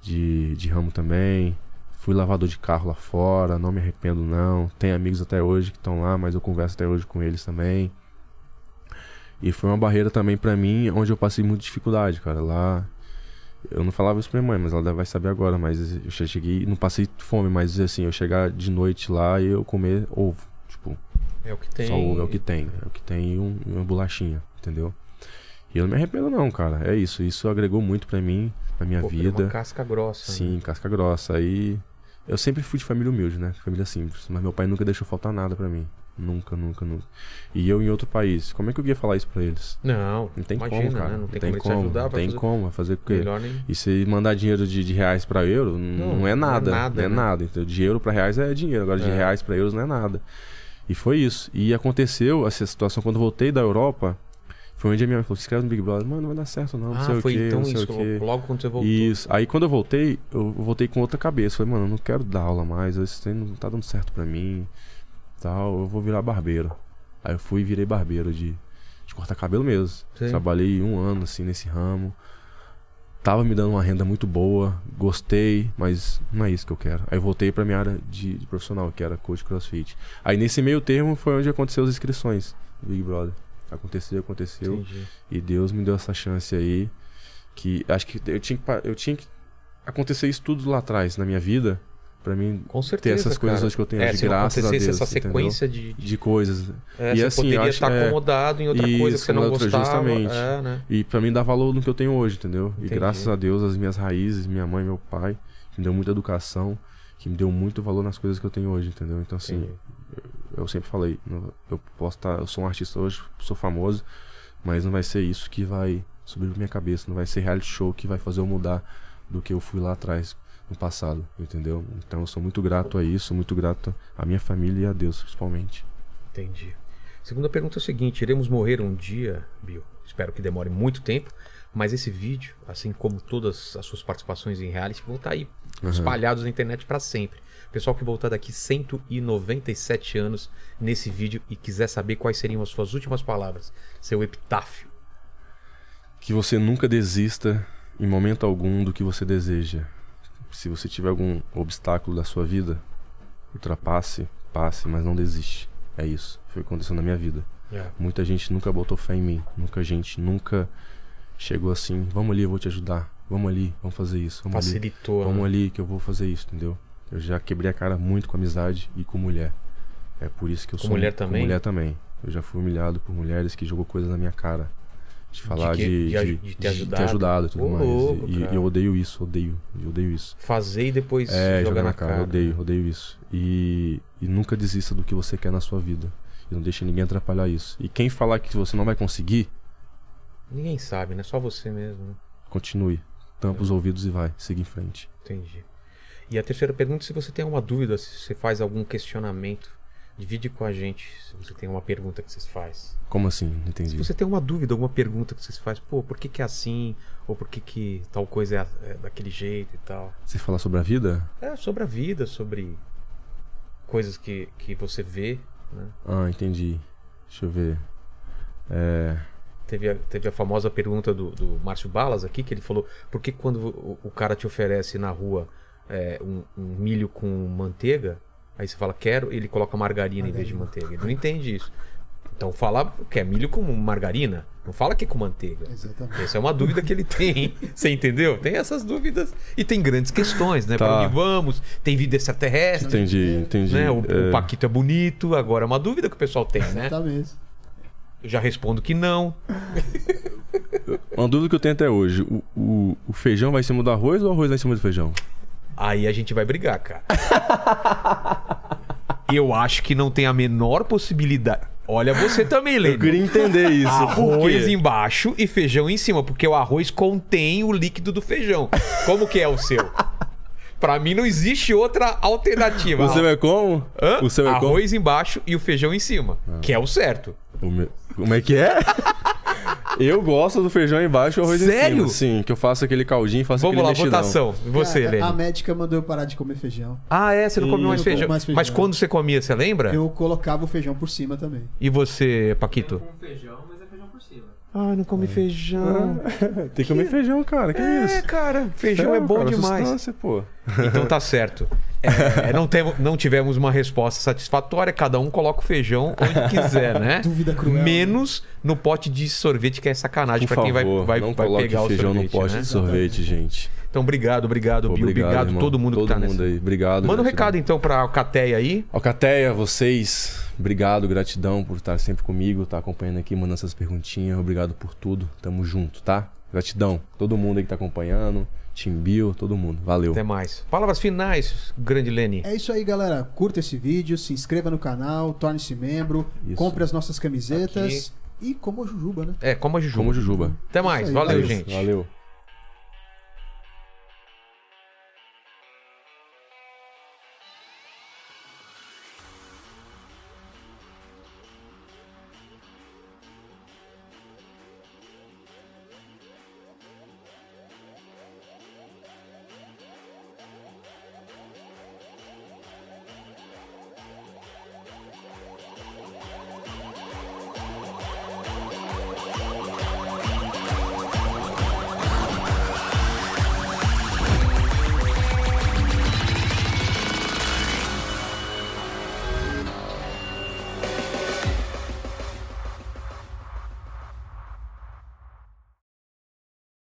de, de ramo também. Fui lavador de carro lá fora, não me arrependo não. Tenho amigos até hoje que estão lá, mas eu converso até hoje com eles também. E foi uma barreira também pra mim, onde eu passei muita dificuldade, cara. Lá. Eu não falava isso pra minha mãe, mas ela vai saber agora. Mas eu che- cheguei, não passei fome, mas assim, eu chegar de noite lá e eu comer ovo. Tipo, É o que tem. só ovo é o que tem. É o que tem e um, e uma bolachinha, entendeu? E eu não me arrependo, não, cara. É isso. Isso agregou muito pra mim, na minha Pô, virou Uma vida. casca grossa. né? Sim, casca grossa. Aí eu sempre fui de família humilde, né? Família simples. Mas meu pai nunca deixou faltar nada pra mim. Nunca, nunca, nunca. E eu em outro país. Como é que eu ia falar isso pra eles? Não, Não tem imagina, como, cara. Né? Não tem, como, ele te ajudar. Não vai tem fazer como. Vai fazer o quê? Melhor nem... E se mandar dinheiro de, de reais pra euro, n- Não, não, é nada. Não é nada. né? Então, de euro pra reais é dinheiro. Agora, de É. reais pra euros não é nada. E foi isso. E aconteceu essa situação quando eu voltei da Europa. Foi onde a minha mãe falou: se inscreve no Big Brother. Mano, não vai dar certo, não. Não sei Ah, o foi quê, então não sei isso. o quê. Logo quando você voltou. Isso. Aí quando eu voltei, eu voltei com outra cabeça. Falei, mano, eu não quero dar aula mais, esse treino não tá dando certo pra mim. Tal, eu vou virar barbeiro. Aí eu fui e virei barbeiro de, de cortar cabelo mesmo. Sim. Trabalhei um ano assim nesse ramo. Tava me dando uma renda muito boa, gostei, mas não é isso que eu quero. Aí eu voltei pra minha área de, de profissional, que era coach crossfit. Aí nesse meio termo foi onde aconteceu as inscrições do Big Brother. Aconteceu, aconteceu. Entendi. E Deus me deu essa chance aí. Que acho que eu tinha que, pa- eu tinha que acontecer isso tudo lá atrás, na minha vida. Pra mim Com certeza. essas coisas cara. hoje que eu tenho, é, de se não graças a acontecesse Deus, essa entendeu? sequência de. de... de coisas. É, E você assim, eu poderia acho- estar é. acomodado em outra coisa que Isso, você não em outra- gostava. justamente. É, né? E pra mim dá valor no que eu tenho hoje, entendeu? Entendi. E graças a Deus, as minhas raízes, minha mãe, meu pai, que me deu muita educação, que me deu muito valor nas coisas que eu tenho hoje, entendeu? Então assim, Entendi. eu sempre falei, não- eu posso estar, eu sou um artista hoje, sou famoso, mas não vai ser isso que vai subir pra minha cabeça, não vai ser reality show que vai fazer eu mudar do que eu fui lá atrás no passado, entendeu? Então eu sou muito grato a isso, muito grato à minha família e a Deus, principalmente. Entendi. Segunda pergunta é o seguinte: iremos morrer um dia, Bill. Espero que demore muito tempo. Mas esse vídeo, assim como todas as suas participações em reality, vão estar aí espalhados na internet para sempre. O pessoal que voltar daqui 197 anos nesse vídeo e quiser saber quais seriam as suas últimas palavras, seu epitáfio. Que você nunca desista em momento algum do que você deseja. Se você tiver algum obstáculo da sua vida, ultrapasse, passe, mas não desiste. É isso. Foi o que aconteceu na minha vida. Muita gente nunca botou fé em mim. Muita gente nunca chegou assim, vamos ali, eu vou te ajudar. Vamos ali, vamos fazer isso. Vamos ali. Facilitou. né? Vamos ali que eu vou fazer isso, entendeu? Eu já quebrei a cara muito com amizade e com mulher. É por isso que eu Com sou mulher também? mulher também. Eu já fui humilhado por mulheres que jogou coisas na minha cara. De falar que- de, de de, aj- de ter ajudado. ajudado e tudo Ô, mais. E- louco, e, cara. eu odeio isso, odeio. Eu odeio isso. Fazer e depois É, jogar na cara, cara. Odeio, odeio isso. E, e nunca desista do que você quer na sua vida. E não deixe ninguém atrapalhar isso. E quem falar que você não vai conseguir, Ninguém sabe, né? Só você mesmo. né? continue. Tampa Uhum. os ouvidos e vai. Siga em frente. Entendi. E a terceira pergunta, é se você tem alguma dúvida, se você faz algum questionamento, divide com a gente se você tem uma pergunta que vocês faz. Como assim? Não Se entendi. você tem alguma dúvida, alguma pergunta que vocês faz, pô, por que que é assim? Ou por que que tal coisa é, a- é daquele jeito e tal? Você falar sobre a vida? É sobre a vida, sobre coisas que, que você vê, né? Ah, entendi. Deixa eu ver. É. Teve a, teve a famosa pergunta do, do Márcio Balas aqui, que ele falou: por que quando o, o cara te oferece na rua é, um, um milho com manteiga, aí você fala quero, ele coloca margarina, em vez de manteiga? Ele não entende isso. Então fala que é milho com margarina, não fala que é com manteiga. Exatamente. Essa é uma dúvida que ele tem, você entendeu? Tem essas dúvidas e tem grandes questões, né? Tá. Pra onde vamos? Tem vida extraterrestre, Entendi, entendi. né? O, É, Tá. o Paquito é bonito, agora é uma dúvida que o pessoal tem, né? Exatamente. Eu já respondo que não. Uma dúvida que eu tenho até hoje: o, o- o feijão vai em cima do arroz ou o arroz vai em cima do feijão? Aí a gente vai brigar, (laughs) cara. Eu acho que não tem a menor possibilidade. Olha você também, Eu Lênin. queria entender isso. por Arroz quê? embaixo e feijão em cima, porque o arroz contém o líquido do feijão. Como que é o seu? Pra mim não existe outra alternativa. O seu é como? Hã? O seu é como? Ah. arroz embaixo e o feijão em cima, que é o certo. O meu- Como é que é? Eu gosto do feijão embaixo e arroz Sério? em cima. Sim, que eu faço aquele caldinho e faço Vamos lá, aquele mexidão. votação. Você, Cara, A Helene. médica mandou eu parar de comer feijão. Ah, é, você não come Hum, mais eu como feijão. mais feijão. Mas quando você comia, você lembra? Eu colocava o feijão por cima também. E você, Paquito? Com feijão, mas é feijão por cima. Ah, não É. come Ah. feijão. Tem que comer feijão, cara. Que É, isso? cara, feijão é Feijão, bom cara, demais. sustância, pô. Então tá certo. É, não, temo- não tivemos uma resposta satisfatória, cada um coloca o feijão onde quiser, (laughs) né? Dúvida cruel. Menos no pote de sorvete, que é sacanagem Por pra quem vai, favor, vai, não vai coloque pegar o feijão sorvete. no pote né? de sorvete, gente. Então, obrigado, obrigado, Bill. Obrigado, irmão. todo mundo que tá mundo nessa. aí. Obrigado. Manda um gratidão. recado então pra Alcateia aí. Alcateia, vocês, obrigado, gratidão por estar sempre comigo, estar acompanhando aqui, mandando essas perguntinhas. Obrigado por tudo. Tamo junto, tá? Gratidão. Todo mundo aí que tá acompanhando, Timbio, todo mundo. Valeu. Até mais. Palavras finais, grande Leni. É isso aí, galera. Curta esse vídeo, se inscreva no canal, torne-se membro, Isso. compre as nossas camisetas e coma a jujuba, né? É, como a Juju. Como Jujuba. Até mais. Isso aí, Valeu, valeu. gente. Valeu.